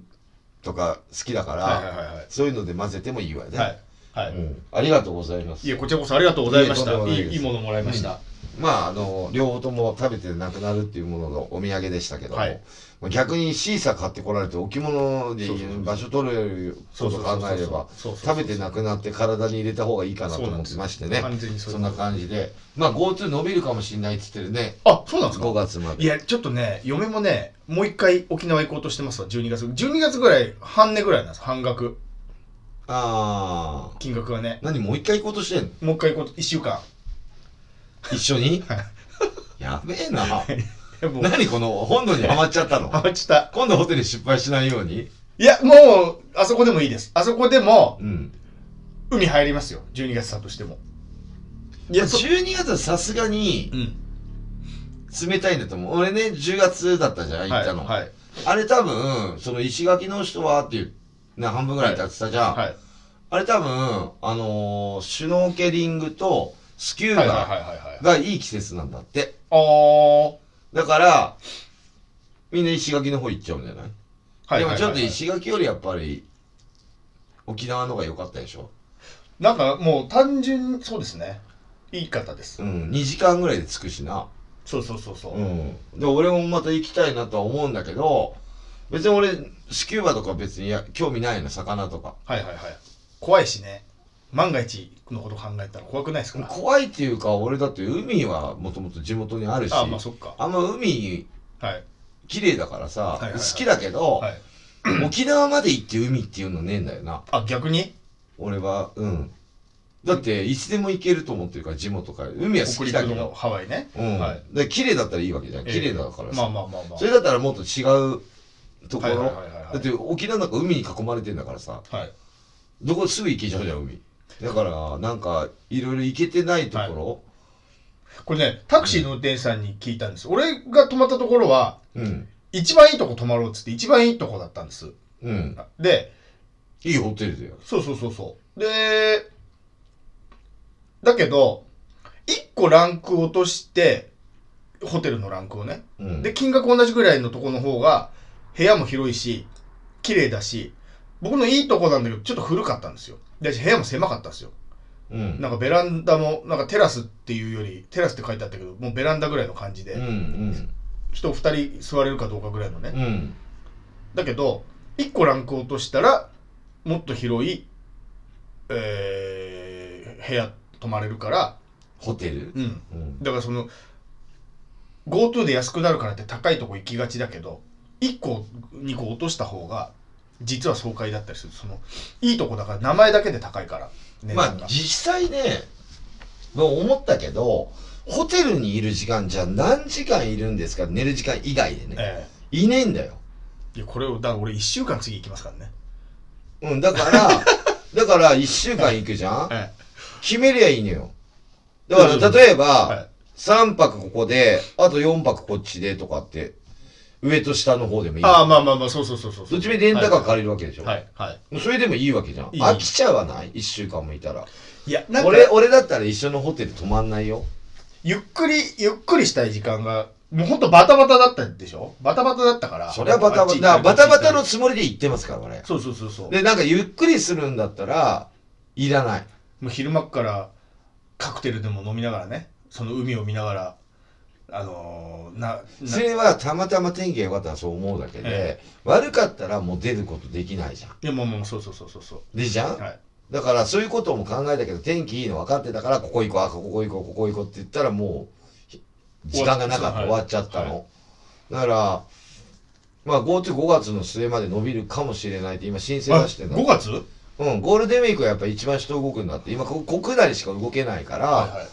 A: とか好きだから、
B: はいはい
A: そういうので混ぜてもいいわね。
B: はい、はい
A: うん、ありがとうございます。
B: いやこちらこそありがとうございました
A: いえとんでもない
B: いい
A: です
B: いいものもらいました、
A: まあ、あの、両方とも食べてなくなるっていうもののお土産でしたけども、
B: はい
A: 逆にシーサー買ってこられて置物で
B: そうそうそう
A: 場所取れること考えれば、
B: そうそうそうそうそうそう
A: 食べてなくなって体に入れた方がいいかなと思ってましてね。
B: そうなんですよ完全にそう
A: そんな感じで。まあ、GoTo 伸びるかもしれないっつってるね。
B: あそうなんですか
A: 5月まで。
B: いや、ちょっとね、嫁もね、もう一回沖縄行こうとしてますわ、12月。12月ぐらい、半値ぐらいなんです、半額、
A: ああ。
B: 金額がね。
A: 何、もう一回行こうとしてんの
B: もう一回行こうと、1週間。
A: 一緒に
B: はい
A: やべえな。
B: いやもう、
A: 何この本土にハマっちゃったの
B: ハマっちゃった。
A: 今度ホテル失敗しないように
B: いや、もう、あそこでもいいです。あそこでも、
A: うん。
B: 海入りますよ、12月だとしても。
A: いや、
B: そ
A: 12月はさすがに
B: ん。
A: 冷たいんだと思う。俺ね、10月だったじゃん、行
B: は
A: っ
B: い、
A: たの。
B: はい。
A: あれ多分、その石垣の人はっていう、ね、半分ぐらい経ってたじゃん。
B: はい。
A: あれ多分、あのーシュノーケリングとスキュー
B: はいは
A: バ
B: いはいはいはい
A: がいい季節なんだって。
B: あー
A: だから、みんな石垣の方行っちゃうんじゃない,、
B: はいはいはいはい。
A: でもちょっと石垣よりやっぱり、沖縄の方が良かったでしょ
B: なんかもう単純に、そうですね。いい方です
A: う。ん、2時間ぐらいで着くしな。
B: そうそうそうそう。
A: うん。で、俺もまた行きたいなとは思うんだけど、別に俺、スキューバとか別にや興味ないの、魚とか。
B: はいはいはい。怖いしね。万が一のこと考えたら怖くないですか
A: 怖いっていうか、俺だって海はもともと地元にあるし、
B: あ、まあそっか。
A: あんま海
B: はい。
A: 綺麗だからさ、
B: はいはいはい
A: 好きだけど、
B: はい。
A: 沖縄まで行って海っていうのねえんだよな。
B: あ、逆に
A: 俺は、うん。だって、いつでも行けると思ってるから、地元から。海は好き
B: 北陸
A: だけ
B: の
A: ど。
B: ハワイね。
A: うん。
B: はい。
A: で、綺麗だったらいいわけじゃん。
B: ええ
A: 綺麗だから
B: まあ
A: さ。
B: まあまあまあ。
A: それだったらもっと違うとこ
B: はいはい
A: ろ
B: はいはいはい。
A: だって沖縄なんか海に囲まれてんだからさ
B: はい。
A: どこすぐ行けちゃうじゃん海だからなんかいろいろ行けてないところ、
B: これね、タクシーの運転手さんに聞いたんです。俺が泊まったところは、
A: うん
B: 一番いいとこ泊まろうっつって、一番いいとこだったんです。
A: うん
B: で、
A: いいホテルだよ
B: そうそうそうそう。で、だけど、一個ランク落として、ホテルのランクをね。
A: うん
B: で、金額同じぐらいのとこの方が、部屋も広いし、綺麗だし、僕のいいとこなんだけど、ちょっと古かったんですよ。で、部屋も狭かったんですよ。
A: うん
B: なんかベランダも、なんかテラスっていうより、テラスって書いてあったけど、もうベランダぐらいの感じで、
A: うんうん
B: 人二人座れるかどうかぐらいのね。
A: うん
B: だけど、一個ランク落としたら、もっと広い、えー、部屋泊まれるから、
A: ホテル
B: うん。
A: うん
B: だからその、GoTo で安くなるからって高いとこ行きがちだけど、一個、二個落とした方が、実は爽快だったりする。その、いいとこだから、名前だけで高いから。値
A: ま
B: 段
A: あ
B: が
A: 実際ね、まあ、思ったけどホテルにいる時間じゃあ何時間いるんですか寝る時間以外でね、
B: え
A: いねえんだよ
B: えいや、これを、だから俺一週間次行きますからね。
A: うんだから だから1週間行くじゃん
B: え
A: 決めりゃいいのよだから例えば、
B: えはい。
A: 3泊ここで、あと4泊こっちでとかって、上と下の方でもいい。
B: ああ、まあまあまあ、そうそうそうそうそう。
A: どっちもレンタカー借りるわけでしょ。
B: はい、はい。
A: それでもいいわけじゃん。
B: いい
A: 飽きちゃわない ?1 週間もいたら。
B: いや、なんか、
A: 俺、俺だったら一緒のホテル泊まんないよ。
B: ゆっくり、ゆっくりしたい時間が、もうほんとバタバタだったでしょバタバタだったから。
A: そりゃバタ
B: あっ
A: バ
B: ち
A: タ。
B: 行っ
A: だ
B: たり
A: からバタバタ。
B: こ
A: の
B: っち行っ
A: つもりで行ってますから、俺
B: たり。そうそうそうそう。
A: で、なんかゆっくりするんだったら、いらない。
B: もう昼間っからカクテルでも飲みながらね、その海を見ながら、あのー、な、
A: そ
B: な
A: れはたまたま天気が良かったらそう思うだけで、悪かったらもう出ることできないじゃん。
B: いやもうもうそうそうそうそうそ
A: でじゃん、
B: う。はい。
A: だからそういうことも考えたけど天気いいの分かってたからここ行こうあここ行こうここ行こうって言ったらもう時間がなかった終
B: 終
A: わ
B: わ
A: っ
B: っ
A: ち
B: ち
A: ゃ
B: ゃ
A: っ
B: ったた
A: の、だからまあ GoTo5 月の末まで伸びるかもしれないって今申請出してんだ
B: 5月は
A: うんゴールデンウィークはやっぱ一番人動くんだって今こ国内しか動けないから、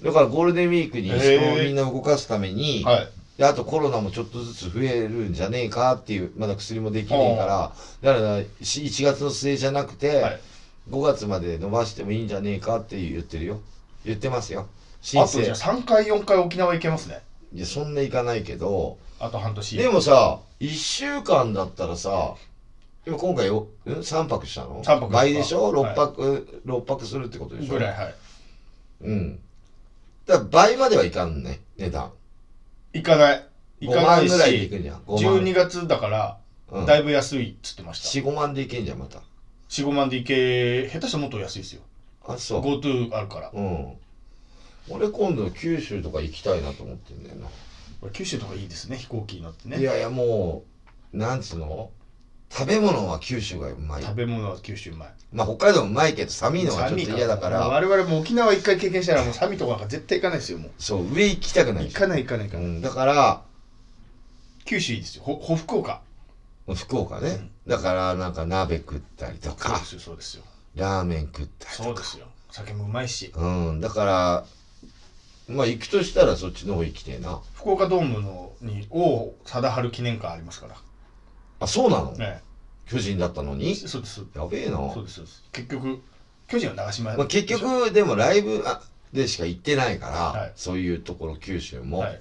B: い
A: だからゴールデンウィークに
B: へ
A: 人を
B: ー
A: みんな動かすために、
B: はい。はい。
A: であとコロナもちょっとずつ増えるんじゃねえかっていうまだ薬もできねえからだからし1月の末じゃなくて、
B: はい
A: 5月まで伸ばしてもいいんじゃねえかって言ってるよ言ってますよ申
B: あと
A: 請
B: じゃあ3回4回沖縄行けますね
A: いやそんないかないけど
B: あと半年
A: でもさ1週間だったらさ今今回よん3泊したの
B: 三泊した
A: 倍でしょ
B: はい
A: 6泊、六泊するってことでしょ
B: ぐらいはい
A: うんだから倍まではいかんね値段
B: 行かない行かない
A: 5万ぐらいでい
B: し
A: くんじゃん5万
B: 12月だから
A: うん
B: だいぶ安いっつってました
A: 45万でいけんじゃんまた
B: 45万で行け下手したらもっと安いですよ
A: あそう
B: GoTo あるから
A: うん俺今度九州とか行きたいなと思ってんだよな、
B: これ九州とかいいですね飛行機に乗って
A: い
B: ね
A: やいやもうなんつうの食べ物は九州がうまい
B: 食べ物は九州うまい
A: まあ北海道もうまいけど寒いのがちょっと嫌だか
B: もう
A: ら
B: 我々も沖縄一回経験したらもうサミとかなんか絶対行かないですよもう
A: そう上行きたくない
B: 行かない行かない行か
A: う
B: ない、
A: ん、だから
B: 九州いいですよほほ福岡
A: 福岡ね、だからなんか鍋食ったりと
B: そう
A: か
B: ですよそうですよ
A: ラーメン食ったり
B: そう
A: と
B: で
A: か
B: すよ酒もうまいし
A: うんだからまあ行くとしたらそっちの方行きてえな
B: 福岡ドームのに王貞治記念館ありますから、
A: あそうなの、
B: ね、
A: 巨人だったのに
B: そうですそうです
A: やべえな
B: そうですそうです結局巨人は長島
A: まあ、結局でもライブあでしか行ってないから、
B: はい
A: そういうところ九州も、
B: はい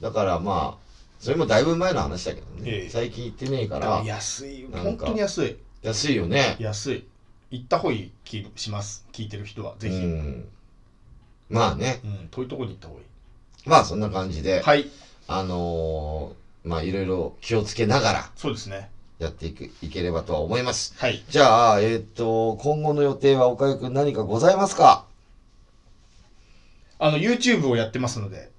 A: だからまあそれもだいぶ前の話だけどね、
B: ええ
A: 最近行ってねえか
B: だからら安い
A: なんか
B: 本当に安い
A: 安いよね
B: 安い行った方がいい気します聞いてる人はぜひ、
A: う
B: うん
A: んまあね
B: 遠いところに行った方がいい
A: まあそんな感じで、
B: はい
A: あのーまあいろいろ気をつけながら
B: そうですね
A: やっていくいければとは思います
B: はい
A: じゃあえっ、と今後の予定はおかゆくん何かございますか
B: あの YouTube をやってますので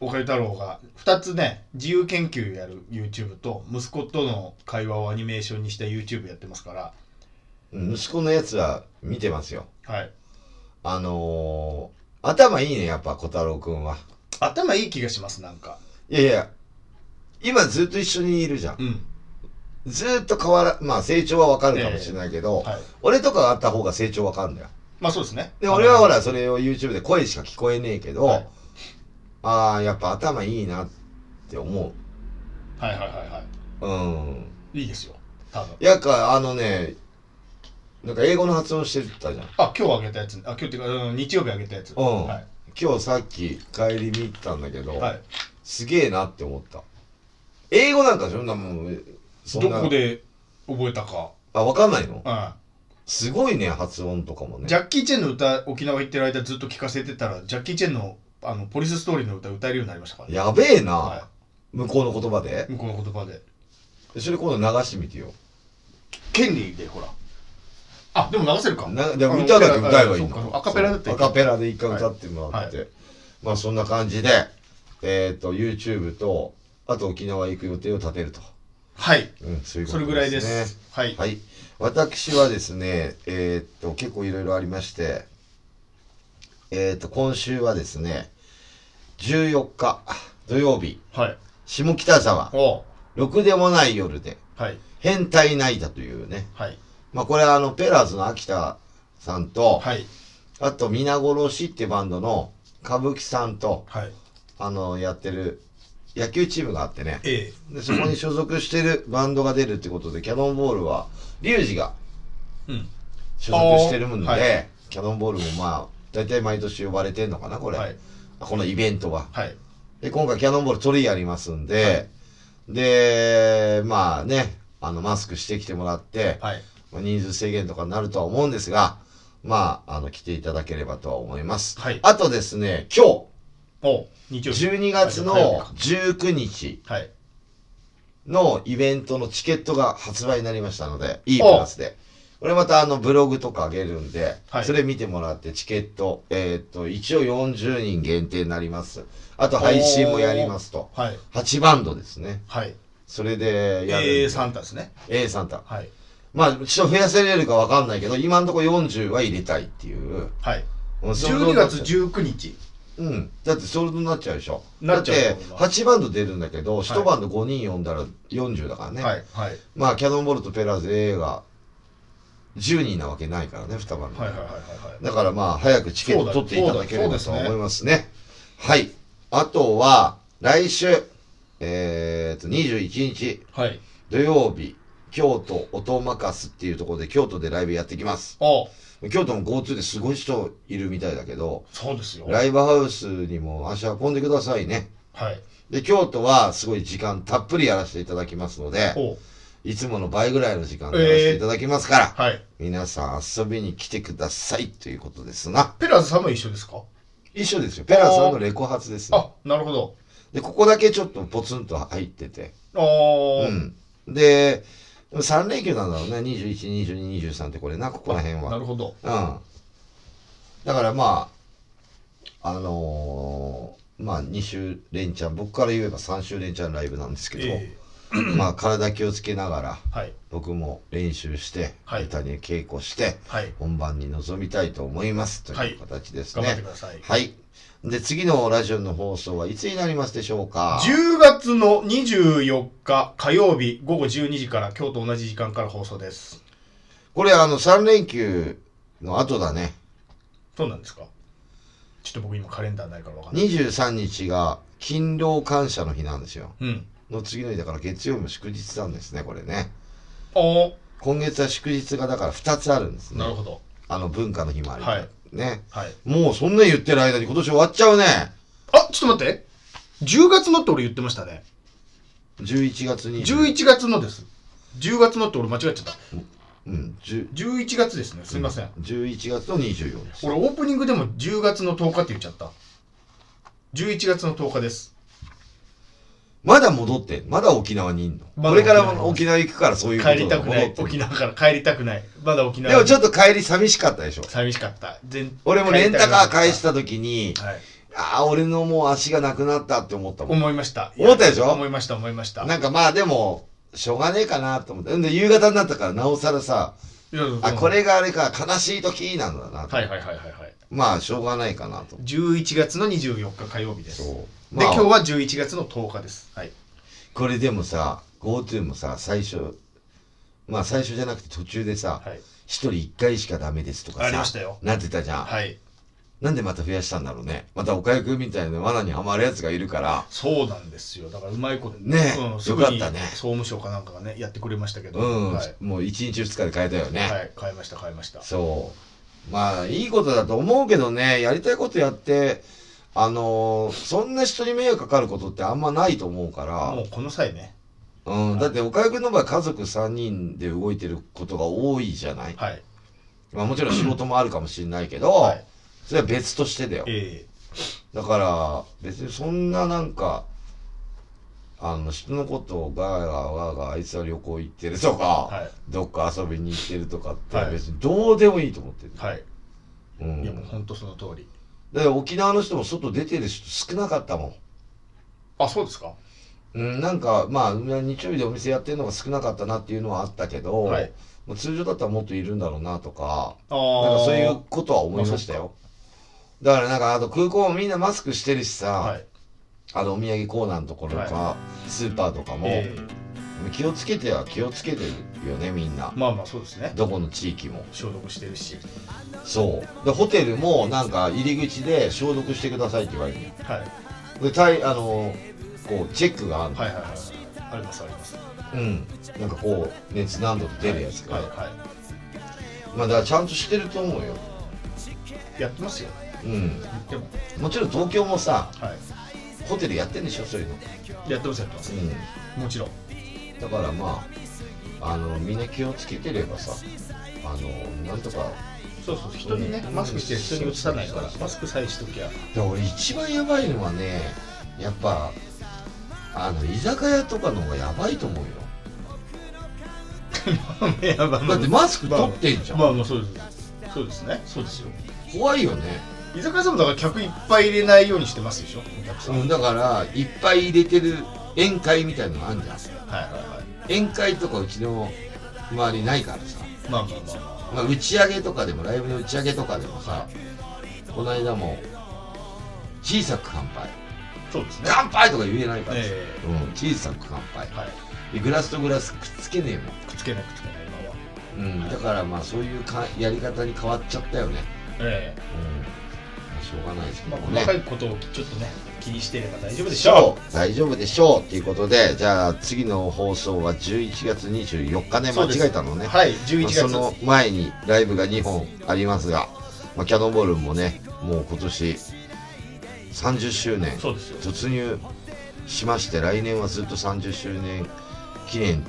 B: おかゆ太郎が2つね自由研究やる YouTube と息子との会話をアニメーションにした YouTube やってますから
A: うん息子のやつは見てますよ
B: はい
A: あのー頭いいねやっぱ小太郎くんは
B: 頭いい気がしますなんか
A: いやいや、今ずっと一緒にいるじゃん
B: う。ん
A: ずっと変わら、まあ成長はわかるかもしれないけど、
B: はい
A: 俺とかあった方が成長わかるんだよ。
B: まあそうですね
A: で、俺はほ
B: ら
A: ら、それを YouTube で声しか聞こえねえけど、
B: はい
A: ああ、やっぱ頭いいなって思
B: はいはいはいは
A: う。うん。
B: いいいですよ多分
A: やっか、あのね、なんか英語の発音してたじゃん。
B: あ今日あげたやつあ今日っていうかうん日曜日あげたやつ
A: うん。
B: はい
A: 今日さっき帰り見たんだけど、
B: はい
A: すげえなって思った。英語なんかそんなもん、そん
B: ど
A: な。
B: こで覚えたか
A: あ、わかんないの
B: う
A: すごいね、発音とかもね
B: ん、ジ。ャッキー・チェンの歌沖縄行ってる間ずっと聴かせてたらジャッキー・チェンのあのポリス・ストーリーの歌歌えるようになりましたからね、
A: やべえな、
B: は
A: 向こうの言葉で
B: い、向こうの言葉で
A: それ今度流してみてよ
B: 権利でほらあでも流せるか
A: なでも歌だけ歌えばいい
B: そう
A: の
B: かアカペラだって
A: そうアカペラで一回歌ってもらって、
B: は
A: まあそんな感じでえっ、と YouTube とあと沖縄行く予定を立てると、
B: はい
A: うん、そういうこ
B: そ
A: と
B: れぐらいです
A: ね
B: はい、
A: はい私はですねえっ、と結構いろいろありましてえっ、と今週はですね14日土曜日
B: はい、
A: 下北沢
B: おう
A: ろくでもない夜で
B: はい
A: 変態ナイタというね
B: はい
A: まあこれはあの、ペラーズの秋田さんと、
B: はい
A: あと皆殺しってバンドの歌舞伎さんと、
B: はい
A: あの、やってる野球チームがあってね。
B: ええ
A: で、そこに所属してるバンドが出るってことで、キャノンボールは、リュウジが
B: うん
A: 所属してるもんで、
B: あーは
A: キャノンボールもまあ、大体毎年呼ばれてんのかな、これ。
B: はい
A: このイベントは。
B: はい
A: で、今回キャノンボール取りやりますんで、で、まあね、あの、マスクしてきてもらって、
B: はい
A: まあ人数制限とかになるとは思うんですが、まあ、あの、来ていただければとは思います。
B: はい
A: あとですね、今
B: おう日
A: 日、
B: 曜日
A: 12月の
B: 火曜日か
A: 19日
B: はい
A: のイベントのチケットが発売になりましたので、いいプラスで。これまたあのブログとか上げるんで、
B: はい
A: それ見てもらってチケット、えーっと、一応40人限定になります。あと配信もやりますと。
B: はい
A: 8バンドですね。
B: はい
A: それでやるんで。
B: ええサンタですね
A: A サンタ。
B: はい
A: まあ、ちょっと増やせれるかわかんないけど、今のところ40は入れたいっていう。
B: はい
A: 12
B: 12月19日
A: うん。だってそれになっちゃうでしょ。
B: なっちゃう
A: だって、8バンド出るんだけど、1バンド5人呼んだら40だからね。
B: はいはい
A: まあ、キャノンボールとペラーズ A が10人なわけないからね、2バンド。
B: はいはいはいはい
A: だからまあ、早くチケット取っていただければと
B: そうだ
A: 思
B: そう
A: い
B: だ
A: ますね。はい。あとは、来週、えー、っと、21日
B: はい
A: 土曜日、京都音まかすっていうところで京都でライブやってきます。
B: あ
A: 京都も GoTo ですごい人いるみたいだけど、
B: そうですよ。は
A: ライブハウスにも足運んでくださいね。
B: い。
A: で、京都はすごい時間たっぷりやらせていただきますので、
B: おう
A: いつもの倍ぐらいの時間でやらせていただきますから、
B: はい。
A: 皆さん遊びに来てくださいということですな。
B: ペラーズさんも一緒ですか
A: 一緒ですよ。ペラさんのレコ発ですね。
B: あ、なるほど。
A: で、ここだけちょっとポツンと入ってて。
B: あー、
A: うん。で、3連休なんだろうね。21、22、23ってこれな、ここら辺は。
B: なるほど。
A: うん。だからまあ、あのーまあ2週連チャン、僕から言えば3週連チャンライブなんですけど、
B: え
A: まあ体気をつけながら、
B: ー、はい。
A: 僕も練習して、
B: はい
A: 歌に稽古して、
B: はい。
A: 本番に臨みたいと思いますと
B: はい
A: いう形です
B: 頑
A: ね。
B: 張ってください。
A: はい。で、次のラジオの放送はいつになりますでしょうか
B: 10月の24日火曜日午後12時から今日と同じ時間から放送です。
A: これあの3連休の後だね。
B: そうなんですかちょっと僕今カレンダーないからわかんない。
A: 23日が勤労感謝の日なんですよ。
B: うん。
A: の次の日だから月曜日も祝日なんですね、これね。
B: あー、
A: 今月は祝日がだから2つあるんです
B: なる
A: ね。
B: ほど。
A: あの文化の日もあり、
B: はい
A: ね。
B: はい。
A: もうそんな言ってる間に今年終わっちゃうね。
B: あ、ちょっと待って。10月のって俺言ってましたね。
A: 11月に。
B: 11月のです。10月のって俺間違っちゃった。
A: うん、10
B: 11月ですね。すいません。
A: 11月の24です。
B: 俺オープニングでも10月の10日って言っちゃった。11月の10日です。
A: まだ戻ってん、まだ沖縄にいんの。
B: まだ
A: こ
B: 沖縄
A: れか
B: にいます
A: ら沖縄行くからそういうこと
B: 帰りたくない。
A: 戻って
B: 沖
A: んの
B: 縄から帰りたくない。まだ沖縄
A: でもちょっと帰り寂しかったでしょ。
B: 寂しかった。全
A: 俺もレンタカー返し
B: 帰
A: た時に
B: り、たくなかった。はい。
A: ああ、俺のもう足がなくなったって思ったもん。
B: 思いました。
A: 思ったでしょ
B: 思いました、思いました。
A: なんかまあでも、しょうがねえかなと思って。んで、夕方になったからなおさらさ、
B: いやいや
A: あ、こ。れがあれか、悲しい時なんだなと。
B: はいはいはいはいはい。
A: まあ、しょうがないかなと。
B: 11月の24日火曜日です。で、
A: そう。ま
B: 今
A: あ、
B: 日は11月の10日です。はい。
A: これでもさ、GoTo もさ、最初、まあ最初じゃなくて途中でさ、
B: はい。
A: 一、人一回しかダメですとかさ、
B: ありましたよ
A: なってたじゃん。
B: はい。
A: なんでまた増やしたんだろうね。また岡くみたいな罠にはまるやつがいるから、
B: そうなんですよ。だからうまいこと
A: ねえ
B: うん、すぐに
A: よかったね
B: 総務省かなんかがね、やってくれましたけど。
A: うん、
B: はい。
A: もう1日2日で変えたよね。
B: はい。買いました、買いました。
A: そう。まあ、いいことだと思うけどね、やりたいことやって、あのーそんな人に迷惑かかることってあんまないと思う
B: も
A: か
B: うこの際ね。
A: ら、うん、だって岡井くんの場合家族3人で動いてることが多いじゃない、
B: はい。
A: まあもちろん仕事もあるかもしれないけど、
B: はい。
A: それは別としてだよ。
B: え
A: だから、別にそんななんか、あの、人のことをガーガーガーガー、あいつは旅行行ってるとか、
B: えはい。
A: どっか遊びに行ってるとかって
B: はい
A: 別にどうでもいいと思ってる。
B: はい。
A: うん
B: いや、もう本当その通り。
A: だから沖縄の人も外出てる人少なかったもん。
B: あ、そうですか
A: うん、なんか、まあ、日曜日でお店やってるのが少なかったなっていうのはあったけど、
B: はい
A: まあ通常だったらもっといるんだろうなとか、
B: あ
A: なんか
B: あ。
A: そういうことは思いましたよ。だからなんか、あと空港もみんなマスクしてるしさ、
B: はい。
A: あのお土産コーナーのところとか、スーパーとかも、
B: ええ
A: 気をつけては気をつけてるよね、みんな。
B: まあまあ、そうですね。
A: どこの地域も。
B: 消毒してるし。
A: そう。で、ホテルもなんか入り口で消毒してくださいって言われるの
B: はい。
A: で、たい、あの、こう、チェックがあるの。
B: はいはいはいはい。ありますあります。
A: うん、なんかこう熱何度と出るやつが、
B: はいは
A: まあだからちゃんとしてると思うよ、
B: い。やってますよ。
A: うん、
B: 言っても。
A: もちろん東京もさ
B: はい。
A: ホテルやってんでしょそういうの、
B: やってますやってます。
A: う
B: もちろん。
A: ん、だからまああのみんな気をつけてればさあのなんとか
B: そうそう。人にね
A: う、ん
B: マスクしてる人にうつさないから
A: そうそうそ、う
B: マスクさえしときゃ。
A: で俺一番やばいのはねやっぱあの居酒屋とかの方がやばいと思うよだ
B: だ
A: ってマスク取ってんじゃん、
B: まあまあそうです。そうですね。そうですよ。
A: 怖いよね、
B: 居酒屋さんもだから客いっぱい入れないようにしてますでしょ。お客さん。
A: うん、だからいっぱい入れてる宴会みたいなのあるじゃん
B: はいはい
A: 宴会とかうちの周りないからさ、
B: はい。まあまあまあま
A: まあ、打ち上げとかでもライブの打ち上げとかでもさこの間も小さく乾杯
B: あ。そうですね。
A: 乾杯とか言えないからさ、
B: え
A: うん、小さく乾杯
B: はい。
A: でグラスとグラスくっつけね
B: くっつけないくっつけない今は。
A: えもん、うん、だからまあそういうかやり方に変わっちゃったよね、
B: え
A: うん、しょうがないですけ
B: ま
A: ど
B: あ、
A: も
B: 細
A: ね
B: か。いことをちょっとね、気にしていれば大丈夫でしょ
A: そう大丈夫でしょうということでじゃあ次の放送は11月24日ね
B: そ
A: 間
B: うです
A: 違えたのね
B: う。はい、11月。
A: まあその前にライブが2本ありますが、まあ、キャノンボールもねもう今年30周年
B: そうですよ。
A: 突入しまして来年はずっと30周年記念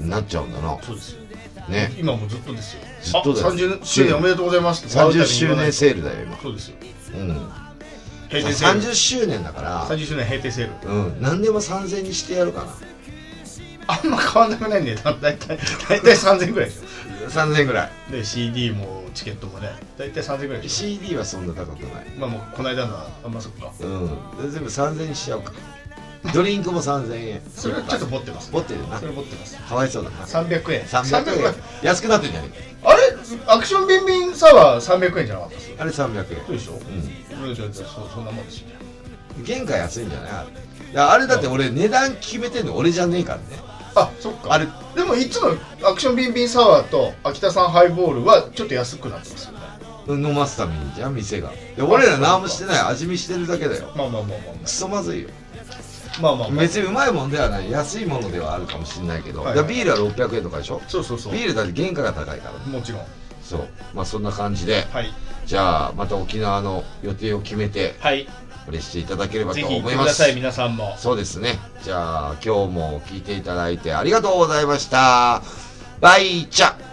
A: になっちゃうんだな
B: そうですよ。
A: ね
B: 今もずっとですよ。
A: ずっとだよ
D: 30周年おめでとうございますって
A: 30周年セールだよ今
B: あそうですよ。
A: うん
B: 平成セール。
A: 30周年だか
B: 30周年平定セール。
A: ら、うん、何でも3000にしてやるかな
B: あんま変わんなくないんだよ。だいたい、だいたい3000ぐらいでしょ。
A: 3000ぐらい
B: で、CD もチケットもね、だいたい3000ぐらいでし
A: CD はそんな高くない
B: ょ。まあもう、この間のは、あんまそっか。
A: うん全部3000にしちゃおうかドリンクも3000円
B: それはちょっと持ってます、
A: 持ってるな
B: それ持ってます。
A: かわいそうだな
B: 300円。
A: 300円安くなってんじゃねえ
D: あれアクションビンビンサワー300円じゃなかったっす
A: かあれ300
B: そうでしょ
A: 円うん
B: うん、じゃあじゃあそそんなもんですよ。
A: 原価安いんじゃないあれいやあれだって俺値段決めてんの俺じゃねえからね
D: あそっか
A: あれ
D: でもいつもアクションビンビンサワーと秋田さんハイボールはちょっと安くなってますよね
A: 飲ますためにじゃん店がで俺ら何もしてない味見してるだけだよ
B: まあまあまあまあ
A: クソまずいよ
B: まあ。まあまあまあ。
A: 別にうまいもんではない安いものではあるかもしれないけど、
B: はい
A: だからビールは600円とかでしょ
B: そうそうそう
A: ビ。ールだって原価が高いから
B: もちろん。
A: そうまあそんな感じで
B: はい。
A: じゃあまた沖縄の予定を決めて
B: はい。
A: これしていただければ
B: ぜ
A: と
B: ひ行っ
A: 思
B: て
A: い
B: く
A: ま
B: だ
A: す
B: さい、皆さんも。
A: そうですね。じゃあ、今日も聞いていただいてありがとうございました。バイチャ